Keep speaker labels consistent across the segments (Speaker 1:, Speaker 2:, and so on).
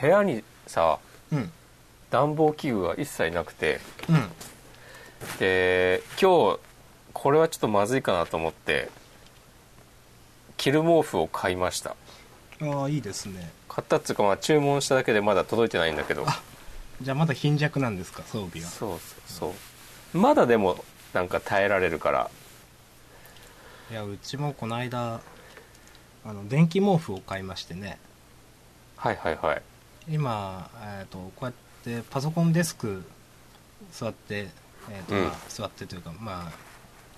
Speaker 1: 部屋にさ
Speaker 2: うん
Speaker 1: 暖房器具が一切なくて
Speaker 2: うん
Speaker 1: で今日これはちょっとまずいかなと思って着る毛布を買いました
Speaker 2: ああいいですね
Speaker 1: 買ったっつうかまあ注文しただけでまだ届いてないんだけど
Speaker 2: じゃあまだ貧弱なんですか装備は
Speaker 1: そうそうそうまだでもなんか耐えられるから
Speaker 2: いやうちもこの間あの電気毛布を買いましてね
Speaker 1: はいはいはい
Speaker 2: 今、えー、とこうやってパソコンデスク座って、えーと
Speaker 1: うん
Speaker 2: まあ座ってというかまあ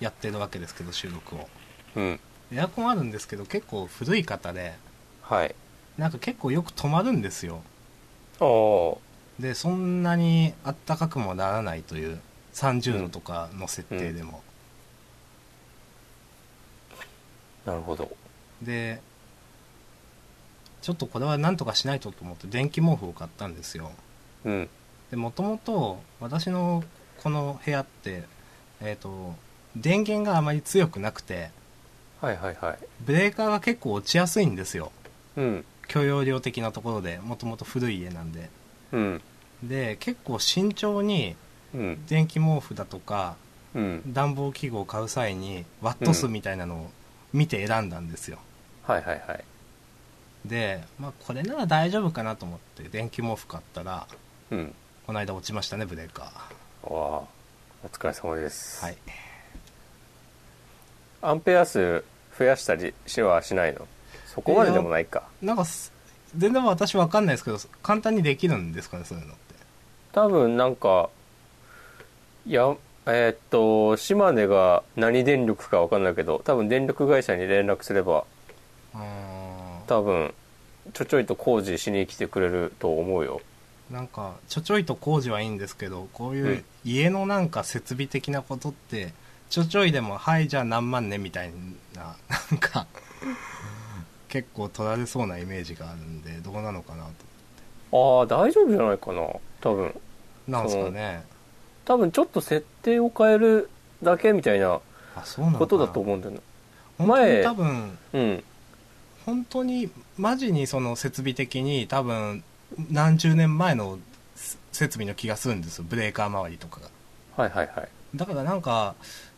Speaker 2: やってるわけですけど収録を
Speaker 1: うん
Speaker 2: エアコンあるんですけど結構古い方で
Speaker 1: はい
Speaker 2: なんか結構よく止まるんですよ
Speaker 1: おお
Speaker 2: でそんなにあったかくもならないという30度とかの設定でも、
Speaker 1: ーなるほど
Speaker 2: でちょっとこれはなんとかしないとと思って電気毛布を買ったんですよ
Speaker 1: うん
Speaker 2: でもともと私のこの部屋ってえっ、と電源があまり強くなくて
Speaker 1: はいはいはい
Speaker 2: ブレーカーが結構落ちやすいんですよ
Speaker 1: うん
Speaker 2: 許容量的なところでもともと古い家なんで
Speaker 1: うん
Speaker 2: で結構慎重に
Speaker 1: うん
Speaker 2: 電気毛布だとか
Speaker 1: うん
Speaker 2: 暖房器具を買う際にワット数みたいなのを見て選んだんですよ、
Speaker 1: はいはいはい
Speaker 2: で、まあ、これなら大丈夫かなと思って電気毛布買ったら
Speaker 1: うん
Speaker 2: この間落ちましたねブレーカ
Speaker 1: わあお疲れ様です
Speaker 2: ーはい
Speaker 1: アンペア数増やしたりしはしないのそこまででもないか
Speaker 2: なんかす全然私わかんないですけど簡単にできるんですかねそういうのって
Speaker 1: 多分なんかいやえーっと島根が何電力か分かんないけど多分電力会社に連絡すれば
Speaker 2: うー
Speaker 1: 多分ちょちょいと工事しに来てくれると思うよ
Speaker 2: んなんかちょちょいと工事はいいんですけどこう
Speaker 1: う
Speaker 2: いうん家のなんか設備的なことってちょちょいでも「はいじゃあ何万ね」みたいななんか結構取られそうなイメージがあるんでどうなのかな
Speaker 1: あ
Speaker 2: と
Speaker 1: あ大丈夫じゃないかな多分
Speaker 2: なんですかね
Speaker 1: 多分ちょっと設定を変えるだけみたいな
Speaker 2: あそうなのか
Speaker 1: こ
Speaker 2: な
Speaker 1: とだと思うんだよね
Speaker 2: 本当に
Speaker 1: 前
Speaker 2: 多分
Speaker 1: うん
Speaker 2: 本当にマジにその設備的に多分何十年前のせ設備の気がするんですよブレーカー周りとかが
Speaker 1: はいはいはい
Speaker 2: だからなんかえー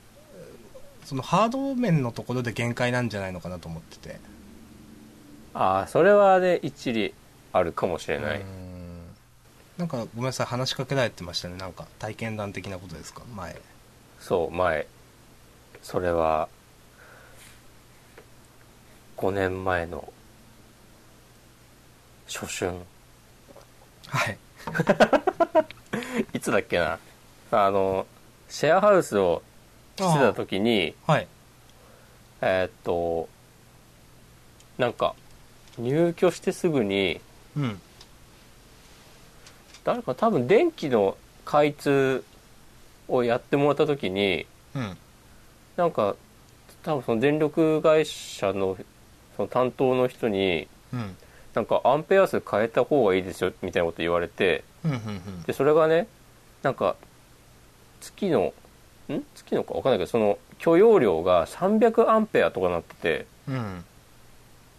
Speaker 2: そのハード面のところで限界なんじゃないのかなと思ってて
Speaker 1: ああそれはね一理あるかもしれないう
Speaker 2: ーんなんかごめんなさい話しかけられてましたねなんか体験談的なことですか前
Speaker 1: そう前それは5年前の初春
Speaker 2: はい
Speaker 1: いつだっけなあのシェアハウスをしてた時に
Speaker 2: はい
Speaker 1: えーっとなんか入居してすぐに
Speaker 2: うん
Speaker 1: 誰か多分電気の開通をやってもらった時に
Speaker 2: うん
Speaker 1: なんか多分その電力会社のその担当の人に
Speaker 2: うん
Speaker 1: なんかアンペア数変えた方がいいですよみたいなこと言われて
Speaker 2: うんうんうん
Speaker 1: でそれがねなんか月のん月のか分かんないけどその許容量が300アンペアとかなってて
Speaker 2: うん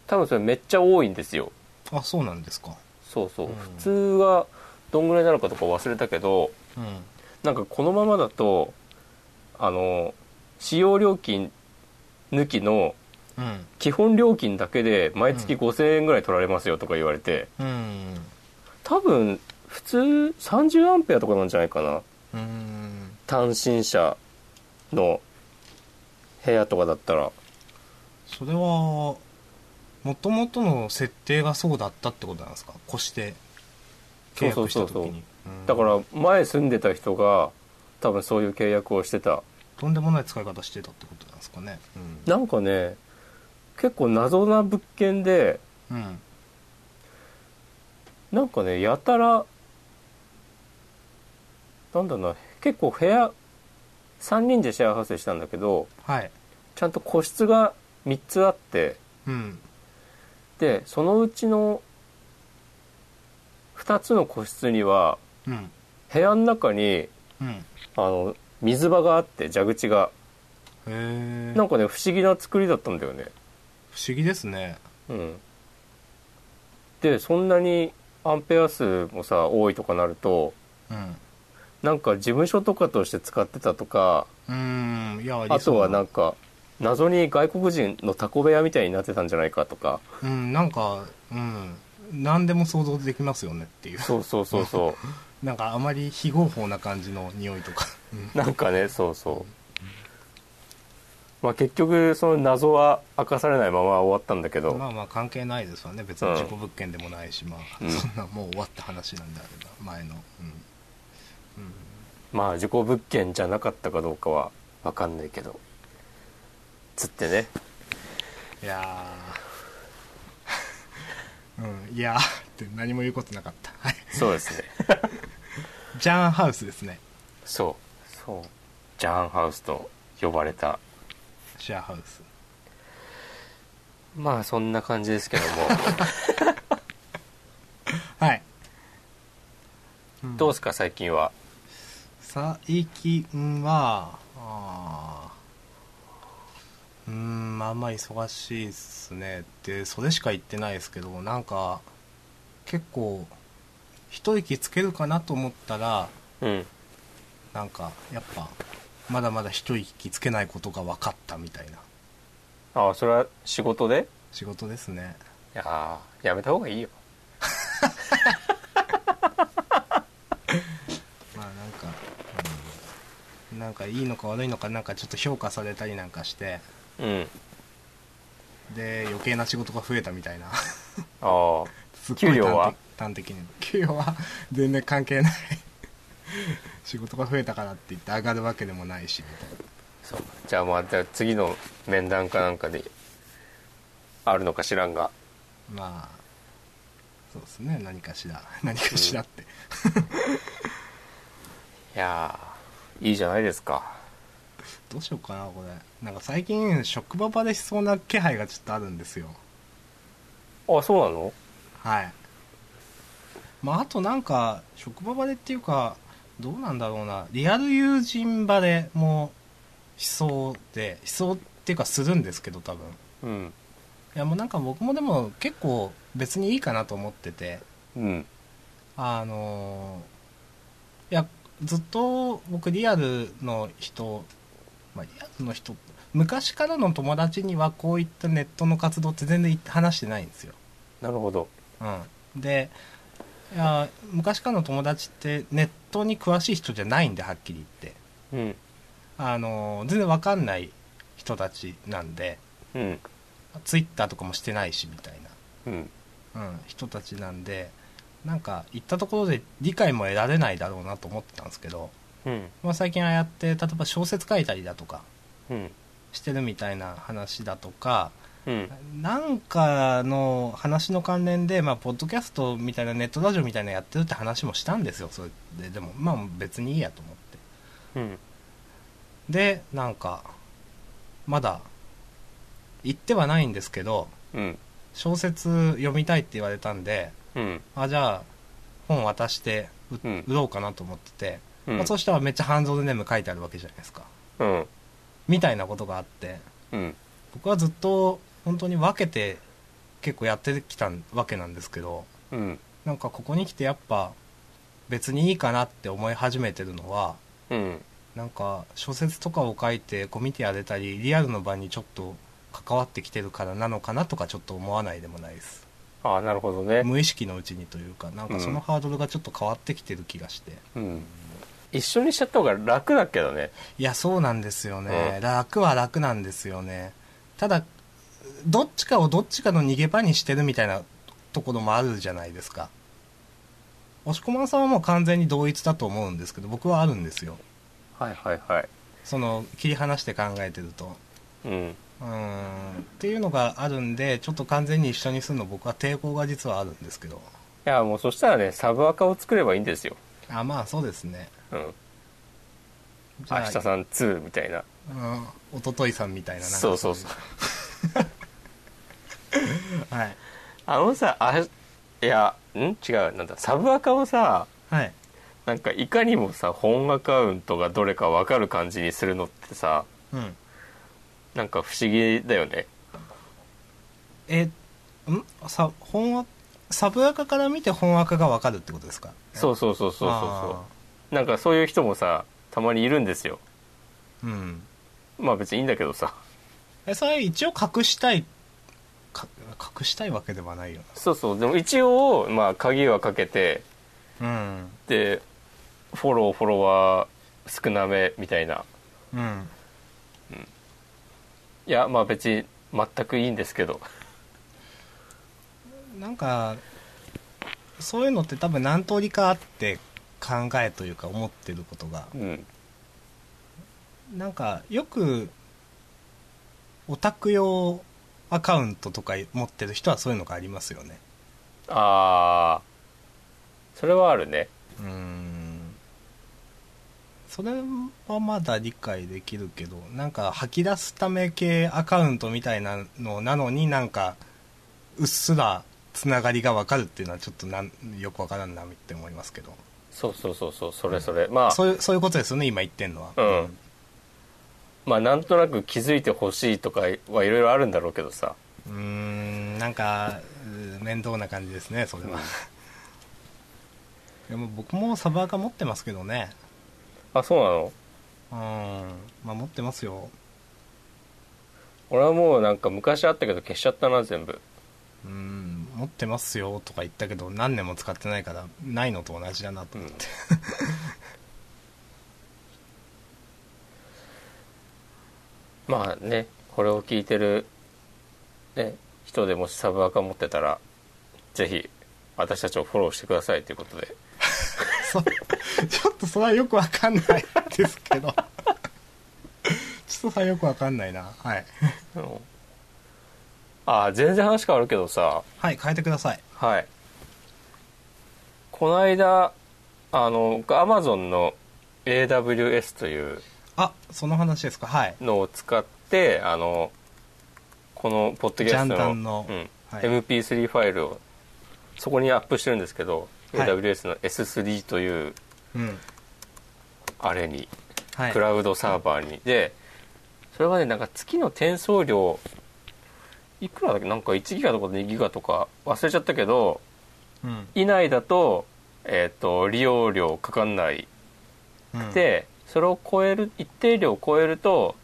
Speaker 1: 多分それめっちゃ多いんですよ
Speaker 2: あそうなんですか
Speaker 1: そうそう、
Speaker 2: うん
Speaker 1: 普通はどんぐらいなのかとか忘れたけど
Speaker 2: うん
Speaker 1: なんかこのままだとあの使用料金抜きの
Speaker 2: うん
Speaker 1: 基本料金だけで毎月5000円ぐらい取られますよとか言われて、
Speaker 2: うん
Speaker 1: 多分普通30アンペアとかなんじゃないかな
Speaker 2: うん
Speaker 1: 単身者の部屋とかだったら
Speaker 2: それはもともとの設定がそうだったってことなんですか越して契約した
Speaker 1: そうそ
Speaker 2: 時に
Speaker 1: うそうそう
Speaker 2: うん
Speaker 1: だから前住んでた人が多分そういう契約をしてた
Speaker 2: とんでもない使い方してたってことなんですかね
Speaker 1: なんかね結構謎な物件で
Speaker 2: うん、うん、
Speaker 1: なんかねやたらなんだろうな結構部屋3人でシェアハウスしたんだけど
Speaker 2: はい
Speaker 1: ちゃんと個室が3つあって
Speaker 2: うん
Speaker 1: でそのうちの2つの個室には
Speaker 2: うん
Speaker 1: 部屋の中に
Speaker 2: うんへ
Speaker 1: あの水場があって蛇口が
Speaker 2: え
Speaker 1: なんかね不思議な作りだったんだよね
Speaker 2: 不思議ですね
Speaker 1: うんでそんなにアンペア数もさ多いとかなると
Speaker 2: うん
Speaker 1: なんか事務所とかとして使ってたとか
Speaker 2: うーんいやあ
Speaker 1: あとはなん
Speaker 2: か
Speaker 1: か謎に外国人のタコ部屋みたいになってたんじゃないかとか
Speaker 2: うんなんかうん何でも想像できますよねっていう
Speaker 1: そうそうそうそ
Speaker 2: なんかあまり非合法な感じの匂いとか、うん
Speaker 1: うなんかねそうそうまあ結局その謎は明かされないまま終わったんだけど
Speaker 2: まあまあ関係ないですわね別に
Speaker 1: うん
Speaker 2: 事故物件でもないし、まあ、
Speaker 1: うん
Speaker 2: そんなもう終わった話なんであれば前のうん、
Speaker 1: まあ事故物件じゃなかったかどうかは分かんないけどつってね
Speaker 2: うん、いやー うんいやーって何も言うことなかったはい
Speaker 1: そうです ね
Speaker 2: ジャーンハウスですね
Speaker 1: そうそうジャーンハウスと呼ばれた
Speaker 2: シェアハウス
Speaker 1: まあそんな感じです けど
Speaker 2: はい、
Speaker 1: もどう
Speaker 2: す
Speaker 1: すか最近は
Speaker 2: 最近はあーうーんまあまあ忙しいっすねでそれしか言ってないですけどなんか結構一息つけるかなと思ったら
Speaker 1: うん
Speaker 2: なんかやっぱまだまだ一息つけないことが分かったみたいな
Speaker 1: ああそれは仕事で
Speaker 2: 仕事ですね
Speaker 1: いやーやめた方がいいよ
Speaker 2: まあなんか、うん、なんかいいのか悪いのかなんかちょっと評価されたりなんかして
Speaker 1: うん
Speaker 2: で余計な仕事が増えたみたいな
Speaker 1: ああ
Speaker 2: すっごい
Speaker 1: 給料は
Speaker 2: 端的端的に給料は全然関係ない仕事が増えたからって言って上がるわけでもないしみたいな
Speaker 1: そうかじゃあまた次の面談かなんかであるのか知らんが
Speaker 2: まあそうですね何かしら 何かしらって、
Speaker 1: いやーいいじゃないですか
Speaker 2: どうしようかなこれなんか最近職場場でしそうな気配がちょっとあるんですよ
Speaker 1: あそうなの
Speaker 2: はいまああとなんか職場場でっていうかどうなんだろうなリアル友人場でもしそうでしそうっていうかするんですけど多分
Speaker 1: うん
Speaker 2: いやもうなんか僕もでも結構別にいいかなと思ってて
Speaker 1: うん
Speaker 2: あのーいやずっと僕リアルの人、まあ、リアルの人昔からの友達にはこういったネットの活動って全然話してないんですよ、
Speaker 1: なるほど
Speaker 2: うん、でいや昔からの友達ってネットに詳しい人じゃないんではっきり言って、
Speaker 1: うん
Speaker 2: あのー全然わかんない人たちなんで
Speaker 1: うん
Speaker 2: ツイッターとかもしてないしみたいな
Speaker 1: うん
Speaker 2: うん、人たちなんでなんか行ったところで理解も得られないだろうなと思ってたんですけど、
Speaker 1: うん
Speaker 2: まあ、最近ああやって例えば小説書いたりだとか
Speaker 1: うん
Speaker 2: してるみたいな話だとか
Speaker 1: うん
Speaker 2: なんかの話の関連で、まあ、ポッドキャストみたいなネットラジオみたいなのやってるって話もしたんですよそれででもまあ別にいいやと思って
Speaker 1: うん
Speaker 2: でなんかまだ行ってはないんですけど
Speaker 1: うん
Speaker 2: 小説読みたいって言われたんで
Speaker 1: うん
Speaker 2: あじゃあ本渡してう
Speaker 1: うん
Speaker 2: 売ろうかなと思ってて、
Speaker 1: うん
Speaker 2: まあ、そしたらめっちゃハンドルネーム書いてあるわけじゃないですか
Speaker 1: うん
Speaker 2: みたいなことがあって
Speaker 1: うん
Speaker 2: 僕はずっと本当に分けて結構やってきたわけなんですけど
Speaker 1: うん
Speaker 2: なんかここに来てやっぱ別にいいかなって思い始めてるのは
Speaker 1: うん
Speaker 2: なんか小説とかを書いてコミュニティやれたりリアルの場にちょっと関わってきてるからなのかなとかちょっと思わないでもないです
Speaker 1: ああなるほどね
Speaker 2: 無意識のうちにというかなんかそのハードルがちょっと変わってきてる気がして、
Speaker 1: うん一緒にしちゃった方が楽だけどね
Speaker 2: いやそうなんですよね、
Speaker 1: うん
Speaker 2: 楽は楽なんですよねただどっちかをどっちかの逃げ場にしてるみたいなところもあるじゃないですか押駒さんはもう完全に同一だと思うんですけど僕はあるんですよ
Speaker 1: はいはいはい
Speaker 2: その切り離して考えてると
Speaker 1: うん
Speaker 2: うーんっていうのがあるんでちょっと完全に一緒にするの僕は抵抗が実はあるんですけど
Speaker 1: いやもうそしたらねサブアカを作ればいいんですよ
Speaker 2: あまあそうですね
Speaker 1: うん
Speaker 2: じ
Speaker 1: 明
Speaker 2: ゃ
Speaker 1: 日
Speaker 2: あ
Speaker 1: さん2みたいな
Speaker 2: うんおとといさんみたいななんか
Speaker 1: そうそうそう
Speaker 2: うはい
Speaker 1: あのさあいやん違うなんだサブアカをさ
Speaker 2: はい
Speaker 1: なんかいかにもさ本アカウントがどれか分かる感じにするのってさ
Speaker 2: うん
Speaker 1: なんか不思議だよね
Speaker 2: えんさ本はサブアカから見て本アカが分かるってことですか
Speaker 1: そうそうそうそうそうそうなんかそういう人もさたまにいるんですよ
Speaker 2: そううん
Speaker 1: まあ別にいいんだけどさ
Speaker 2: えそれ一応隠したいか隠したいわけではないよ
Speaker 1: そうそうでも一応まあ鍵はかけて
Speaker 2: なうん
Speaker 1: でフォローフォロワー少なめみたいな
Speaker 2: うん
Speaker 1: いやまあ別に全くいいんですけど
Speaker 2: なんかそういうのって多分何通りかあって考えというか思ってることが
Speaker 1: うん
Speaker 2: なんかよくオタク用アカウントとか持ってる人はそういうのがありますよね
Speaker 1: ああそれはあるね
Speaker 2: うーんそれはまだ理解できるけどなんか吐き出すため系アカウントみたいなのなのになんかうっすらつながりがわかるっていうのはちょっとなんよくわからんなって思いますけど
Speaker 1: そうそうそうそうそれそれ、まあ
Speaker 2: そういうそういうことですよね今言ってんのは
Speaker 1: うんまあなんとなく気づいてほしいとかはいろいろあるんだろうけどさ
Speaker 2: うーんなんかうー面倒な感じですねそれは、でも僕もサブアカ持ってますけどね
Speaker 1: あそうなの
Speaker 2: うんまあ持ってますよ
Speaker 1: 俺はもうなんか昔あったけど消しちゃったな全部
Speaker 2: うん持ってますよとか言ったけど何年も使ってないからないのと同じだなと思って、
Speaker 1: まあねこれを聞いてる、ね、人でもしサブアカ持ってたらぜひ私たちをフォローしてくださいということで
Speaker 2: そ ちょっとそれはよくわかんないですけど ちょっとそれはよくわかんないなはい
Speaker 1: うんあ全然話変わるけどさ
Speaker 2: はい変えてください
Speaker 1: はいこの間あのアマゾンの AWS という
Speaker 2: あその話ですかはい
Speaker 1: のを使ってあのこのポッドキャス
Speaker 2: ジャン
Speaker 1: ト
Speaker 2: ダ
Speaker 1: の
Speaker 2: ンの
Speaker 1: うん
Speaker 2: はい
Speaker 1: MP3 ファイルをそこにアップしてるんですけど、
Speaker 2: はい
Speaker 1: AWS の S3 という
Speaker 2: うん
Speaker 1: あれに、
Speaker 2: はい
Speaker 1: クラウドサーバーにでそれがねなんか月の転送料いくらだっけなんか1ギガとか2ギガとか忘れちゃったけど
Speaker 2: うん
Speaker 1: 以内だと,、えっと利用料かかんない
Speaker 2: うん
Speaker 1: でそれを超える一定量を超えると、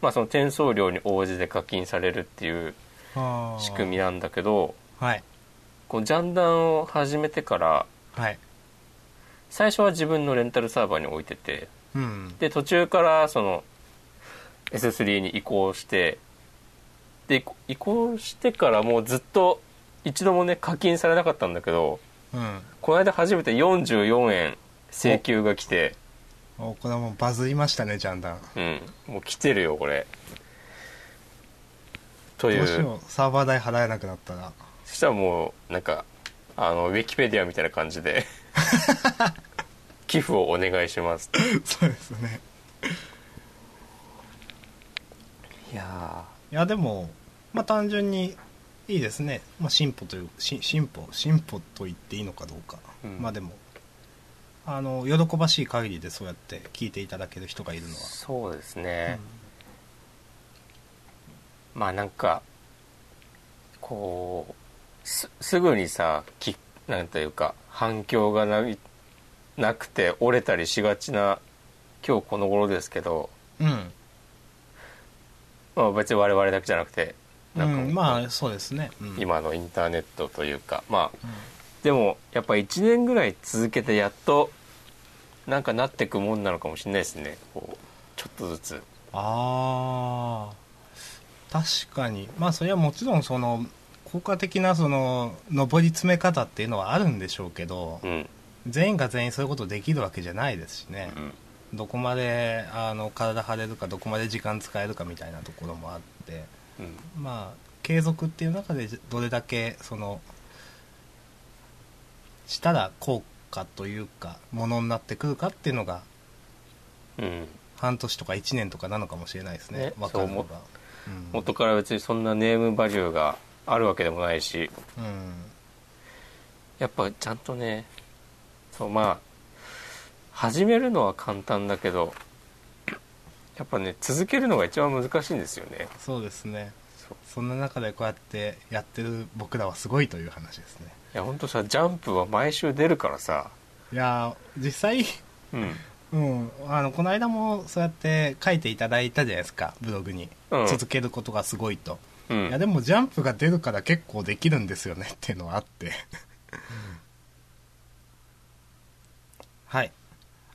Speaker 1: まあ、その転送量に応じて課金されるっていう
Speaker 2: あー
Speaker 1: 仕組みなんだけど
Speaker 2: はい
Speaker 1: こうジャンダンを始めてから
Speaker 2: はい
Speaker 1: 最初は自分のレンタルサーバーに置いてて
Speaker 2: うん
Speaker 1: で途中からその S3 に移行してで移行してからもうずっと一度もね課金されなかったんだけど
Speaker 2: うん
Speaker 1: この間初めて44円請求が来て
Speaker 2: おこれはもうバズりましたねジャンダン
Speaker 1: うんもう来てるよこれとい
Speaker 2: どうし
Speaker 1: う
Speaker 2: ようサーバー代払えなくなったら
Speaker 1: そしたらもうなんかあのウィキペディアみたいな感じ で寄付をお願いしますって
Speaker 2: そうですね
Speaker 1: いや
Speaker 2: いやでもまあ単純にいいですね、まあ、進歩というし進歩進歩と言っていいのかどうか、
Speaker 1: うん
Speaker 2: まあでもあの喜ばしい限りでそうやって聞いていただける人がいるのは、
Speaker 1: そうですね、まあなんかこうすすぐにさきなんというか反響がないなくて折れたりしがちな今日この頃ですけど、
Speaker 2: うんうん
Speaker 1: まあ、別に我々だけじゃなくてなんかもう、
Speaker 2: うんまあそうですね、うん、
Speaker 1: 今のインターネットというかまあ
Speaker 2: うん、
Speaker 1: でもやっぱ1年ぐらい続けてやっとなんかなってくもんなのかもしれないですねこうちょっとずつ
Speaker 2: あー確かにまあそれはもちろんその効果的なその上り詰め方っていうのはあるんでしょうけど、
Speaker 1: うん、
Speaker 2: 全員が全員そういうことできるわけじゃないですしね、
Speaker 1: うん
Speaker 2: どこまであの体張れるかどこまで時間使えるかみたいなところもあって
Speaker 1: うん
Speaker 2: まあ継続っていう中でどれだけそのしたら効果というかものになってくるかっていうのが
Speaker 1: うん、
Speaker 2: 半年とか1年とかなのかもしれないですね
Speaker 1: ね
Speaker 2: 分かるの
Speaker 1: そう
Speaker 2: がうん
Speaker 1: 元から別にそんなネームバリューがあるわけでもないし
Speaker 2: うん
Speaker 1: やっぱちゃんとねそうまあ始めるのは簡単だけどやっぱね続けるのが一番難しいんですよね
Speaker 2: そうですね
Speaker 1: そ
Speaker 2: そんな中でこうやってやってる僕らはすごいという話ですね
Speaker 1: いや本当さ「ジャンプ」は毎週出るからさ
Speaker 2: いやー実際
Speaker 1: うん
Speaker 2: うん、あのこの間もそうやって書いていただいたじゃないですかブログに、
Speaker 1: うん
Speaker 2: 続けることがすごいと、
Speaker 1: う
Speaker 2: いや
Speaker 1: ん
Speaker 2: でも「ジャンプ」が出るから結構できるんですよね っていうのはあってはい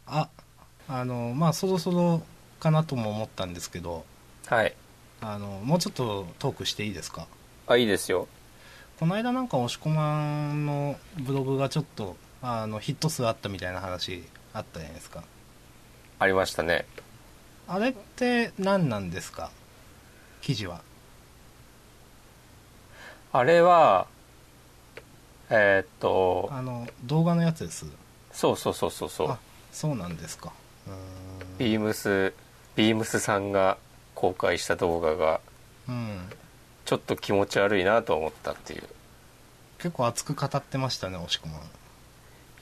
Speaker 2: ああのまあそろそろかなとも思ったんですけど
Speaker 1: はい
Speaker 2: あのもうちょっとトークしていいですか
Speaker 1: あいいですよ
Speaker 2: この間なんか押し込まんのブログがちょっとあのヒット数あったみたいな話あったじゃないですか
Speaker 1: ありましたね
Speaker 2: あれって何なんですか記事は
Speaker 1: あれはえーっと
Speaker 2: あの動画のやつです
Speaker 1: そうそうそうそうそう
Speaker 2: あそうなんですかうーん
Speaker 1: ビームスビームスさんが公開した動画が
Speaker 2: うん
Speaker 1: ちょっと気持ち悪いなと思ったっていう
Speaker 2: 結構熱く語ってましたね押し込まん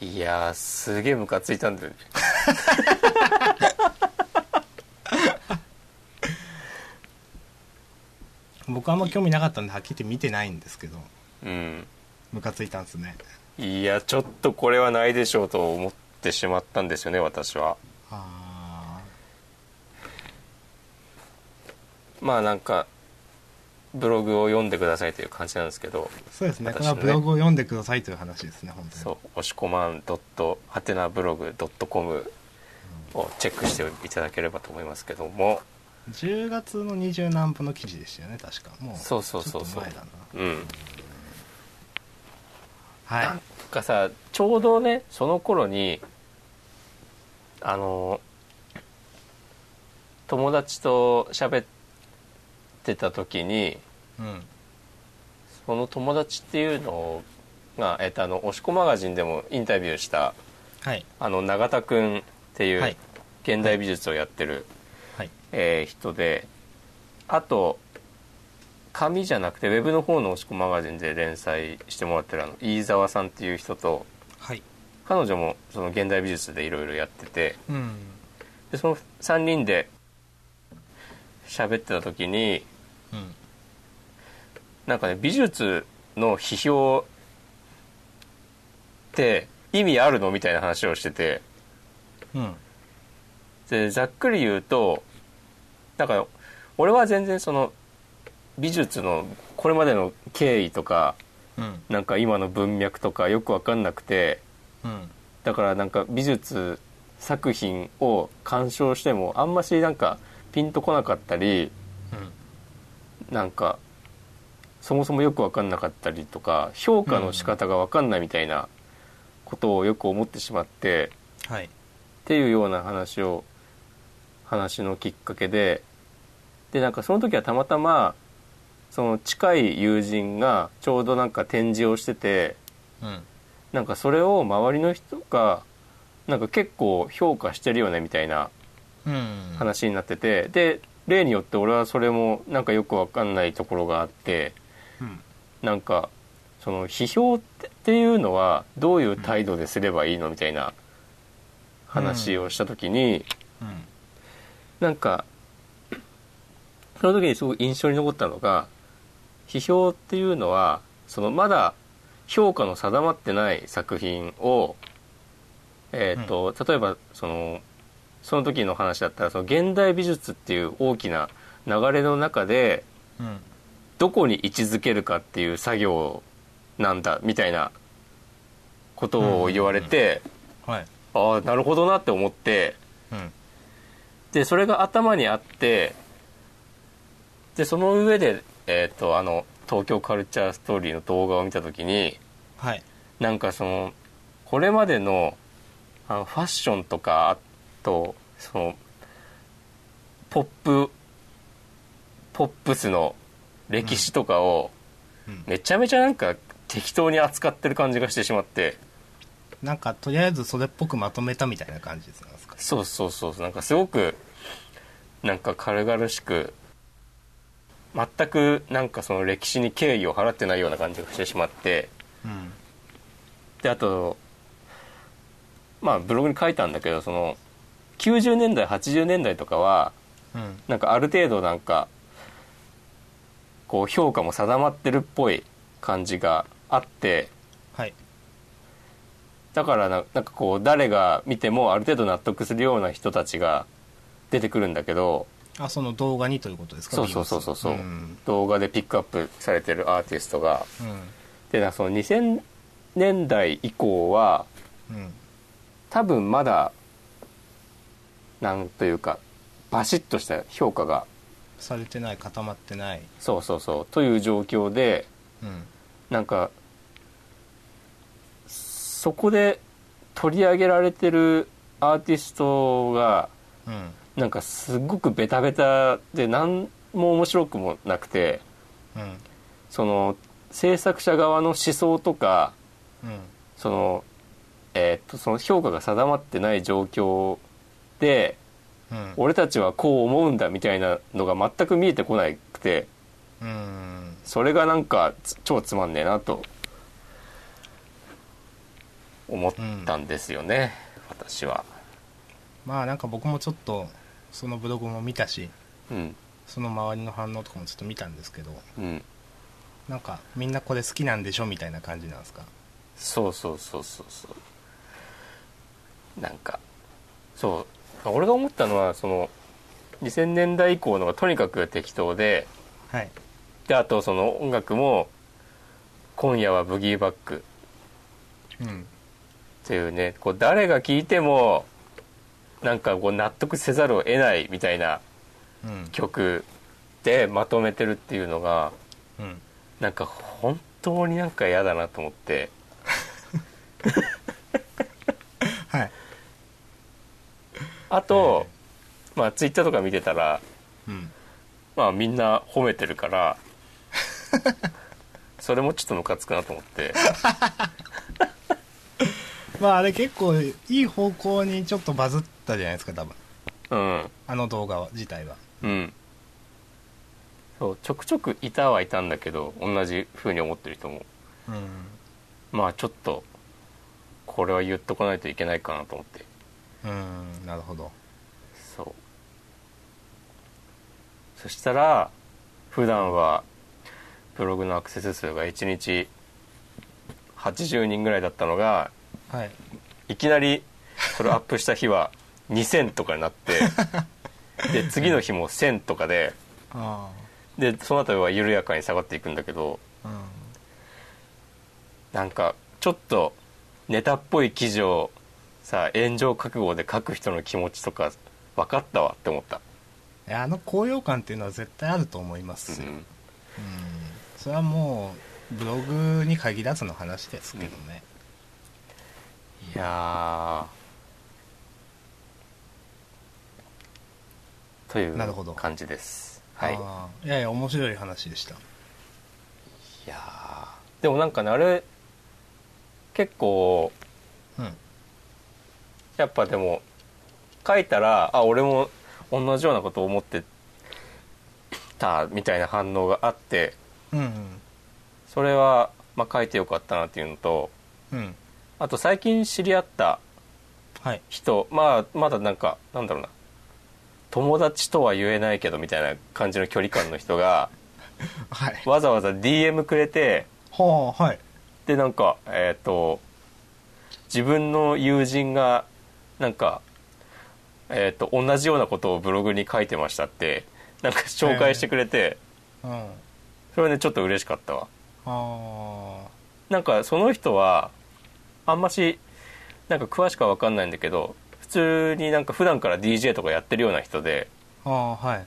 Speaker 1: いやーすげえムカついたんだよね
Speaker 2: 僕あんま興味なかったんではっきり言って見てないんですけど
Speaker 1: うん
Speaker 2: ムカついたんですね
Speaker 1: いやちょっとこれはないでしょうと思ってしまったんですよね私は
Speaker 2: あ
Speaker 1: まあなんかブログを読んでくださいという感じなんですけど
Speaker 2: ーそうですね
Speaker 1: 私
Speaker 2: これ
Speaker 1: ね
Speaker 2: はブログを読んでくださいという話ですね本当に
Speaker 1: そう押し込まんドットはてなブログドットコムをチェックしていただければと思いますけども
Speaker 2: 10月の二十何分の記事でしたよね確かもう
Speaker 1: そうそうそう
Speaker 2: ち
Speaker 1: そ
Speaker 2: ょ
Speaker 1: う
Speaker 2: っと前だな
Speaker 1: うん
Speaker 2: はい
Speaker 1: なんかさちょうどねその頃にあの友達と喋ってた時に
Speaker 2: うん
Speaker 1: その友達っていうのが、えっと、あの押し子マガジンでもインタビューした
Speaker 2: はい
Speaker 1: あの永田くんってい
Speaker 2: は
Speaker 1: う
Speaker 2: い
Speaker 1: 現代美術をやってる、
Speaker 2: はい
Speaker 1: えー人であと紙じゃなくてウェブの方の押し子マガジンで連載してもらってるあの飯沢さんっていう人と
Speaker 2: はい
Speaker 1: 彼女もその現代美術でいろいろやってて
Speaker 2: うん
Speaker 1: でその3人で喋ってた時に
Speaker 2: うん
Speaker 1: なんかね美術の批評って意味あるのみたいな話をしてて
Speaker 2: うん
Speaker 1: でざっくり言うとなんか俺は全然その美術のこれまでの経緯とか
Speaker 2: うん
Speaker 1: なんか今の文脈とかよく分かんなくて
Speaker 2: うん
Speaker 1: だからなんか美術作品を鑑賞してもあんましなんかピンとこなかったり
Speaker 2: うん
Speaker 1: なんかそもそもよく分かんなかったりとか評価の仕方が分かんないみたいなことをよく思ってしまって
Speaker 2: はい
Speaker 1: っていうような話を話のきっかけででなんかその時はたまたまその近い友人がちょうどなんか展示をしてて
Speaker 2: うん
Speaker 1: なんかそれを周りの人がなんか結構評価してるよねみたいな
Speaker 2: うん
Speaker 1: 話になっててで例によって俺はそれもなんかよくわかんないところがあって
Speaker 2: うん
Speaker 1: なんかその批評ってっていうのはどういう態度ですればいいのみたいな話をした時に、
Speaker 2: うん
Speaker 1: なんかその時にすごく印象に残ったのが批評っていうのはそのまだ評価の定まってない作品を、えーと例えばそのその時の話だったらその現代美術っていう大きな流れの中で
Speaker 2: うん
Speaker 1: どこに位置づけるかっていう作業なんだみたいなことを言われて、
Speaker 2: はい
Speaker 1: ああなるほどなって思って。
Speaker 2: うん
Speaker 1: でそれが頭にあってでその上で、えー、とあの東京カルチャーストーリーの動画を見た時に
Speaker 2: はい
Speaker 1: なんかそのこれまでのあのファッションとかあとそのポップポップスの歴史とかを
Speaker 2: うん
Speaker 1: めちゃめちゃなんか適当に扱ってる感じがしてしまって
Speaker 2: なんかとりあえずそれっぽくまとめたみたいな感じですなんですか
Speaker 1: そうそうそうなんかすごくなんか軽々しく全くなんかその歴史に敬意を払ってないような感じがしてしまって
Speaker 2: うん
Speaker 1: であとまあブログに書いたんだけどその90年代80年代とかは
Speaker 2: うん
Speaker 1: なんかある程度なんかこう評価も定まってるっぽい感じがあって
Speaker 2: はい
Speaker 1: だからななんかこう誰が見てもある程度納得するような人たちが出てくるんだけど
Speaker 2: あその動画にということですか
Speaker 1: そうそうそうそうそう
Speaker 2: うん
Speaker 1: 動画でピックアップされてるアーティストが
Speaker 2: う
Speaker 1: でなんかその2000年代以降は
Speaker 2: んうん
Speaker 1: 多分まだなんというかバシッとした評価が
Speaker 2: されてない固まってない
Speaker 1: そうそうそうという状況で
Speaker 2: うん
Speaker 1: なんかそこで取り上げられてるアーティストが
Speaker 2: うん
Speaker 1: なんかすごくベタベタで何も面白くもなくて
Speaker 2: うん
Speaker 1: その制作者側の思想とか
Speaker 2: うん
Speaker 1: その,、えーっとその評価が定まってない状況で
Speaker 2: うん
Speaker 1: 俺たちはこう思うんだみたいなのが全く見えてこなくて
Speaker 2: うん
Speaker 1: それがなんかつ超つまんねえなと思ったんですよね、私は。
Speaker 2: まあなんか僕もちょっとそのブログも見たし
Speaker 1: うん
Speaker 2: その周りの反応とかもちょっと見たんですけど
Speaker 1: うん、
Speaker 2: なんかみんなこれ好きなんでしょみたいな感じなんですか
Speaker 1: そうそうそうそうそうなんかそう俺が思ったのはその2000年代以降のがとにかく適当で
Speaker 2: はい
Speaker 1: であとその音楽も「今夜はブギーバック」
Speaker 2: うん
Speaker 1: っていうねこう誰が聞いてもなんかこう納得せざるを得ないみたいな
Speaker 2: うん
Speaker 1: 曲でまとめてるっていうのが
Speaker 2: うん
Speaker 1: なんか本当になんか嫌だなと思って
Speaker 2: はい
Speaker 1: あと、まあツイッターとか見てたら
Speaker 2: うん
Speaker 1: まあみんな褒めてるからそれもちょっとムカつくなと思って
Speaker 2: まああれ結構いい方向にちょっとバズったじゃないですか多
Speaker 1: う
Speaker 2: 分
Speaker 1: ん
Speaker 2: あの動画は自体は
Speaker 1: うんそうちょくちょくいたはいたんだけど同じ風に思ってる人も
Speaker 2: う
Speaker 1: まあちょっとこれは言っとかないといけないかなと思って
Speaker 2: んうんなるほど
Speaker 1: そうそしたら普段はブログのアクセス数が1日80人ぐらいだったのが
Speaker 2: はい
Speaker 1: いきなりそれアップした日 は2000とかになってで次の日も1000とかで
Speaker 2: あ
Speaker 1: でその後は緩やかに下がっていくんだけど
Speaker 2: あうん
Speaker 1: なんかちょっとネタっぽい記事をさ炎上覚悟で書く人の気持ちとか分かったわって思った、
Speaker 2: いやあの高揚感っていうのは絶対あると思いますよ、うんそれはもうブログに限らずの話ですけどね、
Speaker 1: いやーとい
Speaker 2: なるほど
Speaker 1: う感じですはい
Speaker 2: あーいやいや面白い話でした
Speaker 1: いやーでもなんかねあれ結構
Speaker 2: うん
Speaker 1: やっぱでも書いたらあ俺も同じようなことを思ってたみたいな反応があって
Speaker 2: うん
Speaker 1: それは、まあ、書いてよかったなっていうのと
Speaker 2: うんうん
Speaker 1: あと最近知り合った
Speaker 2: はい
Speaker 1: 人、まあ、まだなんかなんだろうな友達とは言えないけどみたいな感じの距離感の人が
Speaker 2: はい
Speaker 1: わざわざ DM くれて
Speaker 2: はあはい
Speaker 1: でなんかえっ、と自分の友人がなんかえっ、と同じようなことをブログに書いてましたってなんか紹介してくれて、
Speaker 2: うんあ
Speaker 1: それはねちょっと嬉しかったわ
Speaker 2: あ
Speaker 1: なんかその人はあんましなんか詳しくは分かんないんだけど普通になんか普段から DJ とかやってるような人で
Speaker 2: ああはい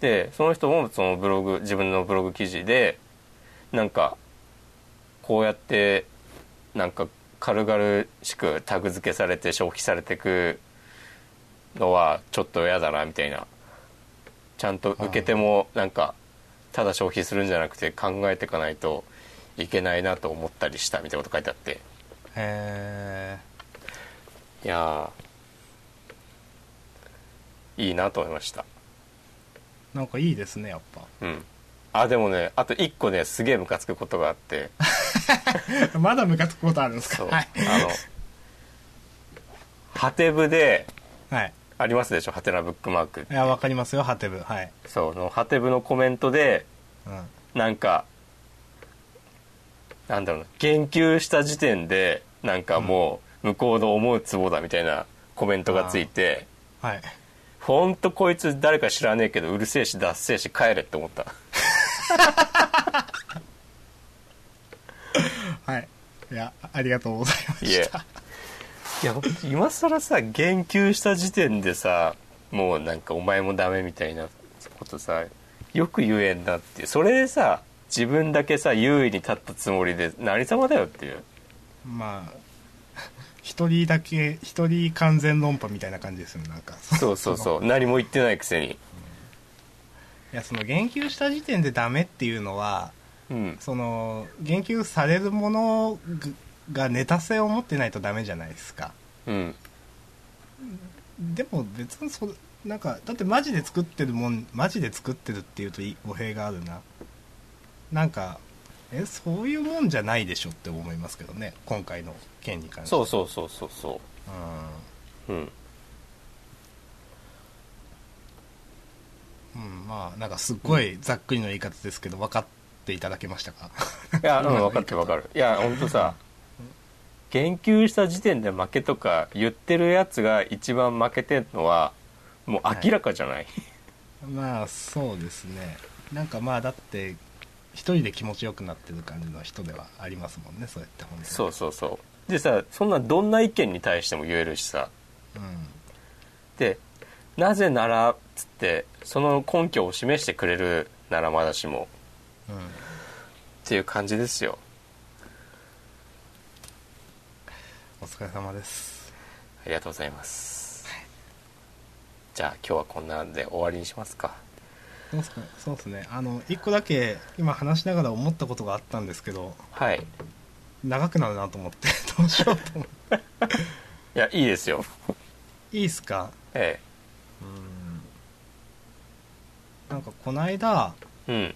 Speaker 1: でその人もそのブログ自分のブログ記事でなんかこうやってなんか軽々しくタグ付けされて消費されてくのはちょっと嫌だなみたいなちゃんと受けてもなんかただ消費するんじゃなくて考えていかないといけないなと思ったりしたみたいなこと書いてあって
Speaker 2: え
Speaker 1: いやーいいなと思いました
Speaker 2: ー、なんかいいですねやっ
Speaker 1: うんあでもねあと1個ねすげえムカつくことがあ って
Speaker 2: ぱ まだムカつくことあるんですか
Speaker 1: そう、
Speaker 2: はい
Speaker 1: あのハテブで
Speaker 2: はい
Speaker 1: ありますでしょハテナブックマーク
Speaker 2: いやわかりますよハテブはい
Speaker 1: そうのハテブのコメントで
Speaker 2: うん
Speaker 1: なんかなんだろうな言及した時点でなんかもう向こうの思うツボだみたいなコメントがついて
Speaker 2: はい
Speaker 1: ほんとこいつ誰か知らねえけどうるせえしダッセえし帰れって思った
Speaker 2: はいいやありがとうございま
Speaker 1: いえ
Speaker 2: した
Speaker 1: いやほんと今更さ言及した時点でさもうなんかお前もダメみたいなことさよく言えんなっていうそれでさ自分だけさ優位に立ったつもりで何様だよっていう
Speaker 2: まあ一人だけ一人完全論破みたいな感じですよねなんか
Speaker 1: そうそうそう 何も言ってないくせに
Speaker 2: いやその言及した時点でダメっていうのは
Speaker 1: うん
Speaker 2: その言及されるものがネタ性を持ってないとダメじゃないですか
Speaker 1: うん
Speaker 2: でも別にそれなんかだってマジで作ってるもんマジで作ってるっていうとい語弊があるななんかえそういうもんじゃないでしょって思いますけどね今回の件に関して
Speaker 1: そううそうそうそうそ
Speaker 2: ん、
Speaker 1: う うん
Speaker 2: うん、まあなんかすっごいざっくりの言い方ですけど分かっていただけましたか
Speaker 1: いや、うん、分かってる分かるいや本当さ言及した時点で負けとか言ってるやつが一番負けてんのはもう明らかじゃない、
Speaker 2: まあそうですねなんかまあだって一人で気持ちよくなってる感じの人ではありますもんねそうやって本当に
Speaker 1: そうそうそうでさそんなどんな意見に対しても言えるしさ
Speaker 2: うん
Speaker 1: でなぜならっつってその根拠を示してくれるならまだしも
Speaker 2: うん
Speaker 1: っていう感じですよ
Speaker 2: お疲れ様です
Speaker 1: ありがとうございますじゃあ今日はこんなんで終わりにしますか
Speaker 2: そうっすねそうですねあの一個だけ今話しながら思ったことがあったんですけど
Speaker 1: はい
Speaker 2: 長くなるなと思って どうしようと思っ
Speaker 1: いやいいですよ
Speaker 2: ていいっすか
Speaker 1: え
Speaker 2: うんなんかこないだ
Speaker 1: え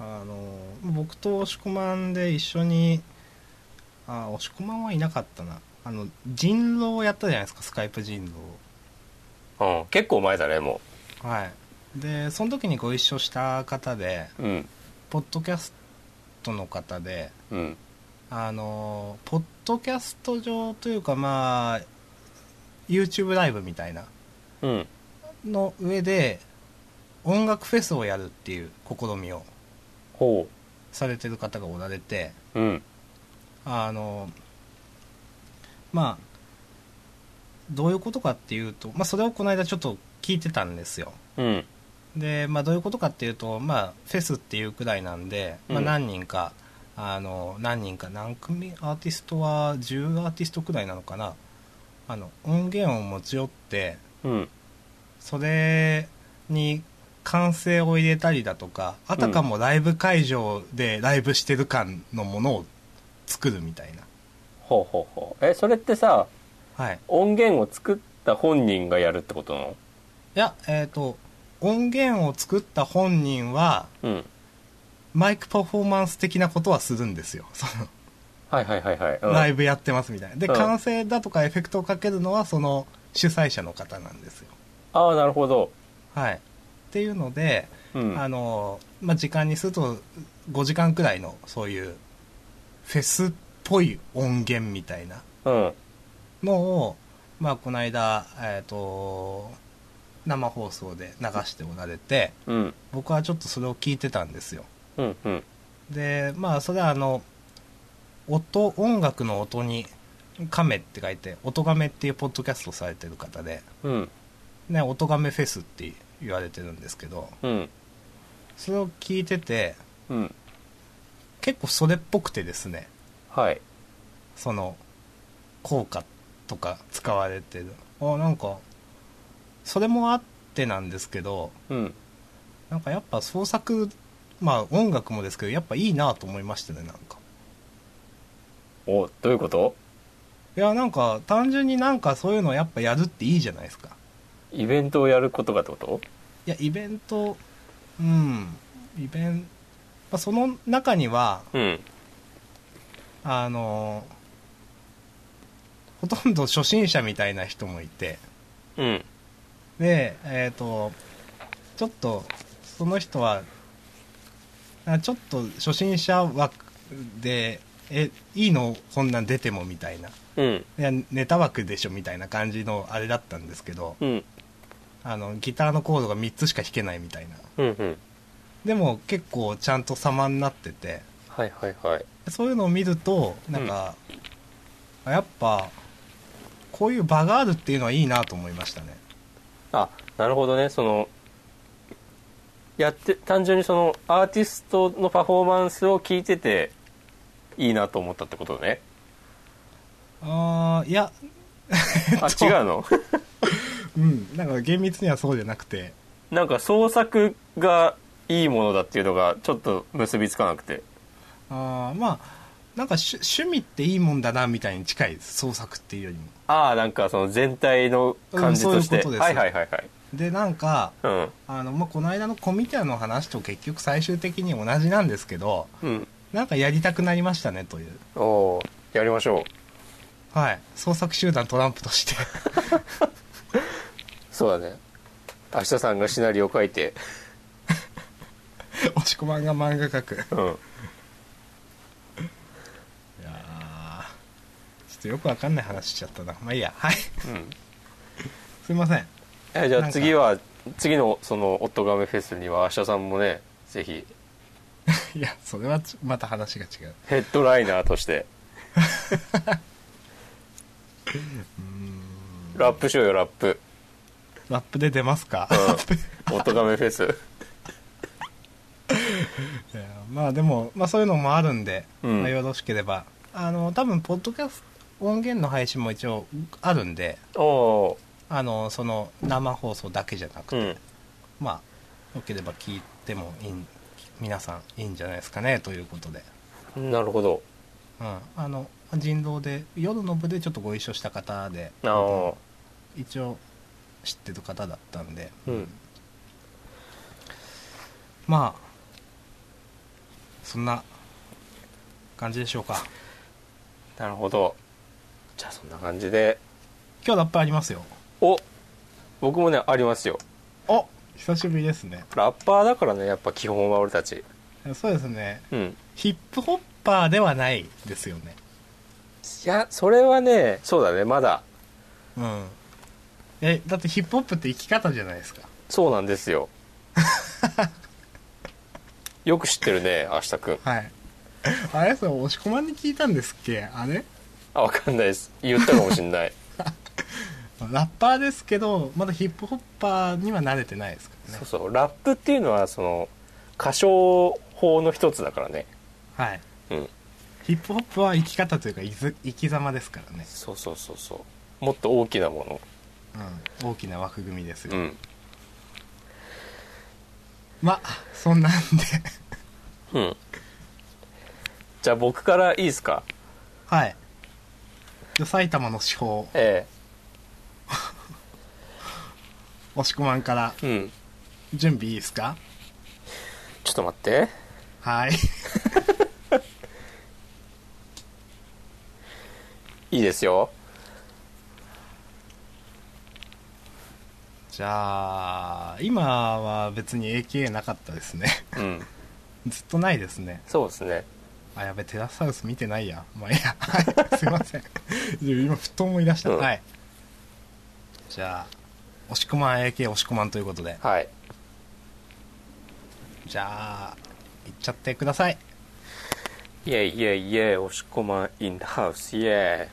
Speaker 1: うん
Speaker 2: あの僕と押し込まんで一緒にあ押し込まんはいなかったなあの人狼をやったじゃないですかスカイプ人
Speaker 1: うん、結構前だねも
Speaker 2: 狼はいでその時にご一緒した方で
Speaker 1: ううん
Speaker 2: ポッドキャストの方で
Speaker 1: うん
Speaker 2: あのポッドキャスト上というかまあ YouTube ライブみたいな
Speaker 1: うん
Speaker 2: の上で音楽フェスをやるっていう試みを
Speaker 1: ほ
Speaker 2: されてる方がおられて
Speaker 1: ううん
Speaker 2: あのまあどういうことかっていうと、まあ、それをこの間ちょっと聞いてたんですよ
Speaker 1: うん
Speaker 2: で、まあ、どういうことかっていうと、まあ、フェスっていうくらいなんで、まあ、
Speaker 1: うん
Speaker 2: 何人か、あの何人か何組アーティストは10アーティストくらいなのかなあの音源を持ち寄って
Speaker 1: うん
Speaker 2: それに歓声を入れたりだとかあたかもライブ会場でライブしてる感のものを作るみたいな、
Speaker 1: ほうほうほうえそれってさ
Speaker 2: はい、
Speaker 1: 音源を作った本人がやるってことなの
Speaker 2: いやえっ、と音源を作った本人は
Speaker 1: うん
Speaker 2: マイクパフォーマンス的なことはするんですよその
Speaker 1: はいはいはいはい、うん、
Speaker 2: ライブやってますみたいなで
Speaker 1: うん
Speaker 2: 完成だとかエフェクトをかけるのはその主催者の方なんですよ
Speaker 1: ああなるほど
Speaker 2: はいっていうので、
Speaker 1: うん
Speaker 2: あのまあ、時間にすると5時間くらいのそういうフェスっぽい音源みたいな
Speaker 1: うん
Speaker 2: のを、まあ、この間、えー、と生放送で流しておられて
Speaker 1: うん
Speaker 2: 僕はちょっとそれを聞いてたんですよ
Speaker 1: うんうん
Speaker 2: でまあそれはあの音音楽の音に「亀」って書いて「音亀」っていうポッドキャストされてる方で
Speaker 1: うん
Speaker 2: 「ね、音亀フェス」って言われてるんですけど
Speaker 1: うん
Speaker 2: それを聞いてて
Speaker 1: うん
Speaker 2: 結構それっぽくてですね
Speaker 1: はい
Speaker 2: その効果とか使われてるあなんかそれもあってなんですけど
Speaker 1: うん
Speaker 2: なんかやっぱ創作まあ音楽もですけどやっぱいいなと思いましたねなんか
Speaker 1: おどういうこと
Speaker 2: いやなんか単純になんかそういうのやっぱやるっていいじゃないですか
Speaker 1: イベントをやることがってこと
Speaker 2: いやイベントうんイベント、まあ、その中には
Speaker 1: うん
Speaker 2: あのほとんど初心者みたいな人もいて
Speaker 1: うん
Speaker 2: でえっ、とちょっとその人はあちょっと初心者枠でえいいのこんなん出てもみたいな
Speaker 1: うん
Speaker 2: いやネタ枠でしょみたいな感じのあれだったんですけど
Speaker 1: うん
Speaker 2: あのギターのコードが3つしか弾けないみたいな
Speaker 1: うんうん
Speaker 2: でも結構ちゃんと様になってて
Speaker 1: はいはいはい
Speaker 2: そういうのを見るとなんか、やっぱこういう場があるっていうのはいいなと思いましたね
Speaker 1: あなるほどねそのやって単純にそのアーティストのパフォーマンスを聞いてていいなと思ったってことね
Speaker 2: あーいや
Speaker 1: あ
Speaker 2: と
Speaker 1: 違うの
Speaker 2: うんなんか厳密にはそうじゃなくて
Speaker 1: なんか創作がいいものだっていうのがちょっと結びつかなくて
Speaker 2: あーまあなんか趣趣味っていいもんだなみたいに近いです創作っていうよりも
Speaker 1: ああなんかその全体の感じ
Speaker 2: うん
Speaker 1: として、
Speaker 2: そういうことです
Speaker 1: はいはいはいはい
Speaker 2: でなんか
Speaker 1: うん
Speaker 2: あの、まあ、この間のコミティアの話と結局最終的に同じなんですけど
Speaker 1: うん
Speaker 2: なんかやりたくなりましたねという
Speaker 1: おおやりましょう
Speaker 2: はい創作集団トランプとして
Speaker 1: そうだね明日さんがシナリオを書いて
Speaker 2: 押し込まんが漫画描くい
Speaker 1: うん
Speaker 2: やーちょっとよくわかんない話しちゃったなまあいいやはい
Speaker 1: うん
Speaker 2: すいません
Speaker 1: えじゃ
Speaker 2: な
Speaker 1: あ
Speaker 2: んか
Speaker 1: 次は次のそのおとがめフェスには明日さんもねぜひ
Speaker 2: いやそれはちまた話が違う
Speaker 1: ヘッドライナーとしてラップしようよラップ
Speaker 2: ラップで出ますか、
Speaker 1: おとがめフェス
Speaker 2: いやまあでも、まあ、そういうのもあるんで、
Speaker 1: うん
Speaker 2: まあ、よろしければあの多分ポッドキャスト音源の配信も一応あるんで
Speaker 1: おお
Speaker 2: あのその生放送だけじゃなく
Speaker 1: ーう
Speaker 2: て、
Speaker 1: ん
Speaker 2: まあよければ聞いてもいいん皆さんいいんじゃないですかねということで、
Speaker 1: なるほど
Speaker 2: うん、あの人狼で夜の部でちょっとご一緒した方で
Speaker 1: ああ
Speaker 2: 一応知ってる方だったんで
Speaker 1: うん
Speaker 2: まあそんな感じでしょうか
Speaker 1: なるほどじゃあそんな感じで
Speaker 2: 今日ラップありますよ
Speaker 1: お僕もねありますよ
Speaker 2: お久しぶりですね
Speaker 1: ラッパーだからねやっぱ基本は俺たち
Speaker 2: そうですね
Speaker 1: うん
Speaker 2: ヒップホッパーではないですよね
Speaker 1: いやそれはねそうだねまだ
Speaker 2: うんえだってヒップホップって生き方じゃないですか
Speaker 1: そうなんです よよく知ってるね明日くん
Speaker 2: はいあれそれ押し込まんに聞いたんですっけあれ
Speaker 1: あわかんないです言ったかもしんない
Speaker 2: ラッパーですけどまだヒップホッパーには慣れてないですから
Speaker 1: そ
Speaker 2: ね
Speaker 1: うそうラップっていうのはその歌唱法の一つだからね
Speaker 2: はい
Speaker 1: うん
Speaker 2: ヒップホップは生き方というかいず生き様ですからね、
Speaker 1: そうそうそうそうもっと大きなも
Speaker 2: うん、大きな枠組みですよ、
Speaker 1: のうん
Speaker 2: まあそんなんで
Speaker 1: うんじゃあ僕からいいですか
Speaker 2: はいじゃあ埼玉の司法
Speaker 1: え
Speaker 2: 押し込まんから
Speaker 1: えうん
Speaker 2: 準備いいですか
Speaker 1: ちょっと待って
Speaker 2: はい
Speaker 1: いいですよ
Speaker 2: じゃあ今は別に AKA なかったですね
Speaker 1: うん
Speaker 2: ずっとないですね
Speaker 1: そうですね
Speaker 2: あやべテラスハウス見てないやまあいいや はいすいません 今ふと思い出した、
Speaker 1: うん
Speaker 2: はいじゃあ押し込まん AKA 押し込まんということで
Speaker 1: はい
Speaker 2: じゃあいっちゃってください
Speaker 1: イェイイェイイェイ押し込まんインハウスイェイ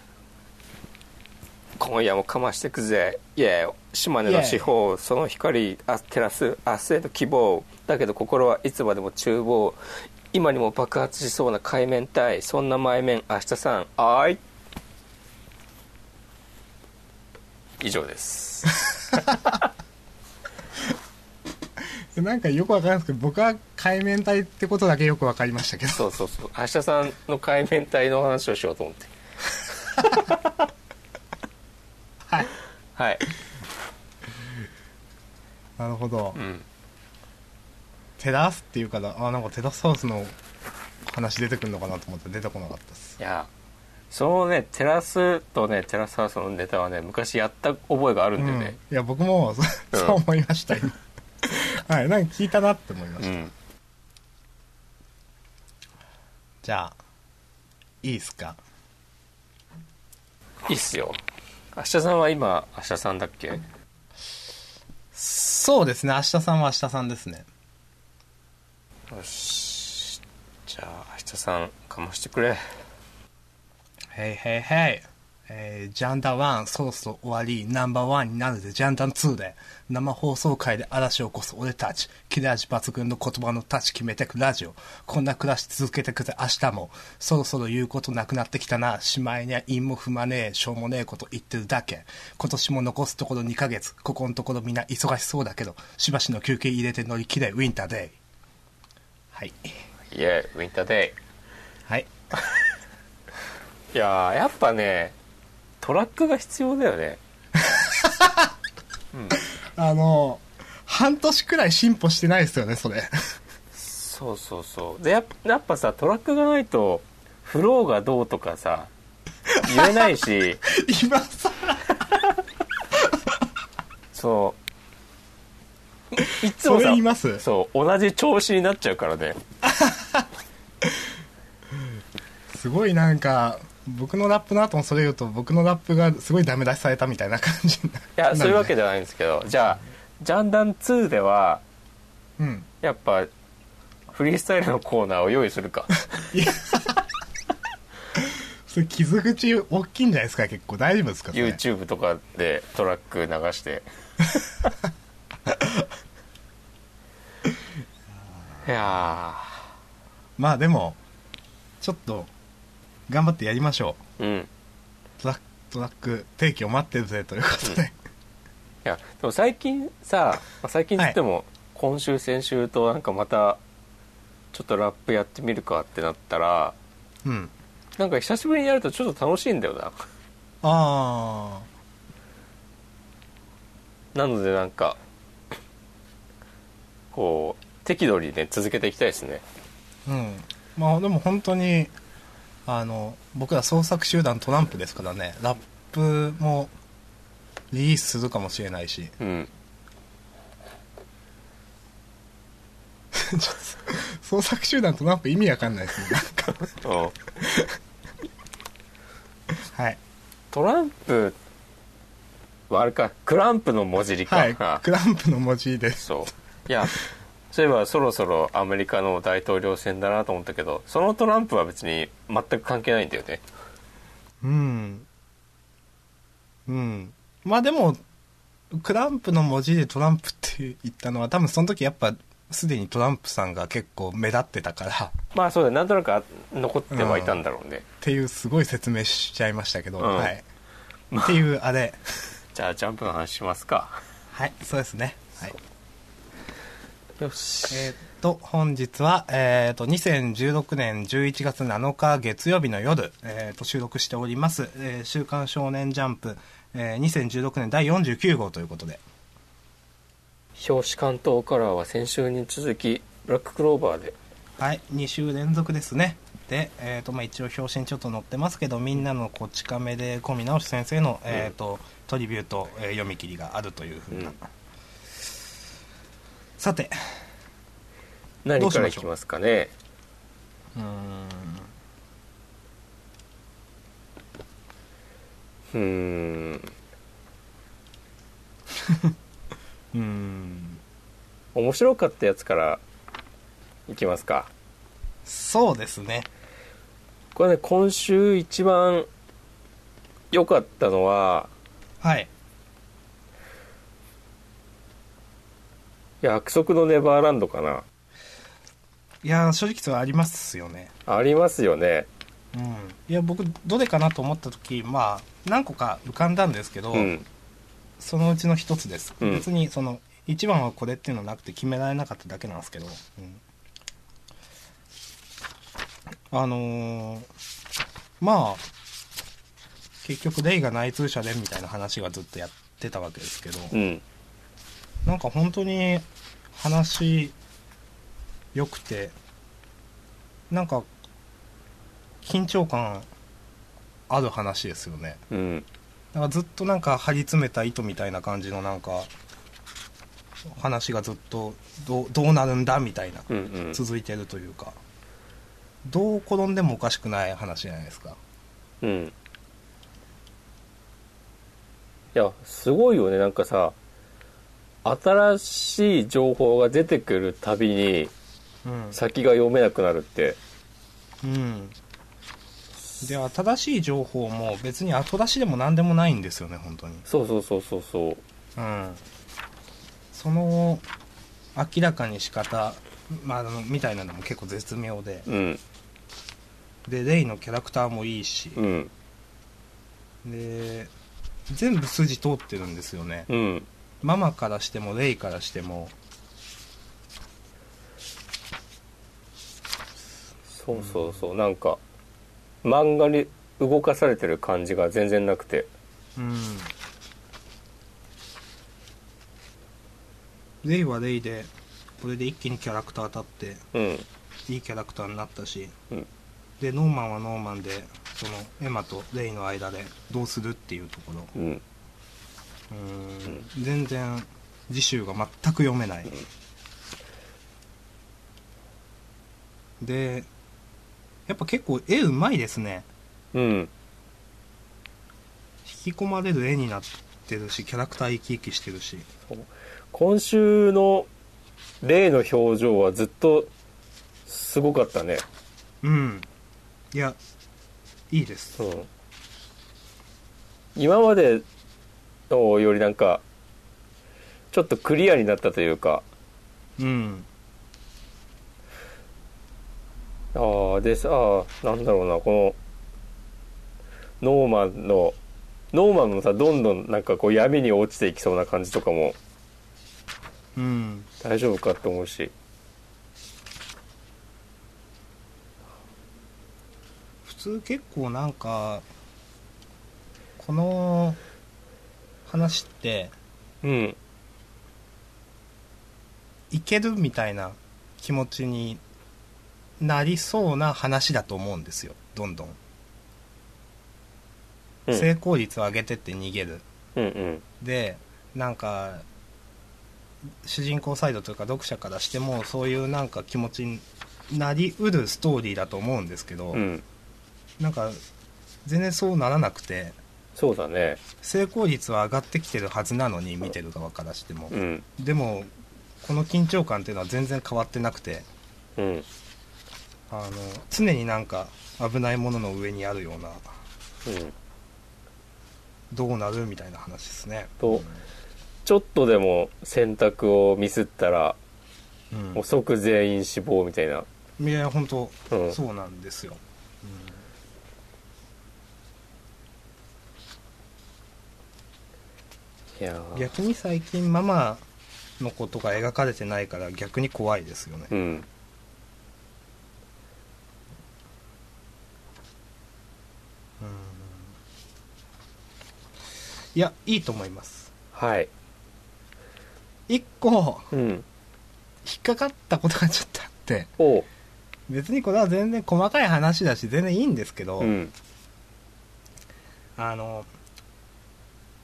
Speaker 1: 今夜もかましてくぜイェイ島根の四方その光あ照らす明日への希望だけど心はいつまでも厨房今にも爆発しそうな海面体そんな前面明日さんあーい以上です
Speaker 2: なんかよくわかんないですけど僕は海面体ってことだけよくわかりましたけど
Speaker 1: そうそうそう明日さんの海面体の話をしようと思って
Speaker 2: はい
Speaker 1: はい
Speaker 2: なるほど、
Speaker 1: うん
Speaker 2: テラスっていうからあなんかテラスハウスの話出てくるのかなと思って出てこなかったです
Speaker 1: いやそのねテラスとねテラスハウスのネタはね昔やった覚えがあるんだよね
Speaker 2: うんいや僕もそ,、 う そう思いました今はいなんか聞いたなって思いま
Speaker 1: う
Speaker 2: し
Speaker 1: ん、
Speaker 2: た、じゃあいいっすか
Speaker 1: いいっすよ明日さんは今明日さんだっけ
Speaker 2: そうですね明日さんは明日さんですね
Speaker 1: よしじゃあ明日さんかましてくれ
Speaker 2: ヘイヘイヘイえー、ジャンダ1そろそろ終わりナンバーワンになるぜジャンダン2で生放送会で嵐を起こす俺たち切れ味抜群の言葉のタッチ決めてくラジオこんな暮らし続けてくぜ明日もそろそろ言うことなくなってきたなしまいには陰も踏まねえしょうもねえこと言ってるだけ今年も残すところ2ヶ月ここのところみんな忙しそうだけどしばしの休憩入れて乗り切れウィンターデイはい
Speaker 1: イエーイウィンターデ
Speaker 2: はい
Speaker 1: イいやーやっぱねトラックが必要だよね
Speaker 2: あの半年くらい進歩してないですよねそれ
Speaker 1: そうそうそうでやっぱやっぱさトラックがないとフローがどうとかさ言えない し
Speaker 2: 今さ
Speaker 1: そういいつ
Speaker 2: そ
Speaker 1: も
Speaker 2: れ
Speaker 1: さ
Speaker 2: 言います
Speaker 1: そう同じ調子になっちゃうからね
Speaker 2: すごいなんか僕のラップの後もそれ言うと僕のラップがすごいダメ出しされたみたいな感じになる
Speaker 1: いやそういうわけ
Speaker 2: で
Speaker 1: じゃないんですけどじゃあジャンダン2では
Speaker 2: うん
Speaker 1: やっぱフリースタイルのコーナーを用意する か
Speaker 2: それ傷口大きいんじゃないですか結構大丈夫ですかそれ
Speaker 1: YouTube とかでトラック流 していや
Speaker 2: まあでもちょっと頑張ってやりましょ
Speaker 1: ーうんいう
Speaker 2: トラックトラック提供待ってるぜということで、
Speaker 1: やでも最近さまあ最近っつっても今週先週となんかまたちょっとラップやってみるかってなったら
Speaker 2: うん
Speaker 1: なんか久しぶりにやるとちょっと楽しいんだよな
Speaker 2: あ
Speaker 1: なのでなんかこう適度にね続けていきたいですね
Speaker 2: あうんまあでも本当にあの僕ら創作集団トランプですからねラップもリリースするかもしれないし
Speaker 1: うん
Speaker 2: 創作集団となんか意味わかんないですねなんか
Speaker 1: うん
Speaker 2: はい
Speaker 1: トランプはあれかクランプの文字りか、
Speaker 2: はいクランプの文字です
Speaker 1: そういやそういえばそろそろアメリカの大統領選だなと思ったけどそのトランプは別に全く関係ないんだよね
Speaker 2: うんうんまあでもクランプの文字でトランプって言ったのは多分その時やっぱすでにトランプさんが結構目立ってたからっ
Speaker 1: まあそうだなんとなくあ残ってはいたんだろうね、
Speaker 2: ていうすごい説明しちゃいましたけど、
Speaker 1: うん
Speaker 2: はいっていうあれ
Speaker 1: じゃあジャンプの話しますか
Speaker 2: はいそうですねはい
Speaker 1: よし
Speaker 2: えーっと、本日は、えーっと、2016年11月7日月曜日の夜、えーっと、収録しております、えー週刊少年ジャンプ、えー2016年第49号ということで。
Speaker 1: 表紙関東カラーは先週に続きブラッククローバーで
Speaker 2: はい、2週連続ですね。で、えーっと、まあ、一応表紙にちょっと載ってますけど、みんなのこち亀で、小見直し先生の、えーっと、トリビュート、えー読み切りがあるというふうな。
Speaker 1: うん
Speaker 2: さて、ど
Speaker 1: 何
Speaker 2: うし
Speaker 1: から
Speaker 2: ま
Speaker 1: い
Speaker 2: しょう
Speaker 1: きますかね
Speaker 2: うーん、
Speaker 1: うーん
Speaker 2: うーん、
Speaker 1: 面白かったやつからいきますか
Speaker 2: そうですね。
Speaker 1: これね今週一番良かったのは
Speaker 2: はい。
Speaker 1: 約束のネバーランドかない
Speaker 2: やー正直それありますよね、
Speaker 1: ありますよね
Speaker 2: うん、いや僕どれかなと思った時まあ何個か浮かんだんですけど、
Speaker 1: うん
Speaker 2: そのうちの一つです、
Speaker 1: うん
Speaker 2: 別にその一番はこれっていうのはなくて決められなかっただけなんですけど、うんあのーまあ結局レイが内通者でみたいな話がずっとやってたわけですけど、
Speaker 1: うん
Speaker 2: なんか本当に話良くてなんか緊張感ある話ですよね
Speaker 1: うん
Speaker 2: なんかずっとなんか張り詰めた糸みたいな感じのなんか話がずっとどうどうなるんだみたいな
Speaker 1: うんうん
Speaker 2: 続いてるというかどう転んでもおかしくない話じゃないですか
Speaker 1: うんいやすごいよねなんかさ新しい情報が出てくるたびに
Speaker 2: うん
Speaker 1: 先が読めなくなるって
Speaker 2: うんで新しい情報も別に後出しでも何でもないんですよね本当に
Speaker 1: そうそうそうそうそう
Speaker 2: うんその明らかに仕方、まあ、あのみたいなのも結構絶妙で
Speaker 1: うん
Speaker 2: でレイのキャラクターもいいし、
Speaker 1: うん
Speaker 2: で全部筋通ってるんですよね
Speaker 1: うん
Speaker 2: ママからしてもレイからしても
Speaker 1: そうそうそうなんか漫画に動かされてる感じが全然なくて
Speaker 2: うんレイはレイでこれで一気にキャラクター立って
Speaker 1: うん
Speaker 2: いいキャラクターになったし、
Speaker 1: うん
Speaker 2: でノーマンはノーマンでそのエマとレイの間でどうするっていうところ
Speaker 1: うん
Speaker 2: うん全然次週が全く読めない、でやっぱ結構絵うまいですね
Speaker 1: うん
Speaker 2: 引き込まれる絵になってるしキャラクター生き生きしてるし
Speaker 1: 今週の例の表情はずっとすごかったね
Speaker 2: うんいやいいです
Speaker 1: うん今までのよりなんかちょっとクリアになったというか
Speaker 2: うん
Speaker 1: ああでさあーなんだろうなこのノーマンのノーマンもさどんどんなんかこう闇に落ちていきそうな感じとかも
Speaker 2: うん
Speaker 1: 大丈夫かって思うし
Speaker 2: 普通結構なんかこの話って
Speaker 1: うん
Speaker 2: いけるみたいな気持ちになりそうな話だと思うんですよどんどん、
Speaker 1: うん
Speaker 2: 成功率を上げてって逃げる
Speaker 1: うんうん
Speaker 2: でなんか主人公サイドというか読者からしてもそういうなんか気持ちになりうるストーリーだと思うんですけど、
Speaker 1: うん
Speaker 2: なんか全然そうならなくて
Speaker 1: そうだね
Speaker 2: 成功率は上がってきてるはずなのに見てる側からしても
Speaker 1: う、ん
Speaker 2: でもこの緊張感っていうのは全然変わってなくて
Speaker 1: うん
Speaker 2: あの常になんか危ないものの上にあるような
Speaker 1: うん
Speaker 2: どうなるみたいな話ですね
Speaker 1: とちょっとでも選択をミスったら
Speaker 2: うん
Speaker 1: もう即全員死亡みたいな、
Speaker 2: いや本当、
Speaker 1: うん、
Speaker 2: そうなんですよ、うん
Speaker 1: いやー
Speaker 2: 逆に最近ママのことが描かれてないから逆に怖いですよね
Speaker 1: うん
Speaker 2: うんいやいいと思います
Speaker 1: はい
Speaker 2: 一個
Speaker 1: うん
Speaker 2: 引っかかったことがちょっとあって
Speaker 1: おう
Speaker 2: 別にこれは全然細かい話だし全然いいんですけど、
Speaker 1: うん
Speaker 2: あの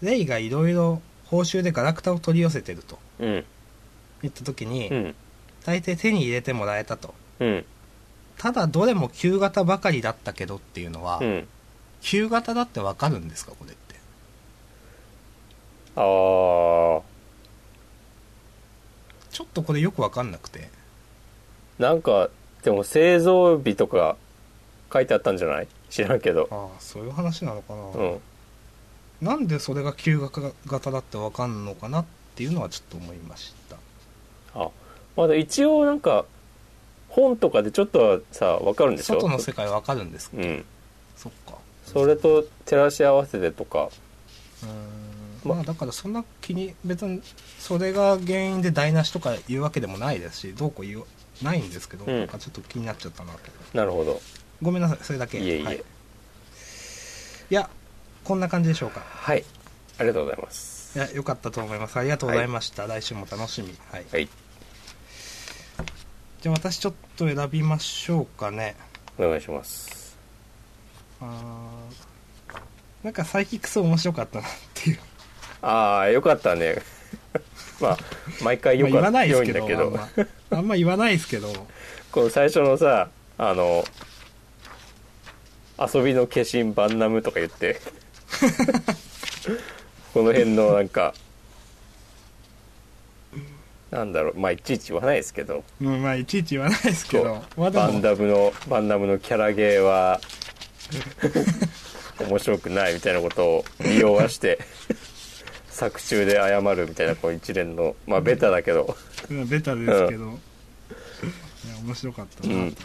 Speaker 2: レイがいろいろ報酬でガラクタを取り寄せてると
Speaker 1: うん
Speaker 2: 言った時に、
Speaker 1: うん
Speaker 2: 大抵手に入れてもらえたと
Speaker 1: うん
Speaker 2: ただどれも旧型ばかりだったけどっていうのは、
Speaker 1: うん
Speaker 2: 旧型だってわかるんですかこれって
Speaker 1: あー
Speaker 2: ちょっとこれよくわかんなくて
Speaker 1: なんかでも製造日とか書いてあったんじゃない知らんけど
Speaker 2: ああそういう話なのかな、
Speaker 1: うん
Speaker 2: なんでそれが旧型だってわかんのかなっていうのはちょっと思いました
Speaker 1: あまだ一応なんか本とかでちょっとはさ分かるんでしょ
Speaker 2: 外の世界わかるんですか
Speaker 1: うん
Speaker 2: そっか
Speaker 1: それと照らし合わせてとか
Speaker 2: うーん
Speaker 1: ま
Speaker 2: まあだからそんな気に別にそれが原因で台無しとか言うわけでもないですしどうこう言うないんですけど、
Speaker 1: うん
Speaker 2: なんかちょっと気になっちゃったなと
Speaker 1: なるほど
Speaker 2: ごめんなさいそれだけ
Speaker 1: いえいえ
Speaker 2: はい、いやこんな感じでしょうか
Speaker 1: はいありがとうございます
Speaker 2: いやよかったと思いますありがとうございました、来週も楽しみはい
Speaker 1: はい
Speaker 2: じゃあ私ちょっと選びましょうかね
Speaker 1: お願いします
Speaker 2: あーなんかサイキックス面白かったなっていう
Speaker 1: ああよかったね まあ毎回よ
Speaker 2: まあ言
Speaker 1: か
Speaker 2: わ
Speaker 1: った
Speaker 2: ないで
Speaker 1: 良
Speaker 2: す
Speaker 1: いん
Speaker 2: け
Speaker 1: だ
Speaker 2: ど
Speaker 1: けど
Speaker 2: あんまあんま言わないですけど
Speaker 1: この最初のさあの遊びの化身バンナムとか言って この辺のなんかなんだろうまあいちいち言わないですけど
Speaker 2: うん、まあいちいち言わないですけど まあで
Speaker 1: バ
Speaker 2: も
Speaker 1: ンダムのバンダムのキャラゲーは 面白くないみたいなことを利用はして作中で謝るみたいなこう一連のまあベタだけど
Speaker 2: うんベタですけど、いや面白かったなと、
Speaker 1: うん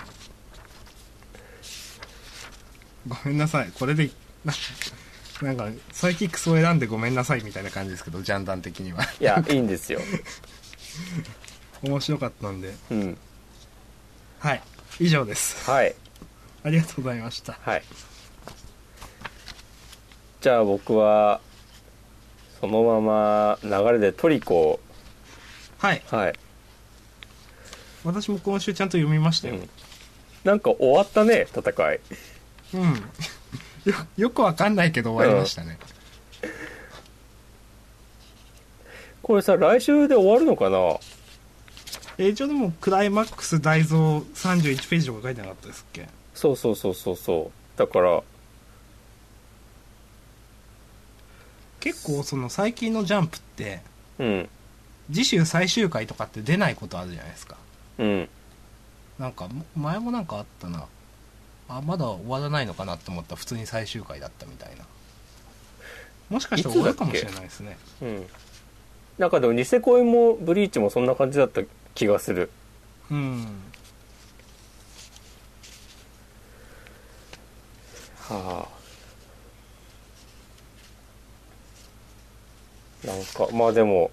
Speaker 2: ごめんなさいこれで ななんかサイキックスを選んでごめんなさいみたいな感じですけどジャンダン的には
Speaker 1: いやいいんですよ
Speaker 2: 面白かったんで
Speaker 1: うん
Speaker 2: はい以上です
Speaker 1: はい
Speaker 2: ありがとうございました
Speaker 1: はいじゃあ僕はそのまま流れでトリコ
Speaker 2: はい
Speaker 1: をはい、
Speaker 2: 私も今週ちゃんと読みました
Speaker 1: う
Speaker 2: よ
Speaker 1: ん、なんか終わったね戦い
Speaker 2: うん、よよくわかんないけど終わりましたね、
Speaker 1: これさ来週で終わるのかな
Speaker 2: えー一応でもクライマックス大蔵31ページとか書いてなかったですっけ
Speaker 1: そうそうそうそうそうだから
Speaker 2: 結構その最近のジャンプって
Speaker 1: うん
Speaker 2: 次週最終回とかって出ないことあるじゃないですか
Speaker 1: うん
Speaker 2: なんかも前もなんかあったなあまだ終わらないのかなと思ったら普通に最終回だったみたいなもしかしたら終わるかもしれないですね
Speaker 1: うんなんかでもニセ恋もブリーチもそんな感じだった気がする
Speaker 2: うん
Speaker 1: はあなんかまあでも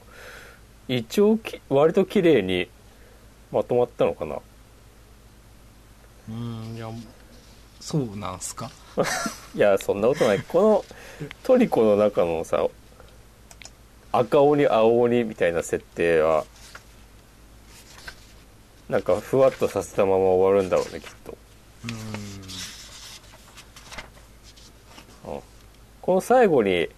Speaker 1: 一応き割と綺麗にまとまったのかな
Speaker 2: うんいやそうなんすか
Speaker 1: いやそんなことないこのトリコの中のさ赤鬼青鬼みたいな設定はなんかふわっとさせたまま終わるんだろうねきっと
Speaker 2: うん
Speaker 1: うんこの最後に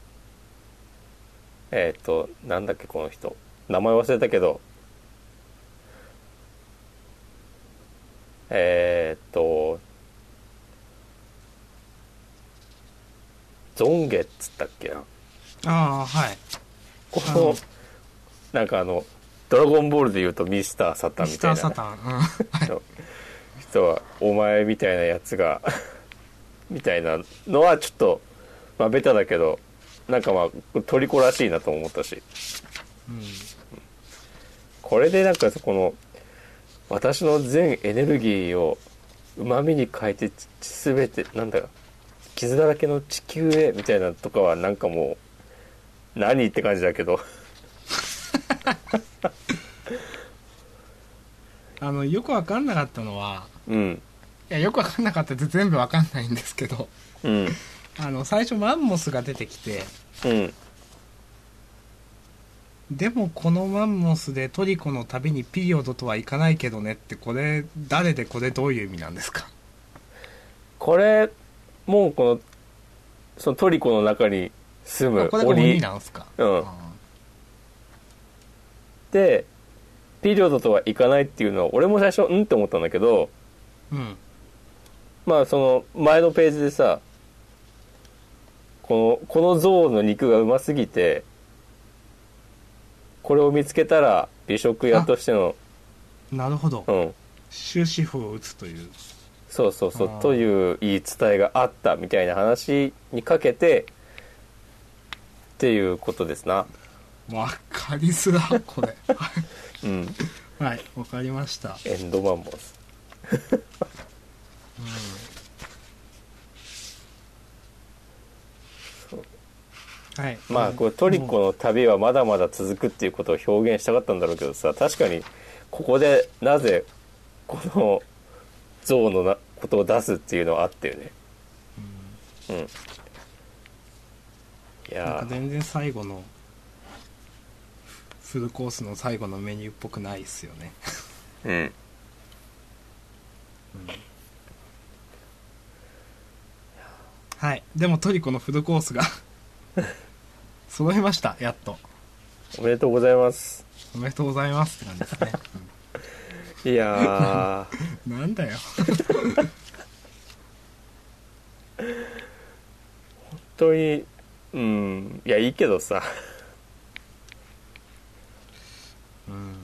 Speaker 1: えっ、となんだっけこの人名前忘れたけどえっ、とゾンゲっつったっけな
Speaker 2: ああはい
Speaker 1: こ
Speaker 2: あ
Speaker 1: の
Speaker 2: の
Speaker 1: なんかあの「ドラゴンボール」でいうとミスター・サタン
Speaker 2: ミ
Speaker 1: み
Speaker 2: ス
Speaker 1: た
Speaker 2: タ
Speaker 1: い
Speaker 2: ー・サ
Speaker 1: な
Speaker 2: タン、うん、
Speaker 1: 人はお前みたいなやつが みたいなのはちょっとまあベタだけどなんかまあトリコらしいなとも思ったしこれでなんかこの私の全エネルギーをうまみに変えてち全てなんだか傷だらけの地球へみたいなとかはなんかもう何って感じだけど
Speaker 2: あのよくわかんなかったのは
Speaker 1: うん
Speaker 2: いやよくわかんなかったって全部わかんないんですけど
Speaker 1: うん
Speaker 2: あの最初マンモスが出てきて
Speaker 1: うん
Speaker 2: でもこのマンモスでトリコの旅にピリオドとはいかないけどねってこれ誰でこれどういう意味なんですか
Speaker 1: これもうこのそのトリコの中に住む
Speaker 2: あこれが鬼なんすか
Speaker 1: うんでピリオドとはいかないっていうのは俺も最初うんって思ったんだけど
Speaker 2: うん
Speaker 1: まあその前のページでさこのこの象の肉がうますぎてこれを見つけたら美食屋としての
Speaker 2: なるほど
Speaker 1: うん
Speaker 2: 終止符を打つという
Speaker 1: そうそうそう
Speaker 2: あー
Speaker 1: という言い伝えがあったみたいな話にかけてっていうことですな
Speaker 2: わかりづらこれ
Speaker 1: うん
Speaker 2: はいわかりました
Speaker 1: エンドマンモス
Speaker 2: はい
Speaker 1: まあこうトリコの旅はまだまだ続くっていうことを表現したかったんだろうけどさ確かにここでなぜこの象のなことを出すっていうのはあったよねうんい
Speaker 2: なん
Speaker 1: や
Speaker 2: か
Speaker 1: ー
Speaker 2: 全然最後のフルコースの最後のメニューっぽくないっすよね
Speaker 1: うん
Speaker 2: はいでもトリコのフルコースが 揃いましたやっと
Speaker 1: おめでとうございます
Speaker 2: おめでとうございますって感じです ね、
Speaker 1: いやー
Speaker 2: うんなんだよ
Speaker 1: 当にうんいやいいけどさ
Speaker 2: うん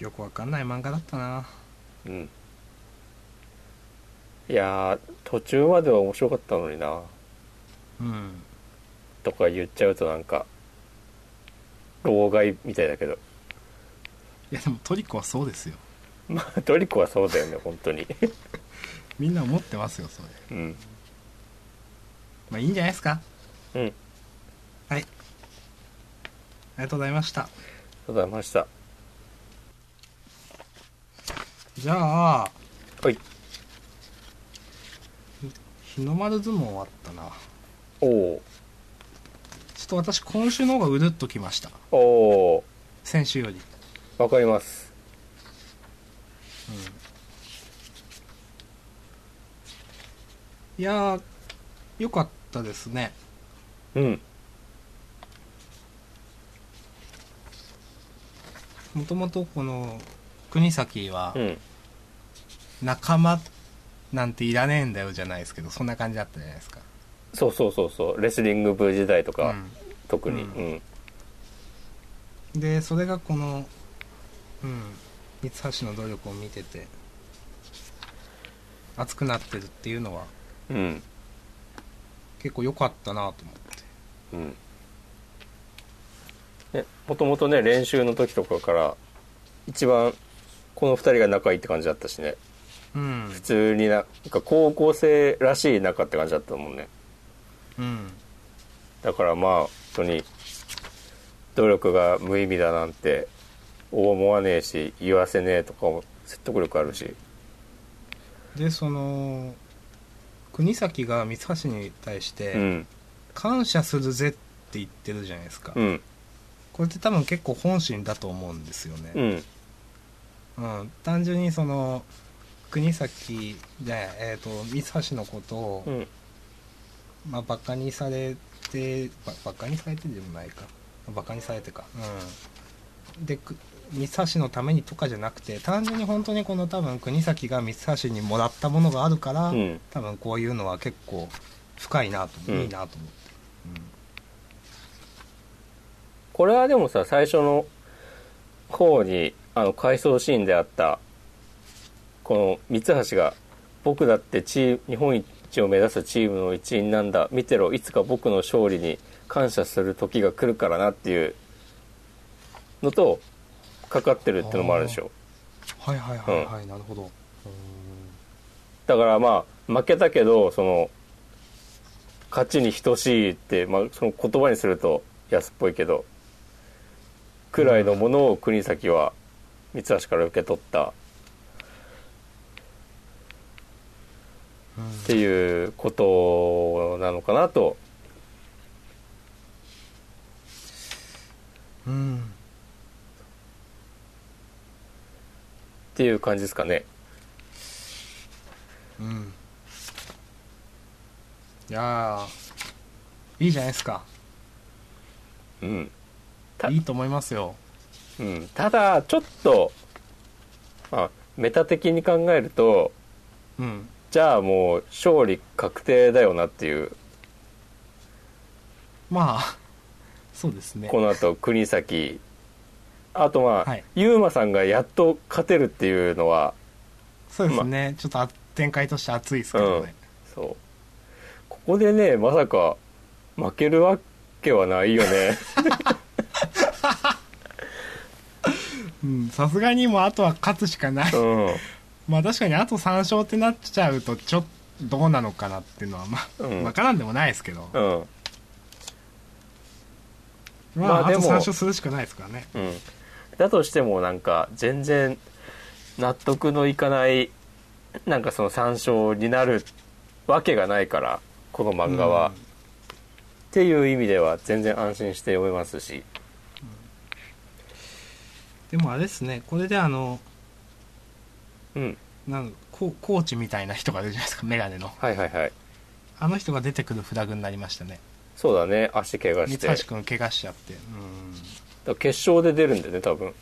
Speaker 2: よくわかんない漫画だったな
Speaker 1: うんいやー途中までは面白かったのにな
Speaker 2: うん
Speaker 1: とか言っちゃうとなんか老害みたいだけど
Speaker 2: いやでもトリコはそうですよ
Speaker 1: まあトリコはそうだよね本当に
Speaker 2: みんな思ってますよそれ
Speaker 1: うん
Speaker 2: まあいいんじゃないですか
Speaker 1: うん
Speaker 2: はいありがとうございました
Speaker 1: ありがとうございました
Speaker 2: じゃあ
Speaker 1: はい
Speaker 2: 日の丸相撲終わったな
Speaker 1: おお
Speaker 2: ちょっと私今週の方がうるっときました
Speaker 1: おお
Speaker 2: 先週より
Speaker 1: わかります
Speaker 2: いやーよかったですね
Speaker 1: うん
Speaker 2: もともとこの国崎は
Speaker 1: うん
Speaker 2: 仲間なんていらねえんだよじゃないですけどそんな感じだったじゃないですか、
Speaker 1: そうそうそうそうレスリング部時代とか、特に
Speaker 2: う
Speaker 1: うん
Speaker 2: うん、でそれがこのうん三橋の努力を見てて熱くなってるっていうのは
Speaker 1: うん
Speaker 2: 結構良かったなと思って
Speaker 1: うんねもともとね練習の時とかから一番この2人が仲いいって感じだったしね
Speaker 2: うん
Speaker 1: 普通になんか高校生らしい仲って感じだったもんね
Speaker 2: うん
Speaker 1: だからまあ本当に努力が無意味だなんて思わねえし言わせねえとかも説得力あるし
Speaker 2: でその国崎が三橋に対し
Speaker 1: う
Speaker 2: て
Speaker 1: ん
Speaker 2: 「感謝するぜ」って言ってるじゃないですか、
Speaker 1: うん
Speaker 2: これって多分結構本心だと思うんですよね、
Speaker 1: うん
Speaker 2: うん、単純にその国崎で、えー、と三橋のことを、
Speaker 1: うん
Speaker 2: まあ、バカにされてババカにされてでもないかバカにされてかうんでく三橋のためにとかじゃなくて単純に本当にこの多分国崎が三橋にもらったものがあるから、
Speaker 1: うん
Speaker 2: 多分こういうのは結構深いなと、
Speaker 1: うん
Speaker 2: いいなと思って、
Speaker 1: これはでもさ最初の方にあの回想シーンであったこの三橋が「僕だってチーム日本一を目指すチームの一員なんだ見てろいつか僕の勝利に感謝する時が来るからな」っていうのとかかってるってのもあるでしょ
Speaker 2: はいはいはいはい、なるほど
Speaker 1: だからまあ負けたけどその勝ちに等しいって、まあ、その言葉にすると安っぽいけどくらいのものを国崎は三橋から受け取ったっ
Speaker 2: うん
Speaker 1: ていうことなのかなと
Speaker 2: うん
Speaker 1: っていう感じですかね。
Speaker 2: うんいやーいいじゃないですか
Speaker 1: うんた
Speaker 2: いいと思いますよ
Speaker 1: うん、ただちょっと、まあ、メタ的に考えると
Speaker 2: うん
Speaker 1: じゃあもう勝利確定だよなっていう
Speaker 2: まあそうです ね
Speaker 1: この後国崎あとまあ、
Speaker 2: はい
Speaker 1: ユーマさんがやっと勝てるっていうのは
Speaker 2: そうですね、ちょっとあ展開として熱いですけどね、
Speaker 1: そうここでねまさか負けるわけはないよ ね
Speaker 2: うんさすがにもうあとは勝つしかない、
Speaker 1: うん
Speaker 2: まあ確かにあと3勝ってなっちゃうとちょっとどうなのかなっていうのはまあ、
Speaker 1: うん
Speaker 2: 分からんでもないですけど、
Speaker 1: うん
Speaker 2: ま
Speaker 1: ま
Speaker 2: あ、
Speaker 1: あ
Speaker 2: あ
Speaker 1: で
Speaker 2: と
Speaker 1: も
Speaker 2: 3勝するしかないですからね
Speaker 1: うんだとしてもなんか全然納得のいかないなんかその参照になるわけがないからこの漫画は、
Speaker 2: うん
Speaker 1: っていう意味では全然安心して読めますし
Speaker 2: でもあれですねこれであの
Speaker 1: うん
Speaker 2: なんココーチみたいな人が出るじゃないですかメガネの
Speaker 1: はいはいはい
Speaker 2: あの人が出てくるフラグになりましたね
Speaker 1: そうだね足怪我し
Speaker 2: 三
Speaker 1: て
Speaker 2: 橋君怪我しちゃってう
Speaker 1: だ
Speaker 2: ん
Speaker 1: から決勝で出るんだよね多分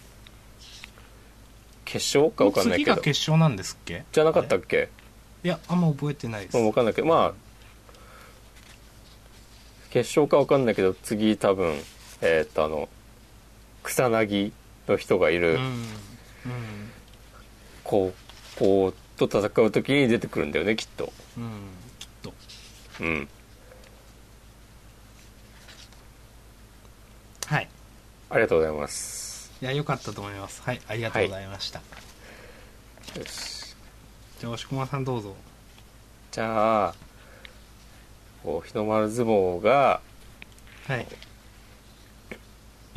Speaker 1: 決勝か分かんない
Speaker 2: 次
Speaker 1: け
Speaker 2: が
Speaker 1: ど
Speaker 2: 決勝なんですっけ
Speaker 1: じゃなかったっけ
Speaker 2: いやあんま覚えてないです
Speaker 1: もう分かんないけどまあ決勝か分かんないけど次多分えーっとあの草薙の人がい
Speaker 2: う
Speaker 1: る
Speaker 2: ん
Speaker 1: 高校と戦う時に出てくるんだよねきっと
Speaker 2: うん、うん、きっと
Speaker 1: うん
Speaker 2: はい
Speaker 1: ありがとうございます
Speaker 2: いや良かったと思いますはいありがとうございました、
Speaker 1: よし
Speaker 2: じゃあ押駒さんどうぞ
Speaker 1: じゃあこう日の丸相撲が
Speaker 2: はい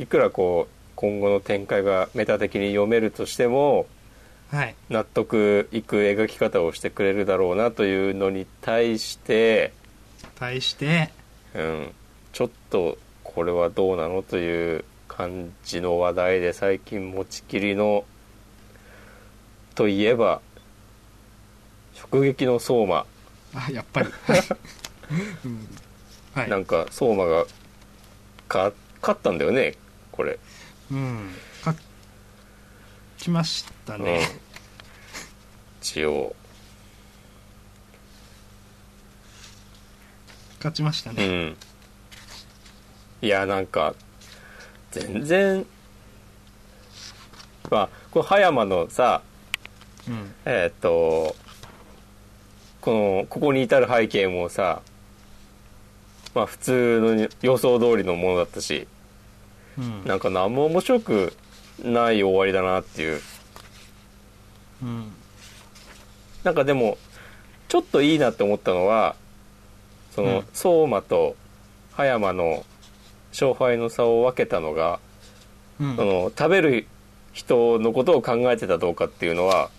Speaker 1: いくらこう今後の展開がメタ的に読めるとしても
Speaker 2: はい
Speaker 1: 納得いく描き方をしてくれるだろうなというのに対して、
Speaker 2: 対して
Speaker 1: うん、ちょっとこれはどうなのという感じの話題で最近持ちきりのといえば「直撃の相馬
Speaker 2: あやっ ぱりはい、うんは」い
Speaker 1: なんか相馬がか勝ったんだよねこれ。
Speaker 2: うん書きましたね、
Speaker 1: うん一応、
Speaker 2: 勝ちました
Speaker 1: う
Speaker 2: ね、
Speaker 1: ん、いやなんか全然まあこれ葉山のさ
Speaker 2: うん、
Speaker 1: えっ、とこのここに至る背景もさまあ普通の予想通りのものだったし
Speaker 2: うん
Speaker 1: なんか何も面白くない終わりだなっていう
Speaker 2: うん
Speaker 1: なんかでもちょっといいなって思ったのはその、
Speaker 2: うん
Speaker 1: 相馬と葉山の勝敗の差を分けたのが、
Speaker 2: うん
Speaker 1: その食べる人のことを考えてたどうかっていうのは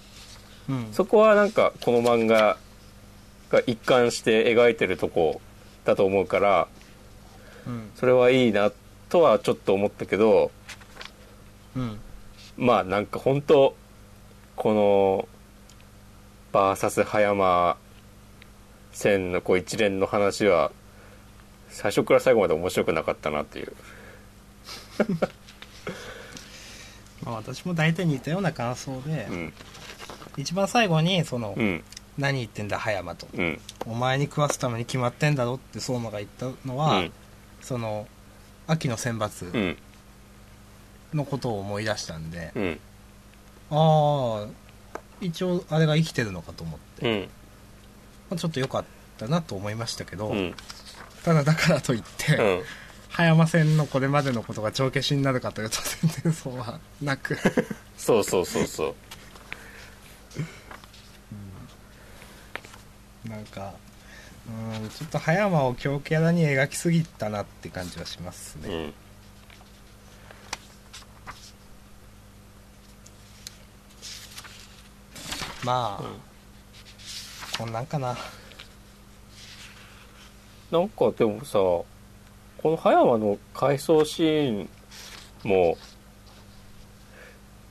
Speaker 2: うん
Speaker 1: そこはなんかこの漫画が一貫して描いてるとこだと思うから
Speaker 2: うん
Speaker 1: それはいいなとはちょっと思ったけど
Speaker 2: うん
Speaker 1: まあなんか本当このバーサス葉山戦のこう一連の話は最初から最後まで面白くなかったなっていう
Speaker 2: まあ、私も大体似たような感想で、
Speaker 1: うん
Speaker 2: 一番最後にその、
Speaker 1: うん
Speaker 2: 何言ってんだ葉山と
Speaker 1: うん
Speaker 2: お前に食わすために決まってんだろって相馬が言ったのは、
Speaker 1: うん
Speaker 2: その秋の選
Speaker 1: う
Speaker 2: 抜
Speaker 1: ん
Speaker 2: のことを思い出したんで、
Speaker 1: うん
Speaker 2: ああ一応あれが生きてるのかと思って、
Speaker 1: うん
Speaker 2: まあ、ちょっと良かったなと思いましたけど、
Speaker 1: うん
Speaker 2: ただだからといって、
Speaker 1: うん
Speaker 2: 葉山線のこれまでのことが帳消しになるかというと全然そうは なく
Speaker 1: そうそうそうそう
Speaker 2: なんかうんちょっと葉山を強キャラに描きすぎたなって感じはしますね、
Speaker 1: うん
Speaker 2: まあ、
Speaker 1: うん
Speaker 2: こんなんかな
Speaker 1: なんかでもさこの葉山の回想シーンも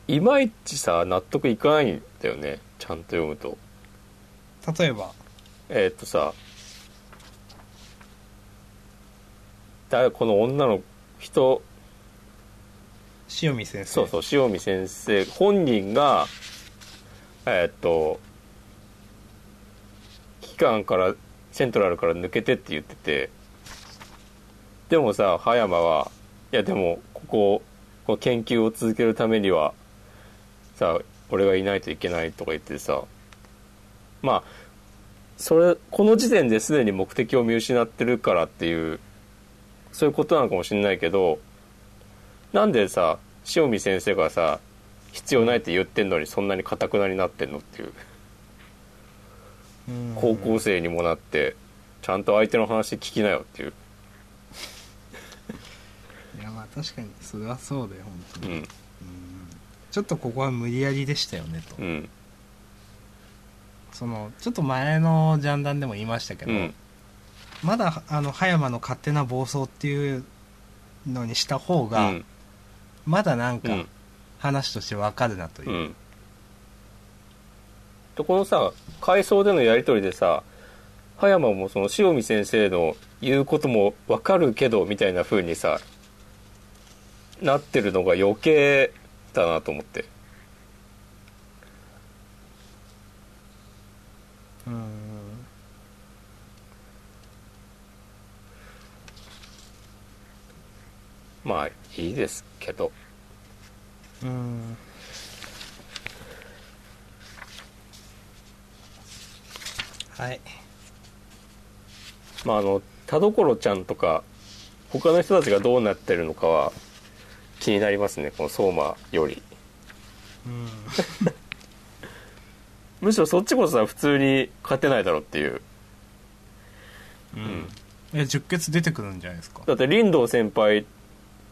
Speaker 1: いまいちさ納得いかないんだよねちゃんと読むと
Speaker 2: 例えば
Speaker 1: えーっとさだこの女の人
Speaker 2: 塩見先生
Speaker 1: そうそう塩見先生本人がえーっと機関からセントラルから抜けてって言っててでもさ葉山はいやでもこここの研究を続けるためにはさ俺がいないといけないとか言ってさまあそれこの時点ですでに目的を見失ってるからっていうそういうことなのかもしれないけどなんでさ塩見先生がさ必要ないって言ってんのにそんなにかたくなになってんのっていう
Speaker 2: うん
Speaker 1: 高校生にもなってちゃんと相手の話聞きなよっていう、
Speaker 2: いやまあ確かにそれはそうで本当
Speaker 1: う
Speaker 2: に、
Speaker 1: ん
Speaker 2: うんちょっとここは無理やりでしたよねと、
Speaker 1: うん
Speaker 2: そのちょっと前のジャンダンでも言いましたけ
Speaker 1: う
Speaker 2: ど、
Speaker 1: ん
Speaker 2: まだあの葉山の勝手な暴走っていうのにした方
Speaker 1: う
Speaker 2: が、
Speaker 1: ん
Speaker 2: まだなん
Speaker 1: う
Speaker 2: か
Speaker 1: ん
Speaker 2: 話としてわかるなというう、
Speaker 1: んでこのさ回想でのやり取りでさ葉山もその塩見先生の言うこともわかるけどみたいな風にさなってるのが余計だなと思って
Speaker 2: うん
Speaker 1: まあいいですけど
Speaker 2: うんはい
Speaker 1: まああの田所ちゃんとか他の人たちがどうなってるのかは気になりますねこの相馬より
Speaker 2: うん
Speaker 1: むしろそっちこそさ普通に勝てないだろうっていう
Speaker 2: うんえ十血出てくるんじゃないですか
Speaker 1: だって林道先輩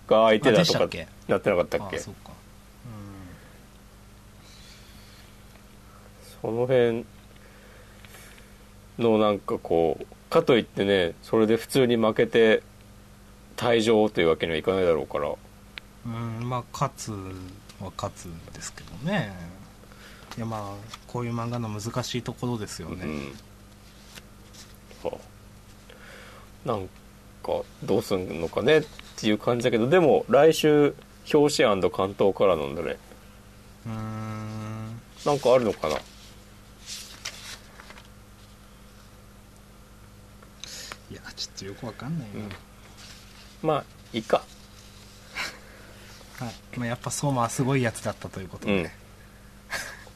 Speaker 1: が相手
Speaker 2: あ
Speaker 1: だ
Speaker 2: でし
Speaker 1: と
Speaker 2: た
Speaker 1: か
Speaker 2: っけ
Speaker 1: なってなかったっけ
Speaker 2: あ
Speaker 1: そ
Speaker 2: そうか
Speaker 1: の辺のなんかこうかといってねそれで普通に負けて退場というわけにはいかないだろうから
Speaker 2: うん、うん、まあ勝つは勝つんですけどねいやまあこういう漫画の難しいところですよね、
Speaker 1: うんそうなんかどうすんのかねっていう感じだけどでも来週表紙関東からなんだね
Speaker 2: うーん
Speaker 1: なんかあるのかな
Speaker 2: いやちょっとよくわかんないな、
Speaker 1: うんまあいいか
Speaker 2: はいまあ、やっぱ相馬はすごいやつだったということ
Speaker 1: う
Speaker 2: で
Speaker 1: ん、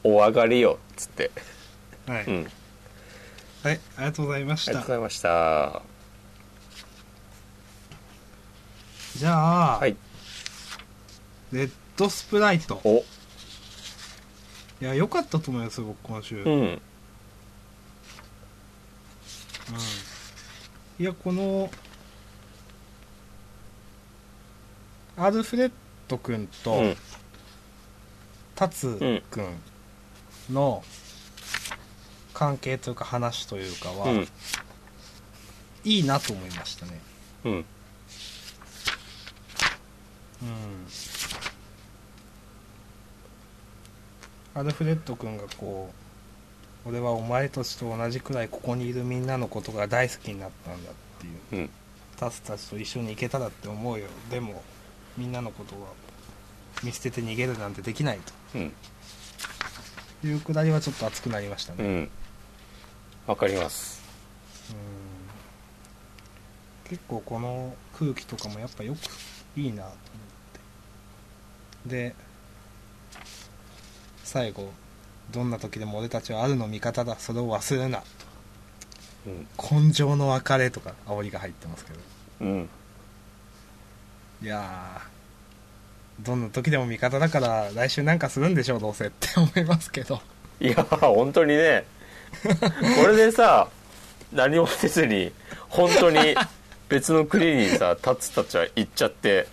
Speaker 1: お上がりよっつって
Speaker 2: はい
Speaker 1: うんあり
Speaker 2: はい、ありがとうございまし
Speaker 1: がとう
Speaker 2: た
Speaker 1: ございました
Speaker 2: じゃあ、
Speaker 1: はい
Speaker 2: レッドスプライト
Speaker 1: お
Speaker 2: いや良かったと思いますよ僕今週、
Speaker 1: う
Speaker 2: うん
Speaker 1: ん
Speaker 2: いやこのアルフレッド君
Speaker 1: う
Speaker 2: と
Speaker 1: ん
Speaker 2: タツ君の関係というか話というかは、
Speaker 1: うん
Speaker 2: いいなと思いましたね
Speaker 1: うん
Speaker 2: アルフレッド君がこう俺はお前たちと同じくらいここにいるみんなのことが大好きになったんだっていう
Speaker 1: うん
Speaker 2: タスたちと一緒に行けたらって思うよでもみんなのことは見捨てて逃げるなんてできない
Speaker 1: うん
Speaker 2: というくだりはちょっと熱くなりましたね、
Speaker 1: う
Speaker 2: うん
Speaker 1: んわかります
Speaker 2: 結構この空気とかもやっぱよくいいなと思ってで最後どんな時でも俺たちはあるの味方だそれを忘れるな
Speaker 1: うん
Speaker 2: 根性の別れとか煽りが入ってますけど
Speaker 1: うん
Speaker 2: いやーどんな時でも味方だから来週なんかするんでしょうどうせって思いますけど
Speaker 1: いや本当にねこれでさ何もせずに本当に別の国にさタツたちは行っちゃって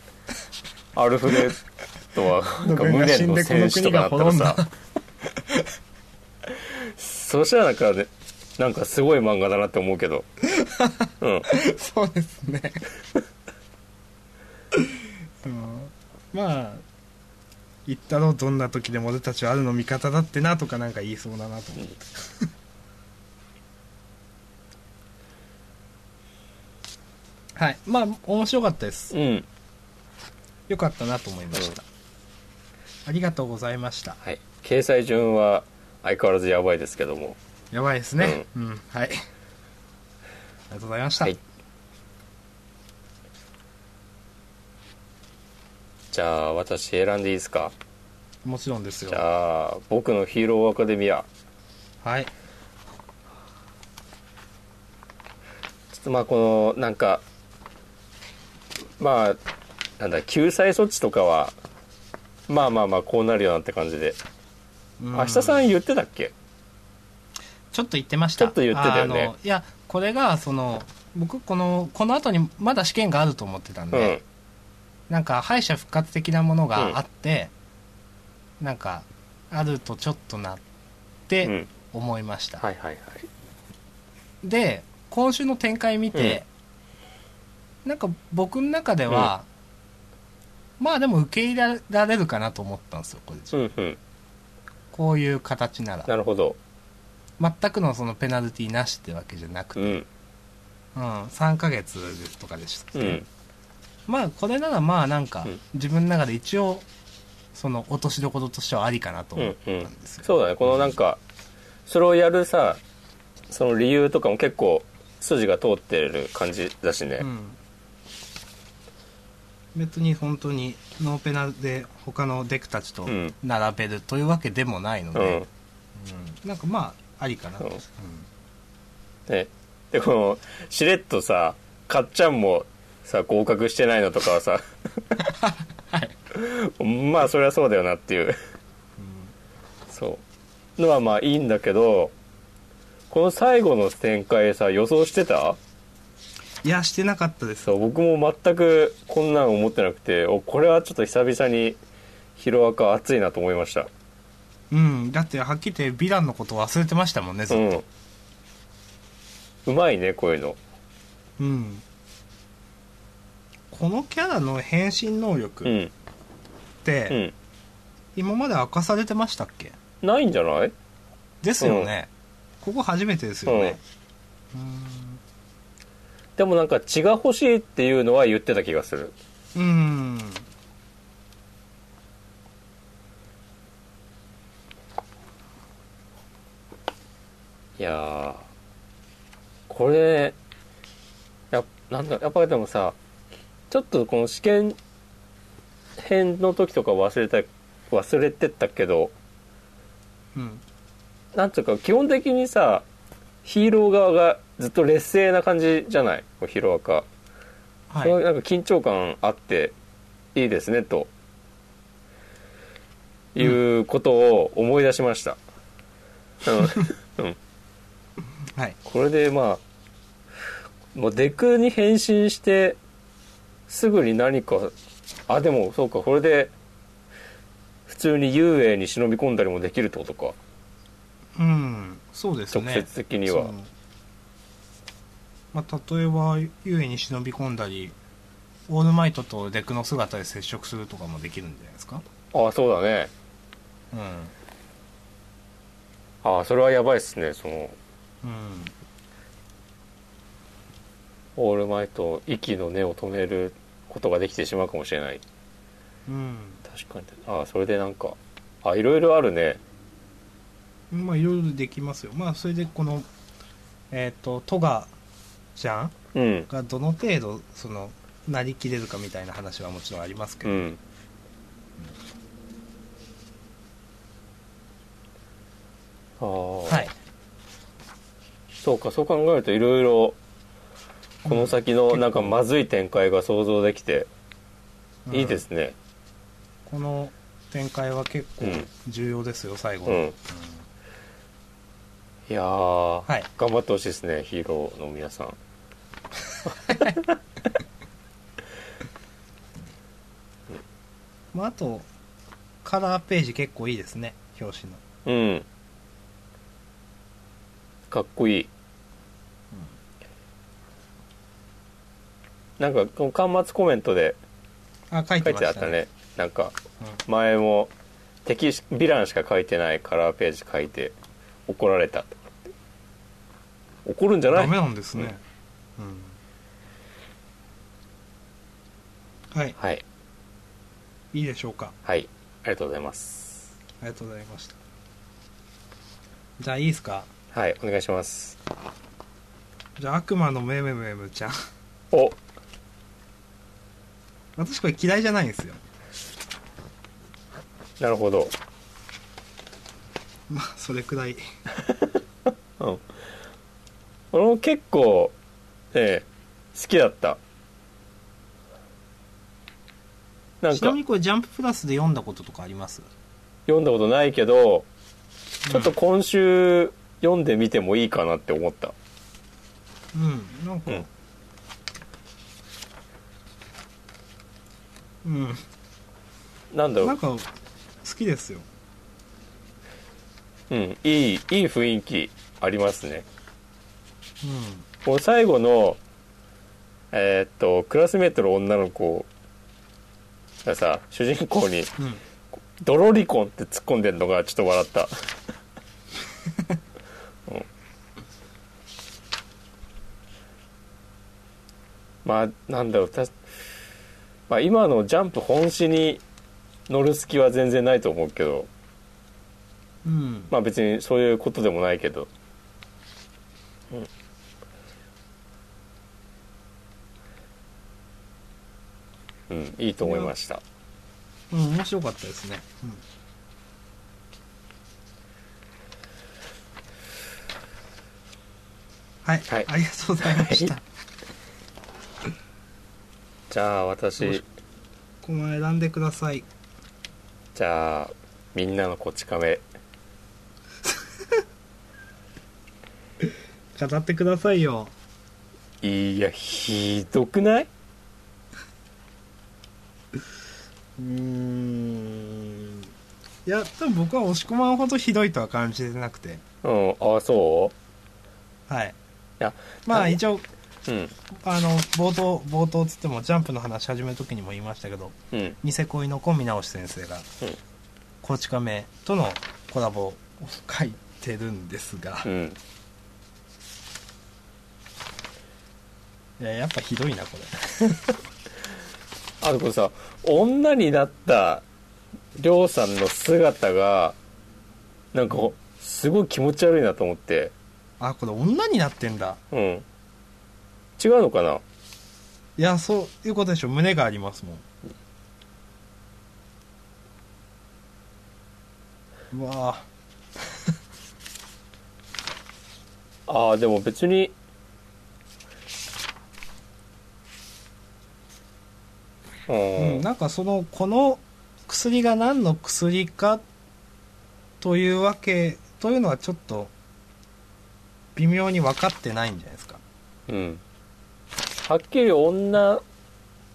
Speaker 1: アルフレッドはなんか無念の戦士とかなったらさそしたらなんかねなんかすごい漫画だなって思うけどうん
Speaker 2: そうですねうんまあ言ったろどんな時でも俺たちはあるの味方だってなとかなんか言いそうだなと思って、 はいまあ面白かったです
Speaker 1: うん
Speaker 2: よかったなと思いました、ありがとうございました
Speaker 1: はい掲載順は相変わらずやばいですけども
Speaker 2: やばいですねうん、はいありがとうございました、
Speaker 1: はいじゃあ私選んでいいですか
Speaker 2: もちろんですよ
Speaker 1: じゃあ僕のヒーローアカデミア
Speaker 2: はい
Speaker 1: ちょっとまあこのなんかまあなんだ救済措置とかはまあまあまあこうなるよなって感じで
Speaker 2: 明
Speaker 1: 明日さん言ってたっけ
Speaker 2: ちょっと言ってました
Speaker 1: ちょっと言ってたよね
Speaker 2: あのいやこれがその僕このこの後にまだ試験があると思ってたん
Speaker 1: う
Speaker 2: で、
Speaker 1: ん
Speaker 2: なんか敗者復活的なものがあって、なんかあるとちょっとなっ
Speaker 1: う
Speaker 2: て
Speaker 1: ん
Speaker 2: 思いました、
Speaker 1: はいはいはい
Speaker 2: で今週の展開見て、なんか僕の中では、まあでも受け入れられるかなと思ったんですよこれ
Speaker 1: うんうん
Speaker 2: こういう形なら
Speaker 1: なるほど
Speaker 2: 全くのそのペナルティなしってわけじゃなく
Speaker 1: う
Speaker 2: て、
Speaker 1: ん
Speaker 2: うん3ヶ月とかでしたっ
Speaker 1: う
Speaker 2: け、
Speaker 1: ん
Speaker 2: まあこれならまあなんか
Speaker 1: うん
Speaker 2: 自分の中で一応その落としどころとしてはありかなと思ったんですよ、
Speaker 1: そうだねこのなんかそれをやるさその理由とかも結構筋が通ってる感じだしね、
Speaker 2: うん、別に本当にノーペナで他のデックたちと
Speaker 1: うん
Speaker 2: 並べるというわけでもないの
Speaker 1: う
Speaker 2: で、
Speaker 1: ん
Speaker 2: うんなんかまあありかな
Speaker 1: そう
Speaker 2: うん
Speaker 1: ね、でこのしれっとさかっちゃんもさ合格してないのとかはさ、 まあそりゃそうだよなっていうそうのはまあいいんだけどこの最後の展開さ予想してた
Speaker 2: いやしてなかったです
Speaker 1: そう僕も全くこんなん思ってなくておこれはちょっと久々にヒロアカ熱いなと思いました
Speaker 2: うんだってはっきり言ってヴィランのこと忘れてましたもんねず
Speaker 1: う
Speaker 2: っと
Speaker 1: んうまいねこういうの
Speaker 2: うん、このキャラの変身能
Speaker 1: う
Speaker 2: 力っ
Speaker 1: ん
Speaker 2: て、
Speaker 1: うん
Speaker 2: 今まで明かされてましたっけ
Speaker 1: ないんじゃない
Speaker 2: ですよね、ここ初めてですよね、
Speaker 1: でもなんか血が欲しいっていうのは言ってた気がする
Speaker 2: うーん
Speaker 1: いやーこれやなんだやっぱりでもさちょっとこの試験編の時とか忘れた忘れてったけど
Speaker 2: うん
Speaker 1: なんていうか基本的にさヒーロー側がずっと劣勢な感じじゃないこうヒロアカ、
Speaker 2: は
Speaker 1: それはいなんか緊張感あっていいですねということを思い出しました、うんうん
Speaker 2: はい
Speaker 1: これでまあもうデクに変身してすぐに何かあでもそうかこれで普通に遊泳に忍び込んだりもできるってことか
Speaker 2: うんそうです
Speaker 1: 直
Speaker 2: ね
Speaker 1: 接的には、
Speaker 2: そのまあ、例えば遊泳に忍び込んだりオールマイトとデクの姿で接触するとかもできるんじゃないですか
Speaker 1: ああそうだね
Speaker 2: うん
Speaker 1: ああそれはやばいっすねその
Speaker 2: うん
Speaker 1: オールマイト息の根を止めることができてしまうかもしれない
Speaker 2: うん
Speaker 1: 確かにああそれでなんかあいろいろあるね
Speaker 2: まあいろいろできますよまあそれでこのえっ、とトガちゃん
Speaker 1: うん
Speaker 2: がどの程度そのなりきれるかみたいな話はもちろんありますけ
Speaker 1: う
Speaker 2: ど、
Speaker 1: んああ、
Speaker 2: はい
Speaker 1: そうかそう考えるといろいろこの先のなんかまずい展開が想像できていいで、すね
Speaker 2: うんこの展開は結構
Speaker 1: うん
Speaker 2: 重要ですよ最後
Speaker 1: う
Speaker 2: の、
Speaker 1: ん、いやー、
Speaker 2: はい
Speaker 1: 頑張ってほしいですねヒーローの皆さん
Speaker 2: まあ、あとカラーページ結構いいですね表紙の
Speaker 1: うんかっこいい、なんかこの端末コメントで
Speaker 2: あ書い
Speaker 1: 書
Speaker 2: て
Speaker 1: い
Speaker 2: ま
Speaker 1: てあ
Speaker 2: し
Speaker 1: った
Speaker 2: た
Speaker 1: ね
Speaker 2: ね
Speaker 1: なんか前も敵しヴィランしか書いてないカラーページ書いて怒られたとかって怒るんじゃ
Speaker 2: うん、
Speaker 1: な
Speaker 2: ダ
Speaker 1: い
Speaker 2: メなんですね、うんはい
Speaker 1: はい
Speaker 2: いいでしょうか
Speaker 1: はいありがとうございます
Speaker 2: ありがとうございましたじゃあいいですか
Speaker 1: はいお願いします
Speaker 2: じゃあ悪魔のめめめむちゃん
Speaker 1: お
Speaker 2: 私これ嫌いじゃないんですよ
Speaker 1: なるほど
Speaker 2: まあそれくらい
Speaker 1: うん俺も結構ええ好きだったなん
Speaker 2: ちな
Speaker 1: か
Speaker 2: みにこれジャンププラスで読んだこととかあります
Speaker 1: 読んだことないけどちょっと
Speaker 2: う
Speaker 1: 今週読んでみてもいいかなって思った
Speaker 2: ん、うん、なんか
Speaker 1: うん
Speaker 2: うん
Speaker 1: なんだろ
Speaker 2: なん
Speaker 1: う、
Speaker 2: か好きですよ
Speaker 1: うん、いいいい雰囲気ありますね
Speaker 2: うん
Speaker 1: この最後のえーっとクラスメートの女の子がさ主人公に
Speaker 2: うん、
Speaker 1: 「ドロリコン」って突っ込んでるのがちょっと笑ったまあなんだろうた、まあ、今のジャンプ本誌に乗る隙は全然ないと思うけど
Speaker 2: うん
Speaker 1: まあ別にそういうことでもないけどうんうん、いいと思いました
Speaker 2: うん、面白かったですね。はい、
Speaker 1: はい
Speaker 2: ありがとうございました。
Speaker 1: じゃあ私
Speaker 2: この選んでください。
Speaker 1: じゃあみんなのこち亀
Speaker 2: 語ってくださいよ。
Speaker 1: いやひどくないう
Speaker 2: ーん。いや、多分僕は押し込まんほどひどいとは感じてなくて。
Speaker 1: うんあそ
Speaker 2: はい。
Speaker 1: いや
Speaker 2: まあ
Speaker 1: はい
Speaker 2: 一応、
Speaker 1: ううん
Speaker 2: あの、冒頭、冒頭つってもジャンプの話始める時にも言いましたけど、
Speaker 1: うん
Speaker 2: ニセ恋の小見直し先生が、
Speaker 1: うん
Speaker 2: コチカメとのコラボを書いてるんですが、
Speaker 1: うん
Speaker 2: いややっぱひどいな、これ。
Speaker 1: あとこれさ女になったりょうさんの姿がなんかすごい気持ち悪いなと思って
Speaker 2: あ、これ女になってんだ。
Speaker 1: うん違うのかない
Speaker 2: や、そういうことでしょ。胸がありますもん。うわぁ。
Speaker 1: ああでも別にう
Speaker 2: うん、
Speaker 1: ん
Speaker 2: なんかそのこの薬が何の薬かというわけというのはちょっと微妙に分かってないんじゃないですか
Speaker 1: うんはっきり女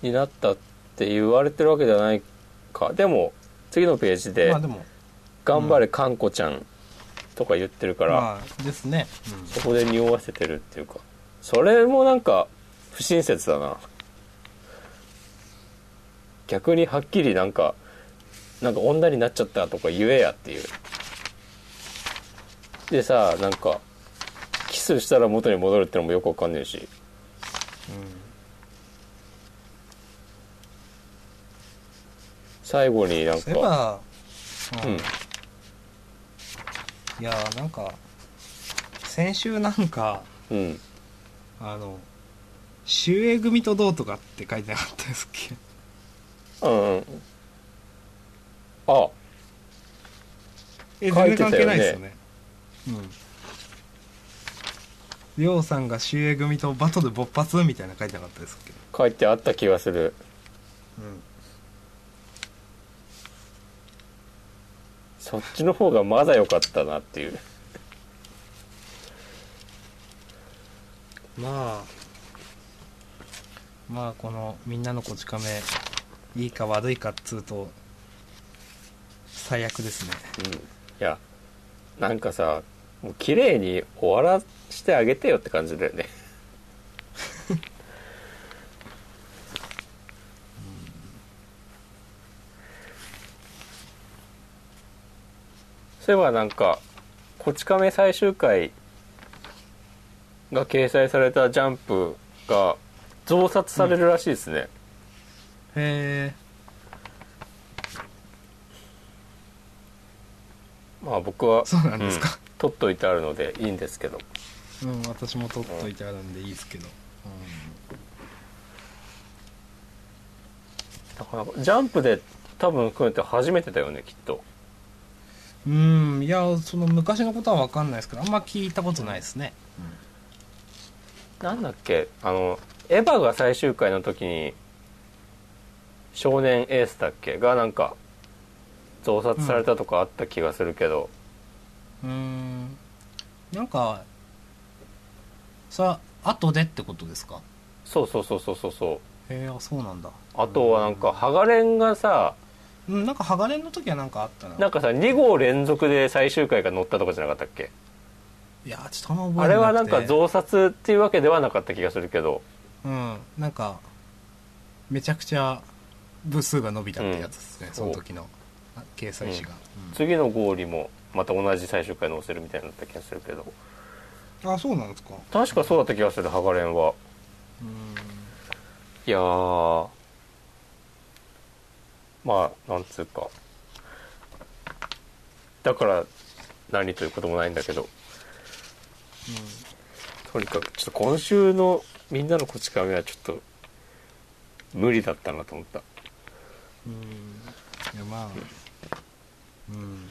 Speaker 1: になったって言われてるわけじゃないかでも次のページで
Speaker 2: まあでも
Speaker 1: 「頑張れかんこちゃん」とか言ってるから、
Speaker 2: まあですね、
Speaker 1: そこで匂わせてるっていうかそれもなんか不親切だな逆にはっきりなんかなんか女になっちゃったとか言えやっていうでさなんかキスしたら元に戻るってのもよくわかんねえし最後にな
Speaker 2: うんん、そうい
Speaker 1: か
Speaker 2: えば、う
Speaker 1: うんん
Speaker 2: いやーなんか先週なんか
Speaker 1: うん
Speaker 2: あの「周英組とどうとか」って書いてなかったですっけ
Speaker 1: うんうんあ
Speaker 2: え
Speaker 1: 書
Speaker 2: 全然
Speaker 1: いてたよね
Speaker 2: 関係ないですよねうんりょうさんが秀英組とバトル勃発みたいなの書いてなかったですっけ
Speaker 1: 書いてあった気がするそっちの方がまだ良かったなっていう
Speaker 2: まあまあこの「みんなのこち亀」いいか悪いかっつうと最悪ですね
Speaker 1: うんいやなんかさもう綺麗に終わらしてあげてよって感じだよねそういえばなんか「こち亀」最終回が掲載された「ジャンプ」が増刷されるらしいですね、
Speaker 2: へえ
Speaker 1: まあ僕は
Speaker 2: そうなんですか、
Speaker 1: うん取っといてあるのでいいんですけど
Speaker 2: うん、私も取っといてあるんでいいですけど、う
Speaker 1: な
Speaker 2: ん
Speaker 1: かなかジャンプで多分組めて初めてだよねきっと
Speaker 2: うんいやその昔のことは分かんないですけどあんま聞いたことないですね、
Speaker 1: なんだっけあのエヴァが最終回の時に少年エースだっけがなんか増刷されたとかあった気がするけど、
Speaker 2: うーんなんかさあとでってことですか
Speaker 1: そうそうそうそうそうそう
Speaker 2: へえあそうなんだ
Speaker 1: あとはなんかハガレンがさ
Speaker 2: うんなんか鋼の時はなんかあったな
Speaker 1: なんかさ2号連続で最終回が載ったとかじゃなかったっけ
Speaker 2: いやちょっとあんま
Speaker 1: あ
Speaker 2: 覚
Speaker 1: れ
Speaker 2: えてな
Speaker 1: は
Speaker 2: くて
Speaker 1: なんか増刷っていうわけではなかった気がするけど
Speaker 2: うんなんかめちゃくちゃ部数が伸びたってやつですね、その時のあ掲載誌が、うん
Speaker 1: 次の号にもまた同じ最終回載せるみたいになった気がするけど
Speaker 2: あそうなんですか
Speaker 1: 確かそうだった気がするハガレンは
Speaker 2: うん
Speaker 1: いやーまあなんつうかだから何ということもないんだけどとにかくちょっと今週の「みんなのこち亀」はちょっと無理だったなと思った
Speaker 2: うんいやまあうん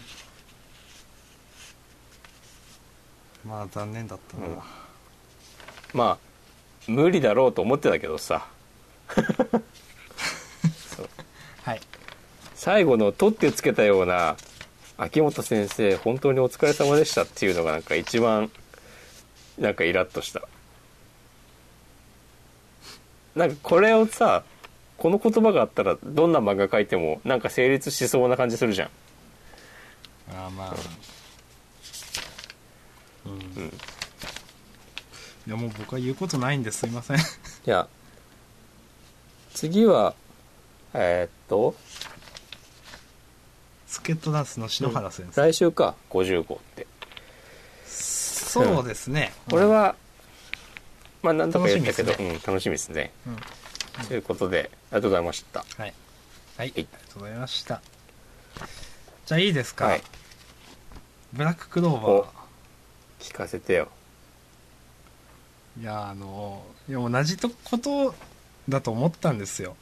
Speaker 2: まあ残念だったな、
Speaker 1: うんまあ無理だろうと思ってたけどさ
Speaker 2: はい
Speaker 1: 最後の「取ってつけたような秋元先生本当にお疲れ様でした」っていうのがなんか一番なんかイラッとしたなんかこれをさこの言葉があったらどんな漫画描いてもなんか成立しそうな感じするじゃん
Speaker 2: ああまあうん、
Speaker 1: ん
Speaker 2: いやもう僕は言うことないんですいません
Speaker 1: いや次はえーっと
Speaker 2: スケットダンスの篠原先生、
Speaker 1: 来週か50号って
Speaker 2: そうですね
Speaker 1: これ、は、まあ何度か言ったけど
Speaker 2: 楽しみ
Speaker 1: うん、楽しみですね
Speaker 2: うんうん
Speaker 1: ということでありがとうございました
Speaker 2: はい、はい、あ
Speaker 1: い
Speaker 2: りがとうございましたじゃあいいですか、
Speaker 1: はい
Speaker 2: ブラッククローバ
Speaker 1: お
Speaker 2: ー
Speaker 1: 聞かせてよ
Speaker 2: いやあのいや同じとことだと思ったんですよ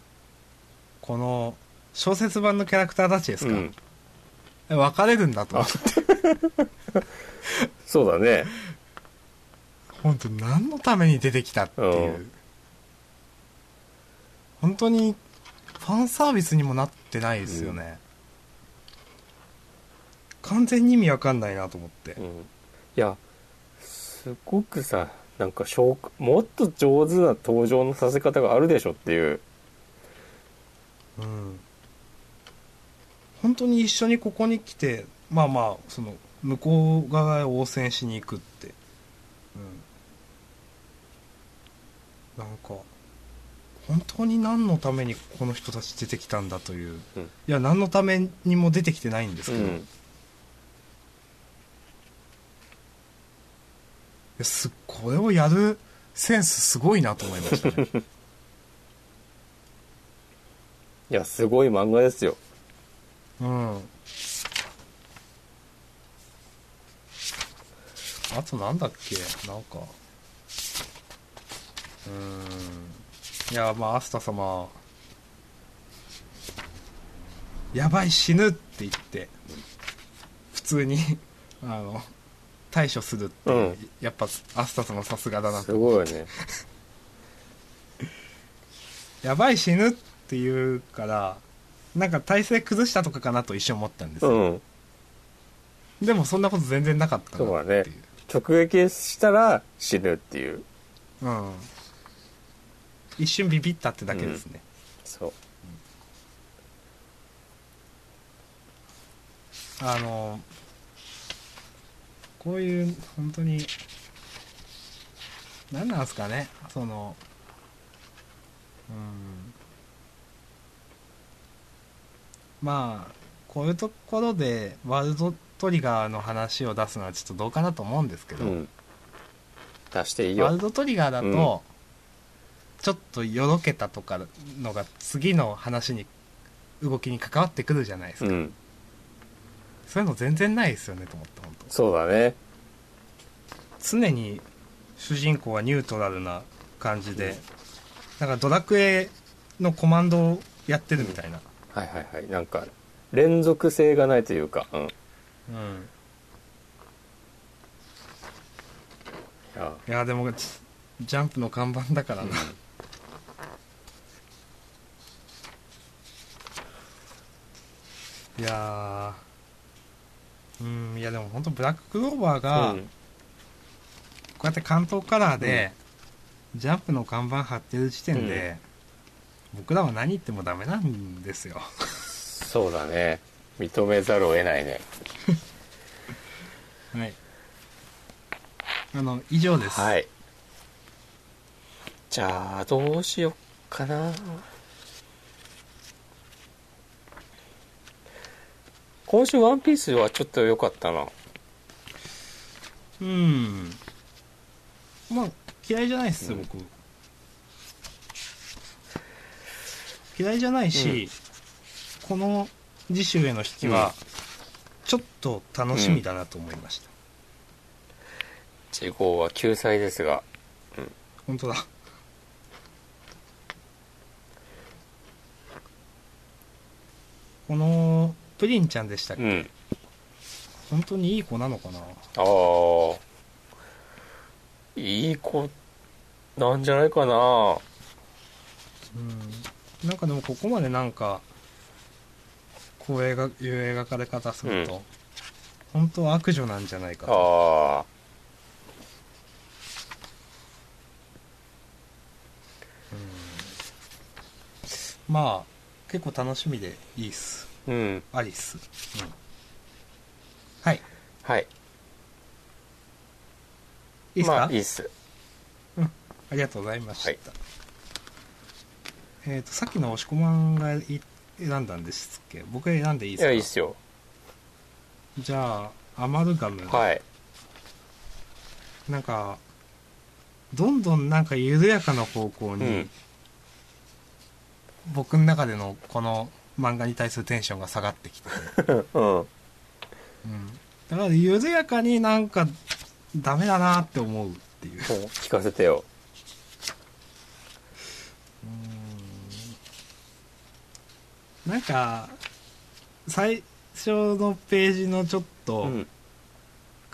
Speaker 2: この小説版のキャラクターたちですか、
Speaker 1: うん
Speaker 2: え分かれるんだと思って
Speaker 1: そうだね
Speaker 2: 本当何のために出てきたっていう、
Speaker 1: うん
Speaker 2: 本当にファンサービスにもなってないですよね、完全に意味わかんないなと思って、
Speaker 1: うんいやすごくさなんか紹介もっと上手な登場のさせ方があるでしょっていう
Speaker 2: うん本当に一緒にここに来てまあまあその向こう側へ応戦しに行くって、うん、なんか本当に何のためにこの人たち出てきたんだという、
Speaker 1: うん
Speaker 2: いや何のためにも出てきてないんです
Speaker 1: う
Speaker 2: けど、
Speaker 1: ん
Speaker 2: いやすこれをやるセンスすごいなと思いましたね
Speaker 1: いやすごい漫画ですよ
Speaker 2: うんあとなんだっけなんかうーんいやまあアスタ様やばい死ぬって言って普通に あの対処するっていう、
Speaker 1: うん
Speaker 2: やっぱアスタ様さすがだな
Speaker 1: す
Speaker 2: と
Speaker 1: ごいよね
Speaker 2: やばい死ぬっていうからなんか体勢崩したとかかなと一瞬思ったんです
Speaker 1: う
Speaker 2: よ、
Speaker 1: ん
Speaker 2: でもそんなこと全然なかったなっていう
Speaker 1: そうだ直撃したら死ぬっていう
Speaker 2: うん一瞬ビビったってだけですね、
Speaker 1: そう
Speaker 2: あのこういう本当に何なんすかねそのうんまあこういうところでワールドトリガーの話を出すのはちょっとどうかなと思うんですけど、
Speaker 1: うん出していい
Speaker 2: ワール
Speaker 1: よ
Speaker 2: ドトリガーだと、ちょっとよろけたとかのが次の話に動きに関わってくるじゃないですか、
Speaker 1: うん
Speaker 2: そういうの全然ないですよねと思って本当
Speaker 1: そうだね
Speaker 2: 常に主人公はニュートラルな感じで、
Speaker 1: うん
Speaker 2: なんかドラクエのコマンドをやってるみたいな、
Speaker 1: はいはいはいなんか連続性がないというかうんい
Speaker 2: うん
Speaker 1: や
Speaker 2: いやでもジジャンプの看板だからな、いやーうんいやでも本当ブラッククローバーが、
Speaker 1: うん
Speaker 2: こうやって関東カラーで、ジャンプの看板貼ってる時点で、僕らは何言ってもダメなんですよ
Speaker 1: そうだね認めざるを得ないね
Speaker 2: はいあの以上です、
Speaker 1: はいじゃあどうしよっかな今週「ワンピースはちょっと良かったな
Speaker 2: うんまあ嫌いじゃないですよ、
Speaker 1: うん
Speaker 2: 僕嫌いじゃないし、この次週への引き
Speaker 1: うん
Speaker 2: はちょっと楽しみだなと思いました、
Speaker 1: 8号は救済ですが
Speaker 2: 本当だこのプリンちゃんでしたっけ、
Speaker 1: うん
Speaker 2: 本当にいい子なのかな
Speaker 1: ああいい子なんじゃないかな
Speaker 2: うんなんかでもここまでなんかこう描いう描かれ方すると、
Speaker 1: うん
Speaker 2: 本当は悪女なんじゃないかと
Speaker 1: ああ
Speaker 2: まあ結構楽しみでいいっす
Speaker 1: うん
Speaker 2: アリス、うん、はい
Speaker 1: はい
Speaker 2: いいっすか、
Speaker 1: まあいいっす
Speaker 2: ありがとうございました。
Speaker 1: はい
Speaker 2: えっ、と、さっきの押し込まんがい選んだんですっけ僕が選んでいい
Speaker 1: い
Speaker 2: ですか
Speaker 1: やいいっすよ
Speaker 2: じゃあ、アマルガム。
Speaker 1: はい
Speaker 2: なんか、どんどんなんか緩やかな方向
Speaker 1: う
Speaker 2: に、
Speaker 1: ん
Speaker 2: 僕の中でのこの漫画に対するテンションが下がってきて。
Speaker 1: うん
Speaker 2: うん。だから緩やかになんかダメだなって思うっていう。
Speaker 1: もう聞かせてよ
Speaker 2: なんか、最初のページのちょっ
Speaker 1: う
Speaker 2: と、
Speaker 1: ん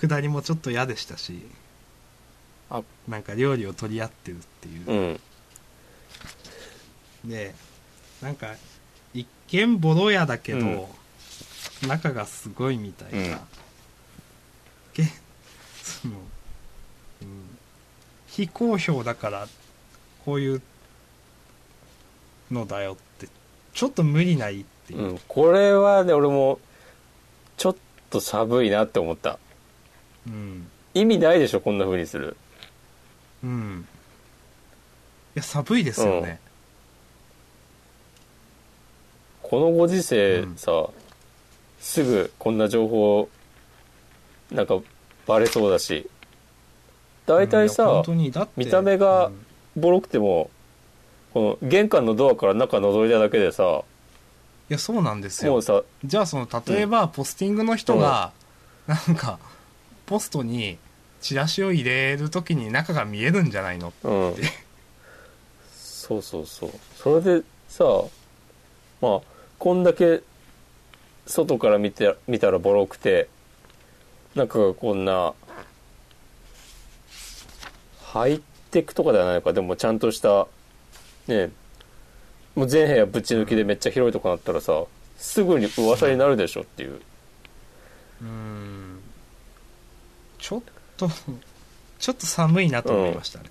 Speaker 2: 下りもちょっと嫌でしたし、
Speaker 1: あ
Speaker 2: なんか料理を取り合ってるって
Speaker 1: う
Speaker 2: いう。
Speaker 1: ん
Speaker 2: で、なんか、一見ボロ屋だけど、中がすごいみたいな。
Speaker 1: うん
Speaker 2: けその、うん、非公表だから、こういうのだよって、ちょっと無理ないっていう。
Speaker 1: うんこれはね俺もちょっと寒いなって思った
Speaker 2: うん
Speaker 1: 意味ないでしょこんな風にする
Speaker 2: うん。いや、寒いですよね。
Speaker 1: このご時世
Speaker 2: うん
Speaker 1: さ、すぐこんな情報なんかバレそうだし大体
Speaker 2: うんいや
Speaker 1: さ
Speaker 2: 本、当にだって
Speaker 1: 見た目が
Speaker 2: うん
Speaker 1: ボロくてもこの玄関のドアから中覗いただけでさ
Speaker 2: いや、そうなんです
Speaker 1: も
Speaker 2: よ
Speaker 1: う。さ
Speaker 2: じゃあ、その、例えば、ポスティングの人が、なんか、ポストに、チラシを入れるときに中が見えるんじゃないの
Speaker 1: うんそうそうそうそれでさまあこんだけ外から見て見たらボロくて中がこんなハイテクとかではないのかでもちゃんとしたねもう全部屋ぶち抜きでめっちゃ広いとこなったらさすぐに噂になるでしょっていう
Speaker 2: うーん。ちょっと、 ちょっと寒いなと思いましたね。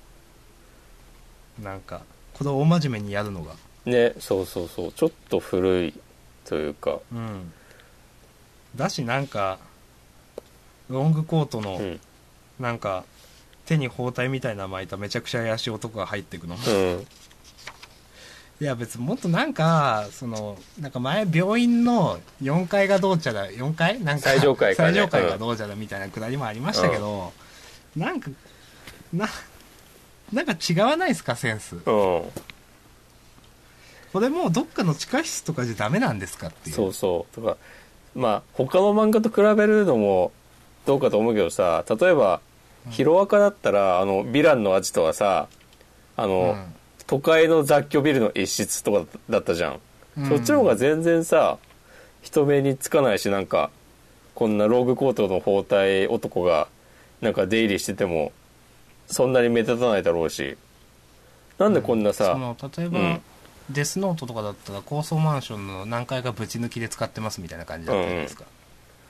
Speaker 2: なんか、これを大真面目にやるのが。
Speaker 1: ねそうそうそうちょっと古いというか
Speaker 2: うん。だし、なんか、ロングコートの、
Speaker 1: うん
Speaker 2: なんか、手に包帯みたいなの巻いためちゃくちゃ怪しい男が入ってくのも
Speaker 1: うん
Speaker 2: いや別にもっとなんかそのなんか前病院の4階がどうちゃら4階なんか
Speaker 1: 最上階かね
Speaker 2: 最上階がどうちゃらみたいなくだりもありましたけど、なんかななんか違わないですかセンス
Speaker 1: うん
Speaker 2: これもうどっかの地下室とかじゃダメなんですかっていう
Speaker 1: そうそうとかまあ他の漫画と比べるのもどうかと思うけどさ例えば
Speaker 2: うん
Speaker 1: ヒロアカだったらあのヴィランのアジトはさあ
Speaker 2: う
Speaker 1: の、
Speaker 2: ん
Speaker 1: 都会の雑居ビルの一室とかだったじゃん、
Speaker 2: うん
Speaker 1: そっちの方が全然さ人目につかないしなんかこんなローグコートの包帯男がなんか出入りしててもそんなに目立たないだろうしなんでこんなさ、
Speaker 2: その例えば、
Speaker 1: うん
Speaker 2: デスノートとかだったら高層マンションの何階かぶち抜きで使ってますみたいな感じだったじゃないですか、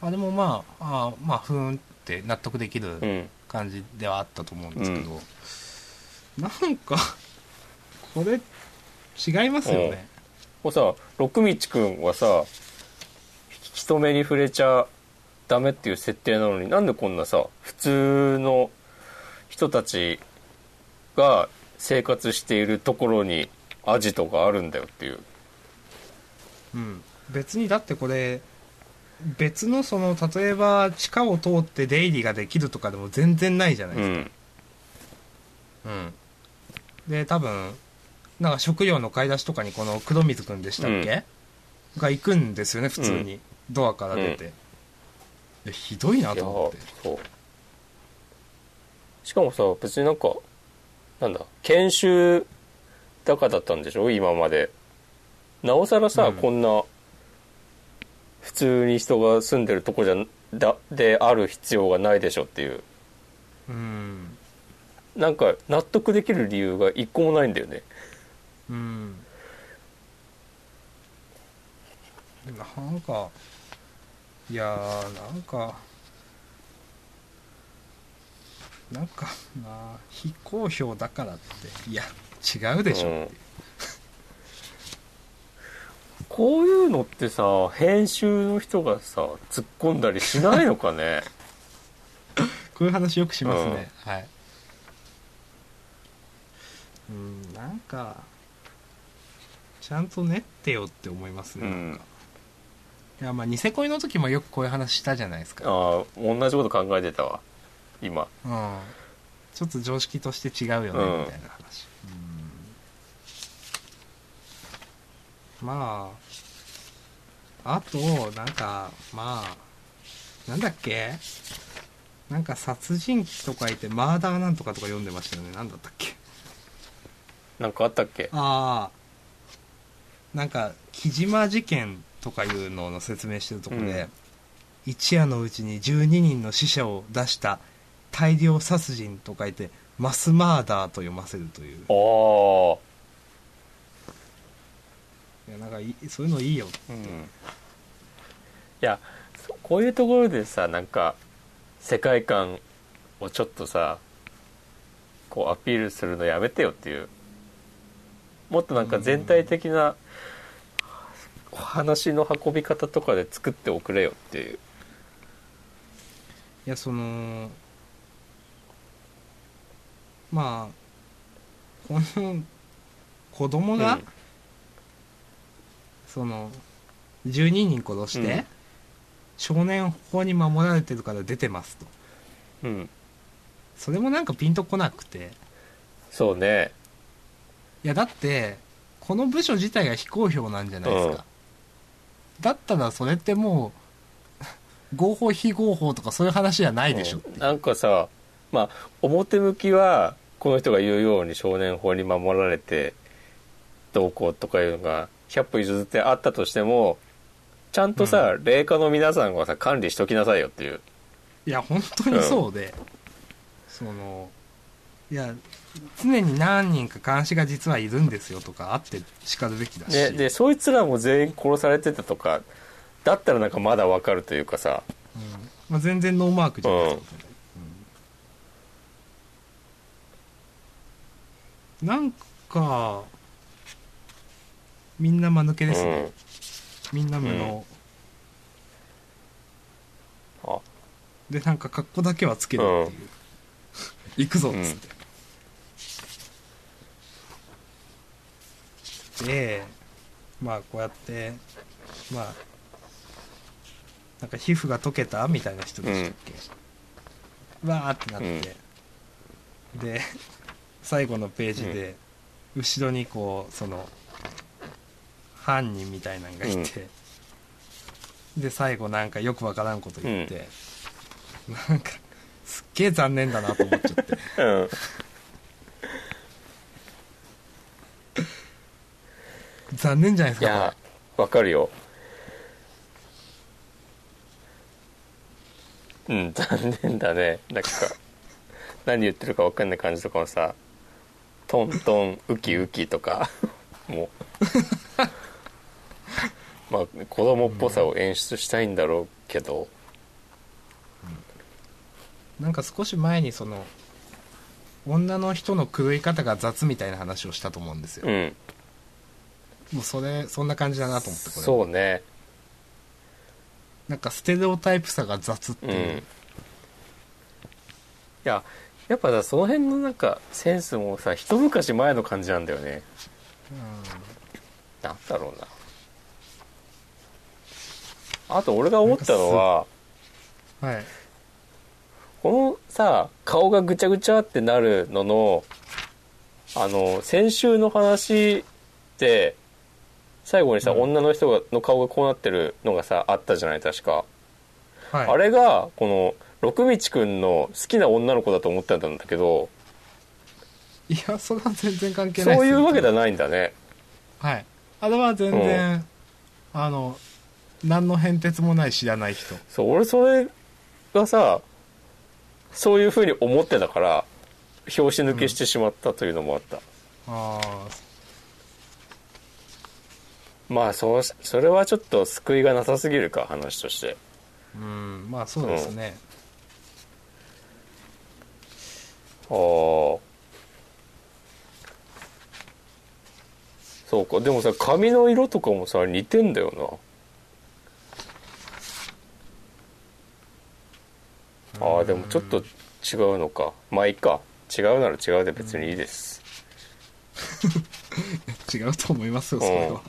Speaker 2: あでもまああまあふーんって納得できる、
Speaker 1: うん
Speaker 2: 感じではあったと思うんですけど、なんかこれ違いますよね、
Speaker 1: もうさ六道くんはさ人目に触れちゃダメっていう設定なのになんでこんなさ普通の人たちが生活しているところにアジトがあるんだよっていう
Speaker 2: うん、別にだってこれ別のその例えば地下を通って出入りができるとかでも全然ないじゃないうです
Speaker 1: ん
Speaker 2: か、うんで多分なんか食料の買い出しとかにこの黒水くんでしたっけ、が行くんですよね普通に、ドアから出て、いやひどいな
Speaker 1: や
Speaker 2: いと思っ
Speaker 1: そ
Speaker 2: て
Speaker 1: うしかもさ別になんかなんだ研修だかだったんでしょ今までなおさらさ、
Speaker 2: うん
Speaker 1: こんな普通に人が住んでるとこじゃだである必要がないでしょっていう
Speaker 2: うん
Speaker 1: なんか納得できる理由が一個もないんだよね
Speaker 2: うんなんかいやーなんかなんかなあ非公表だからっていや違うでしょ、
Speaker 1: うんこういうのってさ編集の人がさ突っ込んだりしないのかね
Speaker 2: こういう話よくしますね、はいうんなんかちゃんと練ってよって思いますね、
Speaker 1: うん
Speaker 2: いやまあニセ恋の時もよくこういう話したじゃないですか
Speaker 1: ああ同じこと考えてたわ今
Speaker 2: うんちょっと常識として違うよねみたい
Speaker 1: うん
Speaker 2: な話、うんまああとなんかまあなんだっけなんか殺人鬼と書いてマーダーなんとかとか読んでましたよねなんだったっけ
Speaker 1: なんかあったっけ
Speaker 2: ああなんか木島事件とかいうのの説明してるとこで、
Speaker 1: うん
Speaker 2: 一夜のうちに12人の死者を出した大量殺人と書いてマスマーダーと読ませるという
Speaker 1: ああ
Speaker 2: いやなんかいそういうのいいよ
Speaker 1: うんいやそこういうところでさなんか世界観をちょっとさこうアピールするのやめてよっていうもっとなんか全体的な話の運び方とかで作っておくれよっていう
Speaker 2: いやそのまあこの子供が、
Speaker 1: うん
Speaker 2: その12人殺して、
Speaker 1: うん
Speaker 2: 少年法に守られてるから出てますと
Speaker 1: うん
Speaker 2: それもなんかピンとこなくて
Speaker 1: そうね
Speaker 2: いやだってこの部署自体が非公表なんじゃないですか、だったらそれってもう合法非合法とかそういう話じゃないでしょ、
Speaker 1: うんなんかさまあ表向きはこの人が言うように少年法に守られてどうこうとかいうのが100歩譲ってあったとしてもちゃんとさ、霊下の皆さんがさ管理しときなさいよっていう
Speaker 2: いや本当にそうで、そのいや常に何人か監視が実はいるんですよとかあってしかるべきだし、
Speaker 1: ねでそいつらも全員殺されてたとかだったらなんかまだわかるというかさ
Speaker 2: うんまあ、全然ノーマークじゃないですか、うんなんかみんな間抜けですね、みんな無能、
Speaker 1: うんあ
Speaker 2: でなんか格好だけはつけるっていう、行くぞっつって、でまあこうやってまあなんか皮膚が溶けたみたいな人でしたっけ、わーってなって、で 最後のページで、後ろにこうその犯人みたいなのがいて、で最後なんかよくわからんこと言って、なんかすっげえ残念だなと思っちゃって
Speaker 1: うん、うん、
Speaker 2: 残念じゃない
Speaker 1: い
Speaker 2: ですか
Speaker 1: やわかるようん 残念だねなんか何言ってるかわかんない感じとかもさトントンウキウキとか も うまあ子供っぽさを演出したいんだろうけど
Speaker 2: これなんか少し前にその女の人の狂い方が雑みたいな話をしたと思うんですよ、
Speaker 1: うん
Speaker 2: もうそれそんな感じだなと思ってこれ
Speaker 1: そうね
Speaker 2: なんかステレオタイプさが雑って
Speaker 1: うん
Speaker 2: い、
Speaker 1: いうややっぱさその辺のなんかセンスもさ一昔前の感じなんだよねなんだろうなあと俺が思ったのは
Speaker 2: うんはい
Speaker 1: このさ顔がぐちゃぐちゃってなるののあの先週の話で最後にさ、
Speaker 2: うん
Speaker 1: 女の人がの顔がこうなってるのがさあったじゃない確か、
Speaker 2: はい
Speaker 1: あれがこの六道くんの好きな女の子だと思ってたんだけど
Speaker 2: いやそれは全然関係ないっ
Speaker 1: そう
Speaker 2: す
Speaker 1: い
Speaker 2: よ
Speaker 1: うわけではないんだね
Speaker 2: はいあれは全然あの何の変哲もない知らない人
Speaker 1: そう俺それがさそういうふうに思ってたから拍子抜けしてしまったというのもあった、
Speaker 2: あ
Speaker 1: まあそうしそれはちょっと救いがなさすぎるか話として
Speaker 2: あうんまあそうですね、
Speaker 1: ああそうかでもさ髪の色とかもさ似てんだよなああでもちょっと違うのかまあいいか違うなら違うで別にいいです、
Speaker 2: 違うと思いますよ
Speaker 1: うん
Speaker 2: それは、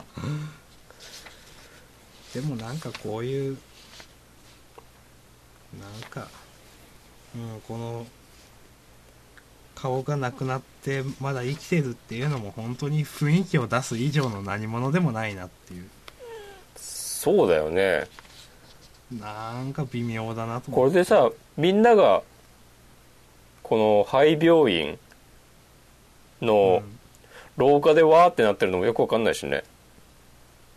Speaker 2: でもなんかこういうなんかうんこの顔がなくなってまだ生きてるっていうのも本当に雰囲気を出す以上の何者でもないなっていう
Speaker 1: そうだよね
Speaker 2: なんか微妙だなと
Speaker 1: これ
Speaker 2: 思って
Speaker 1: でさみんながこの廃病院の廊下でわーってなってるのもよくわかんないしね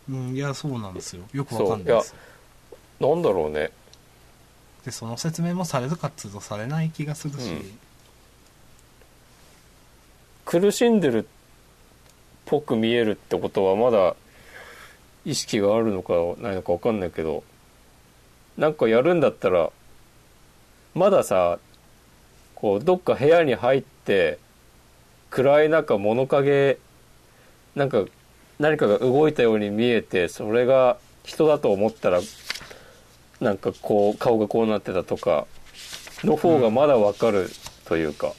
Speaker 2: うん、うんいやそうなんですよよくわかんないですよ
Speaker 1: なんだろうね
Speaker 2: でその説明もされるかっつうとされない気がするし、
Speaker 1: うん苦しんでるっぽく見えるってことはまだ意識があるのかないのか分かんないけどなんかやるんだったらまださこうどっか部屋に入って暗い中物陰なんか何かが動いたように見えてそれが人だと思ったらなんかこう顔がこうなってたとかの方がまだ分かるというか。うん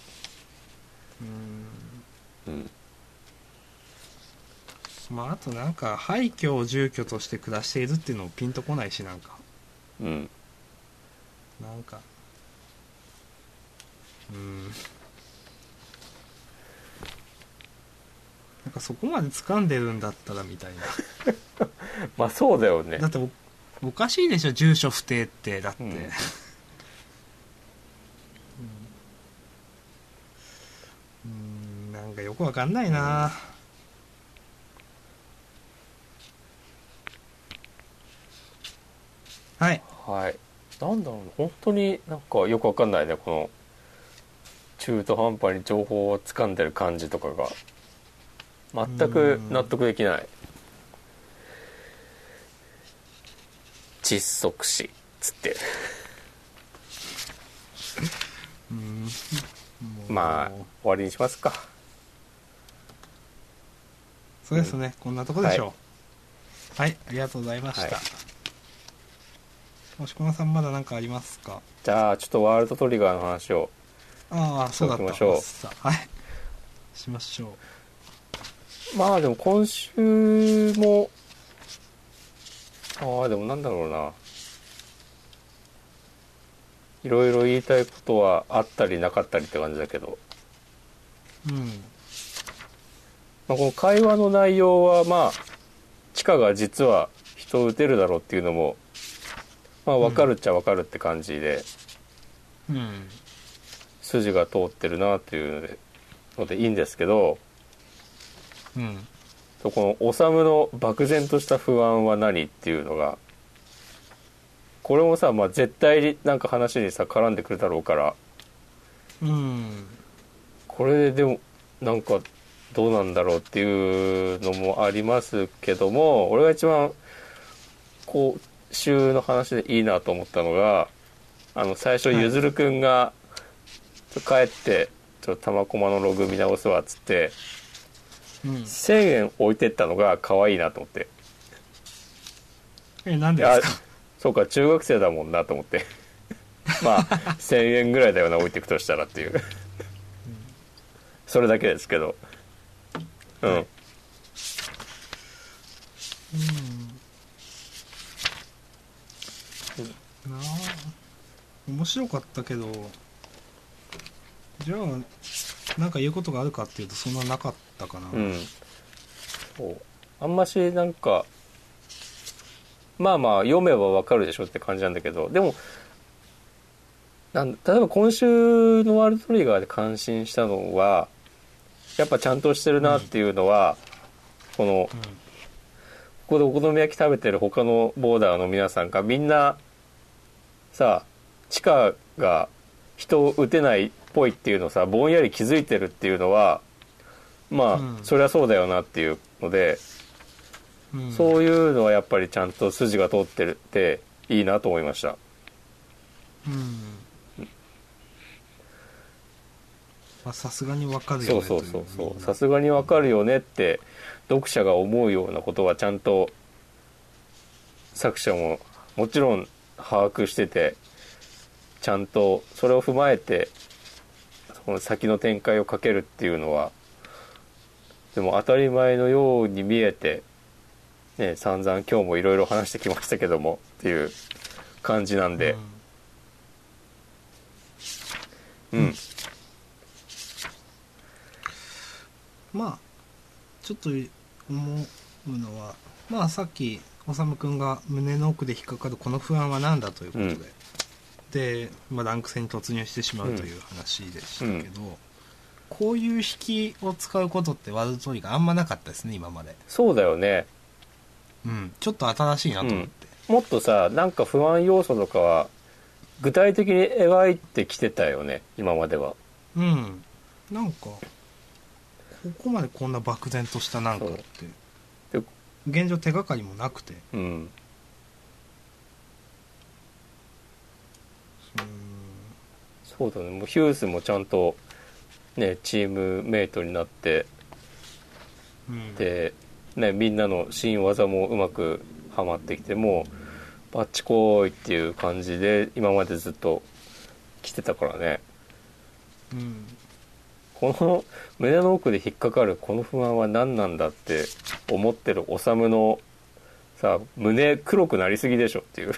Speaker 2: まああとなんか廃墟を住居として暮らしているっていうのもピンとこないしなんか
Speaker 1: うん
Speaker 2: なんかうんなんかそこまで掴んでるんだったらみたいな
Speaker 1: まあそうだよね
Speaker 2: だっておおかしいでしょ住所不定ってだって、
Speaker 1: うん
Speaker 2: うんうんなんかよくわかんないな、はい
Speaker 1: はいなんだろうな本当になんかよくわかんないねこの中途半端に情報を掴んでる感じとかが全く納得できない窒息死っつって
Speaker 2: うん
Speaker 1: まあ
Speaker 2: も
Speaker 1: 終
Speaker 2: う
Speaker 1: わりにしますか
Speaker 2: そうですね、こんなとこでしょうはい、ありがとうございました、
Speaker 1: はい
Speaker 2: 押駒さんまだ何かありますか
Speaker 1: じゃあちょっとワールドトリガーの話を
Speaker 2: ああそうだった
Speaker 1: そうしましょう
Speaker 2: さあはいしましょ
Speaker 1: まあでも今週もああでもなんだろうないろいろ言いたいことはあったりなかったりって感じだけど、
Speaker 2: ううん
Speaker 1: まあ、この会話の内容はまあチカが実は人を撃てるだろうっていうのもまあ分かるっちゃ分かるって感じで、
Speaker 2: うん
Speaker 1: 筋が通ってるなっていうのでのでいいんですけど
Speaker 2: うん
Speaker 1: そうこの修の漠然とした不安は何っていうのがこれもさ、まあ、絶対になんか話にさ絡んでくるだろうから
Speaker 2: うん
Speaker 1: これででもなんかどうなんだろうっていうのもありますけども俺が一番こう週の話でいいなと思ったのがあの最初
Speaker 2: はい
Speaker 1: ゆずるくんが「ちょ帰ってちょっと玉駒のログ見直すわ」っつって
Speaker 2: うん
Speaker 1: 1,000円置いてったのが可愛いなと思って。
Speaker 2: えなん
Speaker 1: い
Speaker 2: でで
Speaker 1: や
Speaker 2: すか
Speaker 1: そうか中学生だもんなと思って まあ1000円ぐらいだよな置いていくとしたらっていうそれだけですけどうん、
Speaker 2: うんなあ面白かったけどじゃあなんか言うことがあるかっていうとそんななかったかな、
Speaker 1: うん、そうあんましなんかまあまあ読めばわかるでしょって感じなんだけどでもなん例えば今週のワールドトリガーで感心したのはやっぱちゃんとしてるなっていうのは、このここでお好み焼き食べてる他のボーダーの皆さんがみんなさ地下が人を打てないっぽいっていうのをさぼんやり気づいてるっていうのはまあ、
Speaker 2: うん
Speaker 1: そりゃそうだよなっていうので、
Speaker 2: うんうん
Speaker 1: そういうのはやっぱりちゃんと筋が通ってるっていいなと思いました。
Speaker 2: うんまあさすがにわかるよ
Speaker 1: そ
Speaker 2: ね
Speaker 1: うそうそう
Speaker 2: とい
Speaker 1: そう
Speaker 2: みんな
Speaker 1: さすがにわかるよねって読者が思うようなことはちゃんと作者ももちろん把握しててちゃんとそれを踏まえてその先の展開をかけるっていうのはでも当たり前のように見えて、ね、散々今日もいろいろ話してきましたけどもっていう感じなんで、うん、
Speaker 2: うんまあちょっと思うのはまあさっき修君が胸の奥で引っかかるこの不安は何だということで、
Speaker 1: うん
Speaker 2: で、まあ、ランク戦に突入してしまうという話でしたけど、こういう引きを使うことってワールドトリガーあんまなかったですね今まで、
Speaker 1: そうだよね
Speaker 2: うん、ちょっと新しいなと思って、
Speaker 1: もっとさなんか不安要素とかは具体的に描いてきてたよね今までは
Speaker 2: うんなんかここまでこんな漠然としたなんかって
Speaker 1: そうで
Speaker 2: 現状手がかりもなくて
Speaker 1: うん
Speaker 2: う
Speaker 1: そうだねもうヒュースもちゃんとねチームメイトになって
Speaker 2: んうん
Speaker 1: で、ね、みんなの新技もうまくはまってきてもうバッチコーイっていう感じで今までずっと来てたからね
Speaker 2: うん
Speaker 1: この胸の奥で引っかかるこの不安は何なんだって思ってるオサムのさ胸黒くなりすぎでしょっていう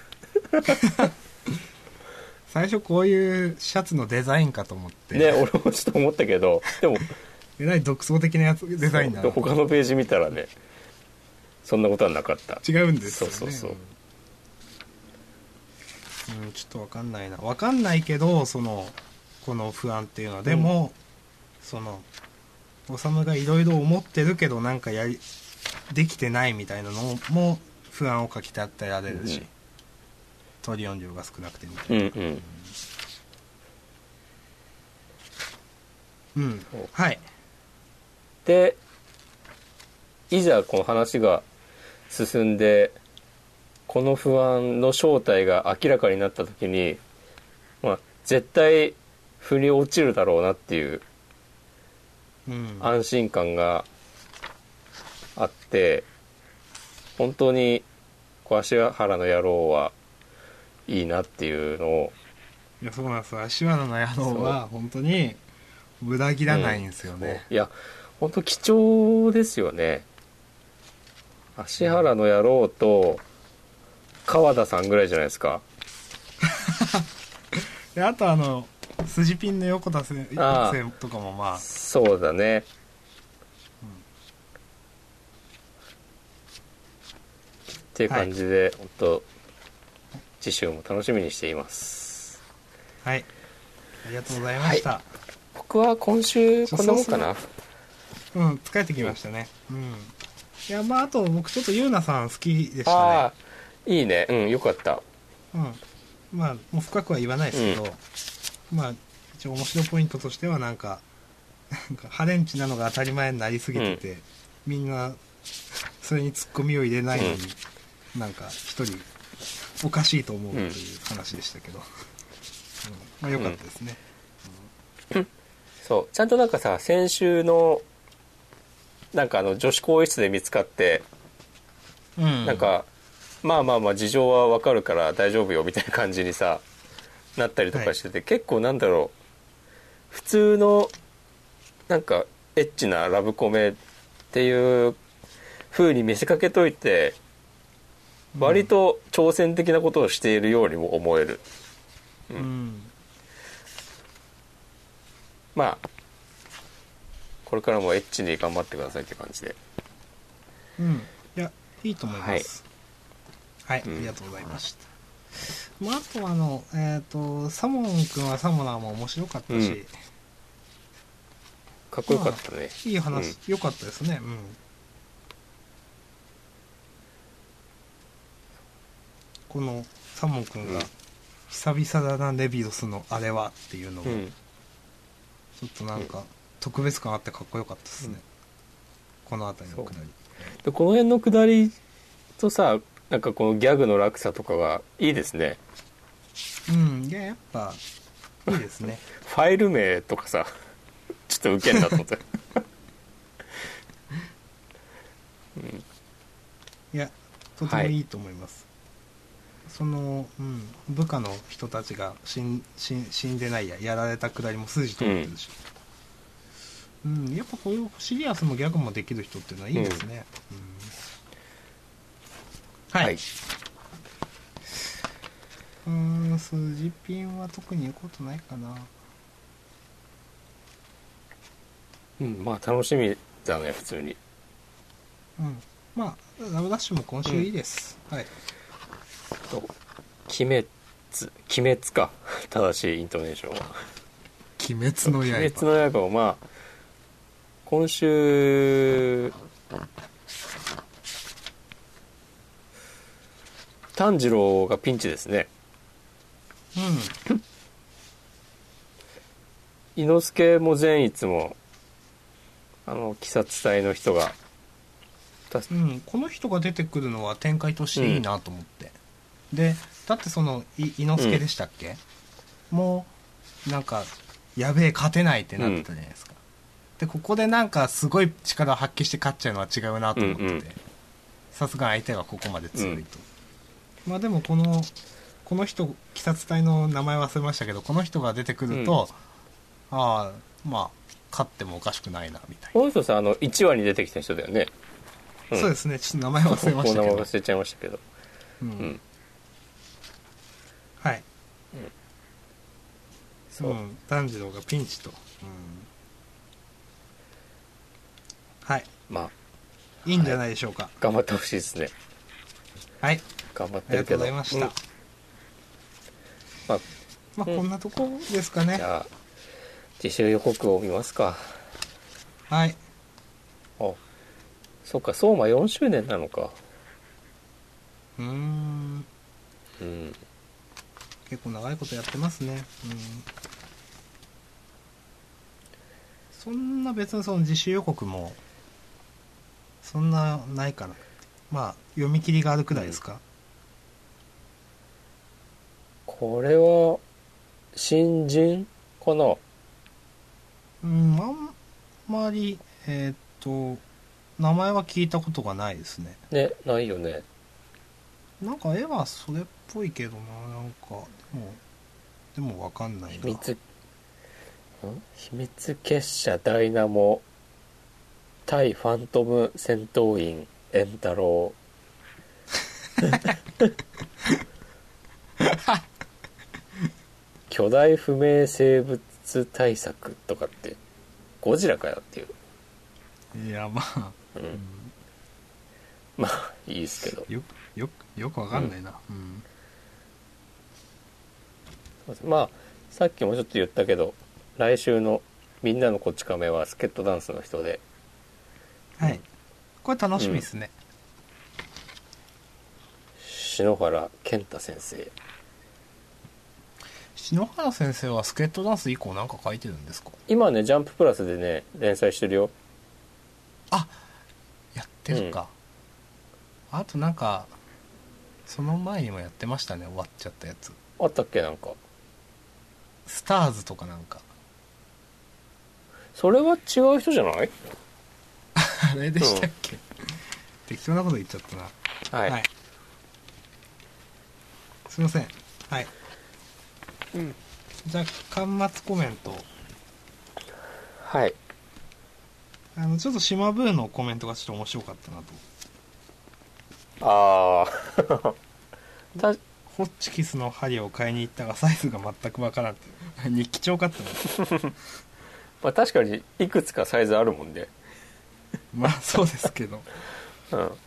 Speaker 2: 最初こういうシャツのデザインかと思って、
Speaker 1: ね、俺もちょっと思ったけどでも
Speaker 2: えらい独創的なやつデザインなの
Speaker 1: 他のページ見たらねそんなことはなかった
Speaker 2: 違うんですよね
Speaker 1: そうそうそう
Speaker 2: うん、うんちょっとわかんないなわかんないけどそのこの不安っていうのはでも、そのおさむがいろいろ思ってるけどなんかやりできてないみたいなのも不安をかき立てられるし、
Speaker 1: うん
Speaker 2: トリオン量が少なくてみたいな
Speaker 1: うんうん
Speaker 2: うん
Speaker 1: そう
Speaker 2: はい
Speaker 1: でいざこの話が進んでこの不安の正体が明らかになった時に、まあ、絶対腑に落ちるだろうなっていう
Speaker 2: うん
Speaker 1: 安心感があって本当に芦原の野郎はいいなっていうのを
Speaker 2: いやそうなんです足原の野郎は本当に裏切らないんですよね、
Speaker 1: いや本当貴重ですよね芦原の野郎と川田さんぐらいじゃないですか
Speaker 2: であとあの筋ピンの横田先
Speaker 1: ああ
Speaker 2: 生とかもまあ
Speaker 1: そうだねっていう感じで、本当次週も楽しみにしています
Speaker 2: はいありがとうございました、
Speaker 1: 僕は今週こんなもんかな
Speaker 2: うん疲れてきましたねうんいやまああと僕ちょっとゆうなさん好きでしたね
Speaker 1: ああいいねうんよかった
Speaker 2: うんまあもう深くは言わないですけど、まあ一応面白いポイントとしてはなんかなんかハレンチなのが当たり前になりすぎてて、みんなそれにツッコミを入れないのに、なんか一人おかしいと思うという話でしたけど、うんまあ良かったですね、
Speaker 1: そうちゃんとなんかさ先週のなんかあの女子更衣室で見つかって
Speaker 2: うん
Speaker 1: なんか、まあまあまあ事情はわかるから大丈夫よみたいな感じにさなったりとかしてて、結構なんだろう普通のなんかエッチなラブコメっていう風に見せかけといて割と挑戦的なことをしているようにも思える、
Speaker 2: うん、
Speaker 1: まあこれからもエッチに頑張ってくださいって感じで
Speaker 2: うんいやいいと思いますはい、ありがとうございました、まあ、あとはあの、えっ、と、サモン君はサモナーも面白かったし、
Speaker 1: かっこよかったね、
Speaker 2: いい話、良かったですね。うん。このサモン君が
Speaker 1: うん、
Speaker 2: 久々だな、レビドスのあれはっていうの
Speaker 1: う
Speaker 2: が、
Speaker 1: ん
Speaker 2: ちょっとなんか、特別感あってかっこよかったですね。
Speaker 1: うん
Speaker 2: この辺りのくだり。
Speaker 1: でこの辺の下りとさなんかこのギャグの落差とかがいいですね
Speaker 2: うん、いや、やっぱ、いいですね。
Speaker 1: ファイル名とかさちょっとウケんなと思って
Speaker 2: いや、とてもいいと思います。その、うん、部下の人たちが死ん死ん死んでないや、やられたくだりも数字通ってるし。うん、やっぱこういうシリアスもギャグもできる人っていうのはいいですね。うん はい。
Speaker 1: はい、
Speaker 2: うーん、数字ピンは特に言うことないかな。
Speaker 1: うん、まあ楽しみだね普通に
Speaker 2: うん。まあ、ラブダッシュも今週いいです。はい。
Speaker 1: と「鬼滅」「鬼滅」か正しいイントネーションは
Speaker 2: 鬼滅
Speaker 1: 「鬼滅の刃」をまあ今週炭治郎がピンチですね伊之助も善逸もあの鬼殺隊の人がた
Speaker 2: うん、うん、この人が出てくるのは展開としていいなと思って、でだってそのい伊之助でしたっけ、もうなんかやべえ勝てないってなってたじゃないですか、でここでなんかすごい力を発揮して勝っちゃうのは違うなと思って
Speaker 1: うんう
Speaker 2: て
Speaker 1: ん
Speaker 2: さすが相手がここまで強いと、まあでもこのこの人鬼殺隊の名前忘れましたけどこの人が出てくると、ああまあ勝ってもおかしくないなみたいな
Speaker 1: この人さあの1話に出てきた人だよねうん
Speaker 2: そうですね、ちょっと名前忘れましたけ
Speaker 1: お名前
Speaker 2: ど。
Speaker 1: 忘れちゃいましたけど
Speaker 2: うん
Speaker 1: うん
Speaker 2: はい。、
Speaker 1: そううん
Speaker 2: 炭治郎がピンチと。はい、
Speaker 1: まあ
Speaker 2: いいんじゃないでしょうか。
Speaker 1: 頑張ってほしいですね
Speaker 2: はい、
Speaker 1: 頑張っ
Speaker 2: あ
Speaker 1: て
Speaker 2: りが
Speaker 1: る
Speaker 2: と
Speaker 1: けど
Speaker 2: うございました。
Speaker 1: うんまあ
Speaker 2: まあ、
Speaker 1: うん
Speaker 2: こんなとこですかね
Speaker 1: じ。ゃあ自主予告を見ますか
Speaker 2: はい。
Speaker 1: あそっか相馬4周年なのか
Speaker 2: うーん、
Speaker 1: うん
Speaker 2: 結構長いことやってますね。うん。そんな別にその自主予告も、そんなないかな。まあ、読み切りがあるくらいですか。
Speaker 1: これは新人かな
Speaker 2: うん、あんまり、えーっと、名前は聞いたことがないですね。
Speaker 1: ねないよね
Speaker 2: なんか絵はそれっぽいけどな、なんか、でも、でもわかんないな。
Speaker 1: 秘密ん秘密結社ダイナモ対ファントム戦闘員円太郎巨大不明生物対策とかってゴジラかよっていう、
Speaker 2: いや、まあ、
Speaker 1: う、
Speaker 2: うんん
Speaker 1: まあいいですけど
Speaker 2: よく、よく、よくわかんないな。うん。
Speaker 1: まあさっきもちょっと言ったけど来週の「みんなのこっち亀」はスケットダンスの人で
Speaker 2: はい。これ楽しみですね。
Speaker 1: 篠原健太先生
Speaker 2: 篠原先生はスケートダンス以降なんか書いてるんですか
Speaker 1: 今ね「ジャンププラス」でね連載してるよ
Speaker 2: やってるか。あとなんか、その前にもやってましたね、終わっちゃったやつ。
Speaker 1: あったっけなんか
Speaker 2: スターズとかなんか。
Speaker 1: それは違う人じゃない
Speaker 2: あれでしたっけ、適当なこと言っちゃったな。
Speaker 1: はい、
Speaker 2: すいません。はい。
Speaker 1: うん
Speaker 2: じゃあ、端末コメント。
Speaker 1: はい、
Speaker 2: あの、ちょっと島ブーのコメントがちょっと面白かったなと。
Speaker 1: ああ た
Speaker 2: ホッチキスの針を買いに行ったがサイズが全くわからんっていう。日 記帳かって思った
Speaker 1: まあ、確かにいくつかサイズあるもんで、
Speaker 2: まあ、そうですけど。
Speaker 1: うん、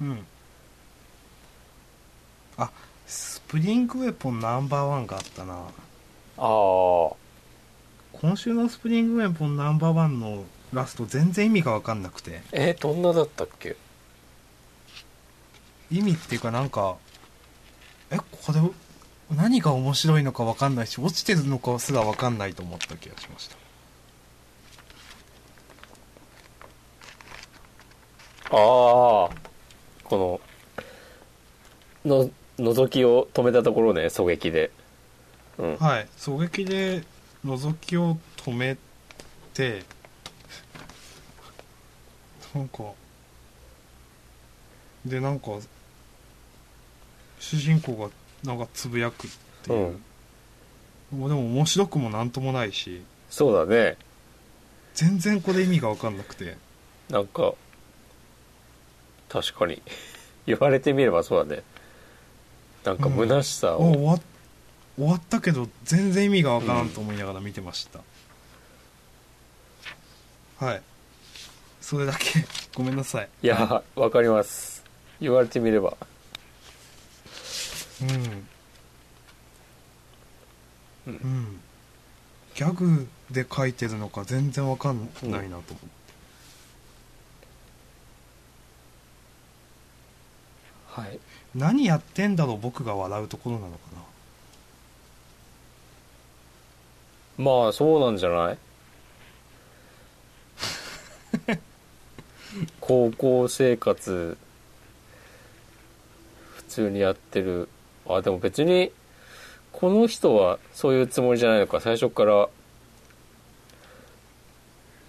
Speaker 2: うんあスプリングウェポンナンバーワンがあったな
Speaker 1: ああ
Speaker 2: 今週のスプリングウェポンナンバーワンのラスト全然意味が分かんなくて
Speaker 1: えどんなだったっけ
Speaker 2: 意味っていうかなんかえこれ何が面白いのか分かんないし落ちてるのかすら分かんないと思った気がしました
Speaker 1: ああこのの覗きを止めたところね狙撃でうん
Speaker 2: はい狙撃で覗きを止めてなんかでなんか主人公がなんかつぶやくっていう、もうでも面白くもなんともないし
Speaker 1: そうだね
Speaker 2: 全然これ意味が分かんなくて
Speaker 1: なんか確かに 言われてみればそうだねなんか虚しさ
Speaker 2: あ
Speaker 1: を、
Speaker 2: 終わ終わったけど全然意味が分からんと思いながら見てました、はいそれだけ ごめんなさい
Speaker 1: いやわかります言われてみれば
Speaker 2: うん、
Speaker 1: うん
Speaker 2: うん、ギャグで書いてるのか全然わかんないなと思って、
Speaker 1: はい
Speaker 2: 何やってんだろう僕が笑うところなのかな
Speaker 1: まあそうなんじゃない高校生活普通にやってるあでも別にこの人はそういうつもりじゃないのか最初から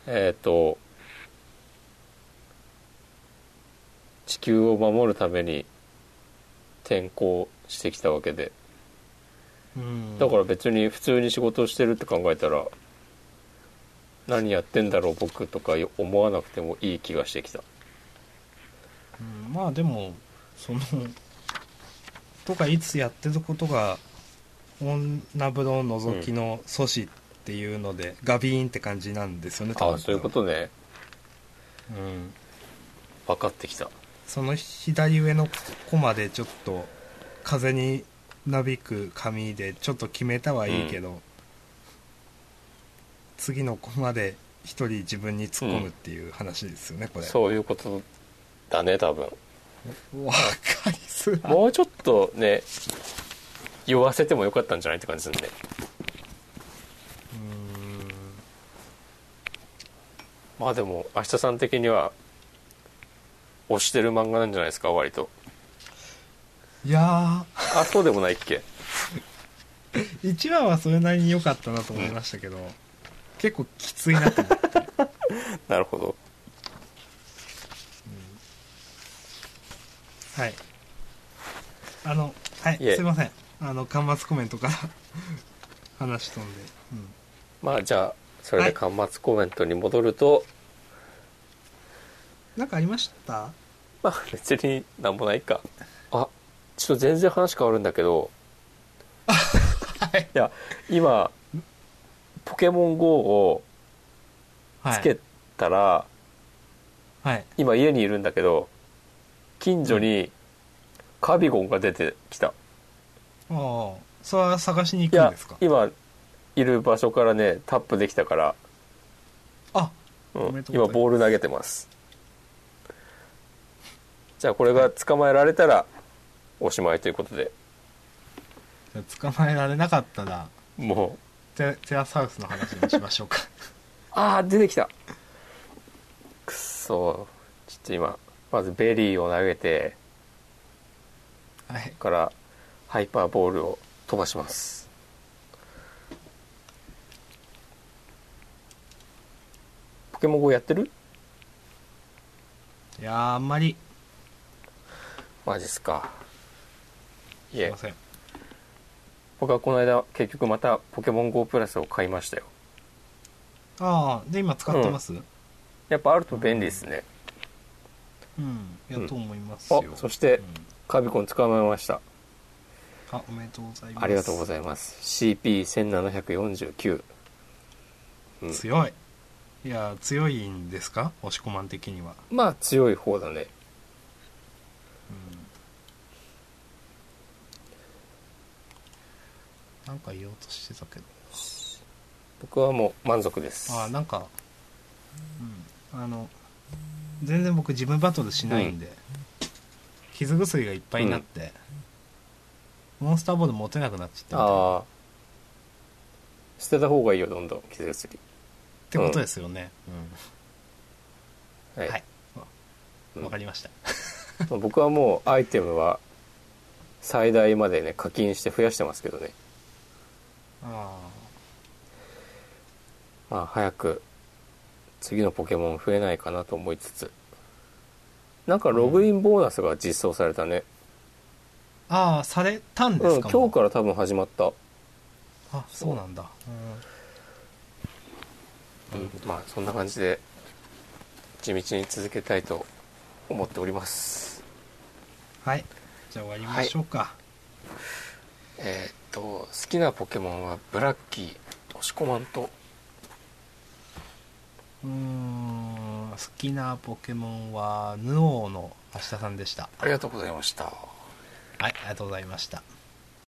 Speaker 1: えっ、と地球を守るために転校してきたわけで
Speaker 2: うん
Speaker 1: だから別に普通に仕事をしてるって考えたら何やってんだろう僕とか思わなくてもいい気がしてきた
Speaker 2: うんまあでもそのとかいつやってることが女風呂覗きの阻止っていうので、ガビーンって感じなんですよね多
Speaker 1: あ
Speaker 2: 分
Speaker 1: あそういうことね
Speaker 2: うん
Speaker 1: 分かってきた
Speaker 2: その左上のコマでちょっと風になびく紙でちょっと決めたはいいけど、次のコマで一人自分に突っ込むっていう話ですよね、これ
Speaker 1: そういうことだね多分
Speaker 2: わかりづらい
Speaker 1: もうちょっとね言わせてもよかったんじゃないって感じするねまあでも明日さん的には推してる漫画なんじゃないですか 割と
Speaker 2: うんいや
Speaker 1: あそうでもないっけ
Speaker 2: ー1話はそれなりに良かったなと思いましたけど、結構きつい なと思って
Speaker 1: なるほど
Speaker 2: はいあのはい
Speaker 1: いえ
Speaker 2: すいませんあの端末コメントから 話飛んで、うん
Speaker 1: まあじゃあそれで端末コメントに戻ると、
Speaker 2: なんかありました
Speaker 1: まあ別になんもないかあちょっと全然話変わるんだけど、い、や今ポケモン GO を
Speaker 2: は
Speaker 1: つけたら、
Speaker 2: はい
Speaker 1: 今家にいるんだけど近所にカビゴンが出てきた、
Speaker 2: ああそれは探しに
Speaker 1: い
Speaker 2: 行くん
Speaker 1: や
Speaker 2: ですか
Speaker 1: 今いる場所からねタップできたから、
Speaker 2: あ
Speaker 1: うん
Speaker 2: おめでとうございま
Speaker 1: 今
Speaker 2: す
Speaker 1: ボール投げてますじゃあこれが捕まえられたらおしまいということで
Speaker 2: じゃあ捕まえられなかったら
Speaker 1: もう
Speaker 2: テテラスハウスの話にしま しょうか
Speaker 1: あー出てきたくっそちょっと今まずベリーを投げて
Speaker 2: はい
Speaker 1: からハイパーボールを飛ばしますポケモン GO やってる
Speaker 2: いやーあんまり
Speaker 1: マジっすかい
Speaker 2: すい
Speaker 1: え
Speaker 2: ません
Speaker 1: 僕はこの間結局またポケモン GO プラスを買いましたよ
Speaker 2: ああで今使ってますうん、
Speaker 1: やっぱあると便利ですね
Speaker 2: やと思います
Speaker 1: あ
Speaker 2: よ、
Speaker 1: そし
Speaker 2: う
Speaker 1: て
Speaker 2: ん
Speaker 1: カビコン捕まえました
Speaker 2: あおめでとうございます
Speaker 1: ありがとうございます CP1749 うん
Speaker 2: 強いいやー強いんですか押し込まん的には
Speaker 1: まあ強い方だね
Speaker 2: なんか言おうとしてたけど
Speaker 1: 僕はもう満足です
Speaker 2: ああなんか、うん、あの全然僕自分バトルしないんで、傷薬がいっぱいになって、モンスターボール持てなくなっちゃったみたいなっ
Speaker 1: あー捨てた方がいいよどんどん傷薬
Speaker 2: てことですよね、
Speaker 1: はい、
Speaker 2: はい
Speaker 1: うん
Speaker 2: わかりました
Speaker 1: まあ僕はもうアイテムは最大までね課金して増やしてますけどね
Speaker 2: あ
Speaker 1: まあ早く次のポケモン増えないかなと思いつつなんかログインボーナスが実装されたね、
Speaker 2: ーあーされたんで
Speaker 1: うん
Speaker 2: すか、
Speaker 1: 今日からら多分始まった、
Speaker 2: あそうなんだ、うん
Speaker 1: まあそんな感じで地道に続けたいと思っております
Speaker 2: はいじゃあ終わりましょうか、
Speaker 1: えーっと好きなポケモンはブラッキー押し込まんと
Speaker 2: うーん好きなポケモンはヌオーの明日さんでした
Speaker 1: ありがとうございました
Speaker 2: はいありがとうございました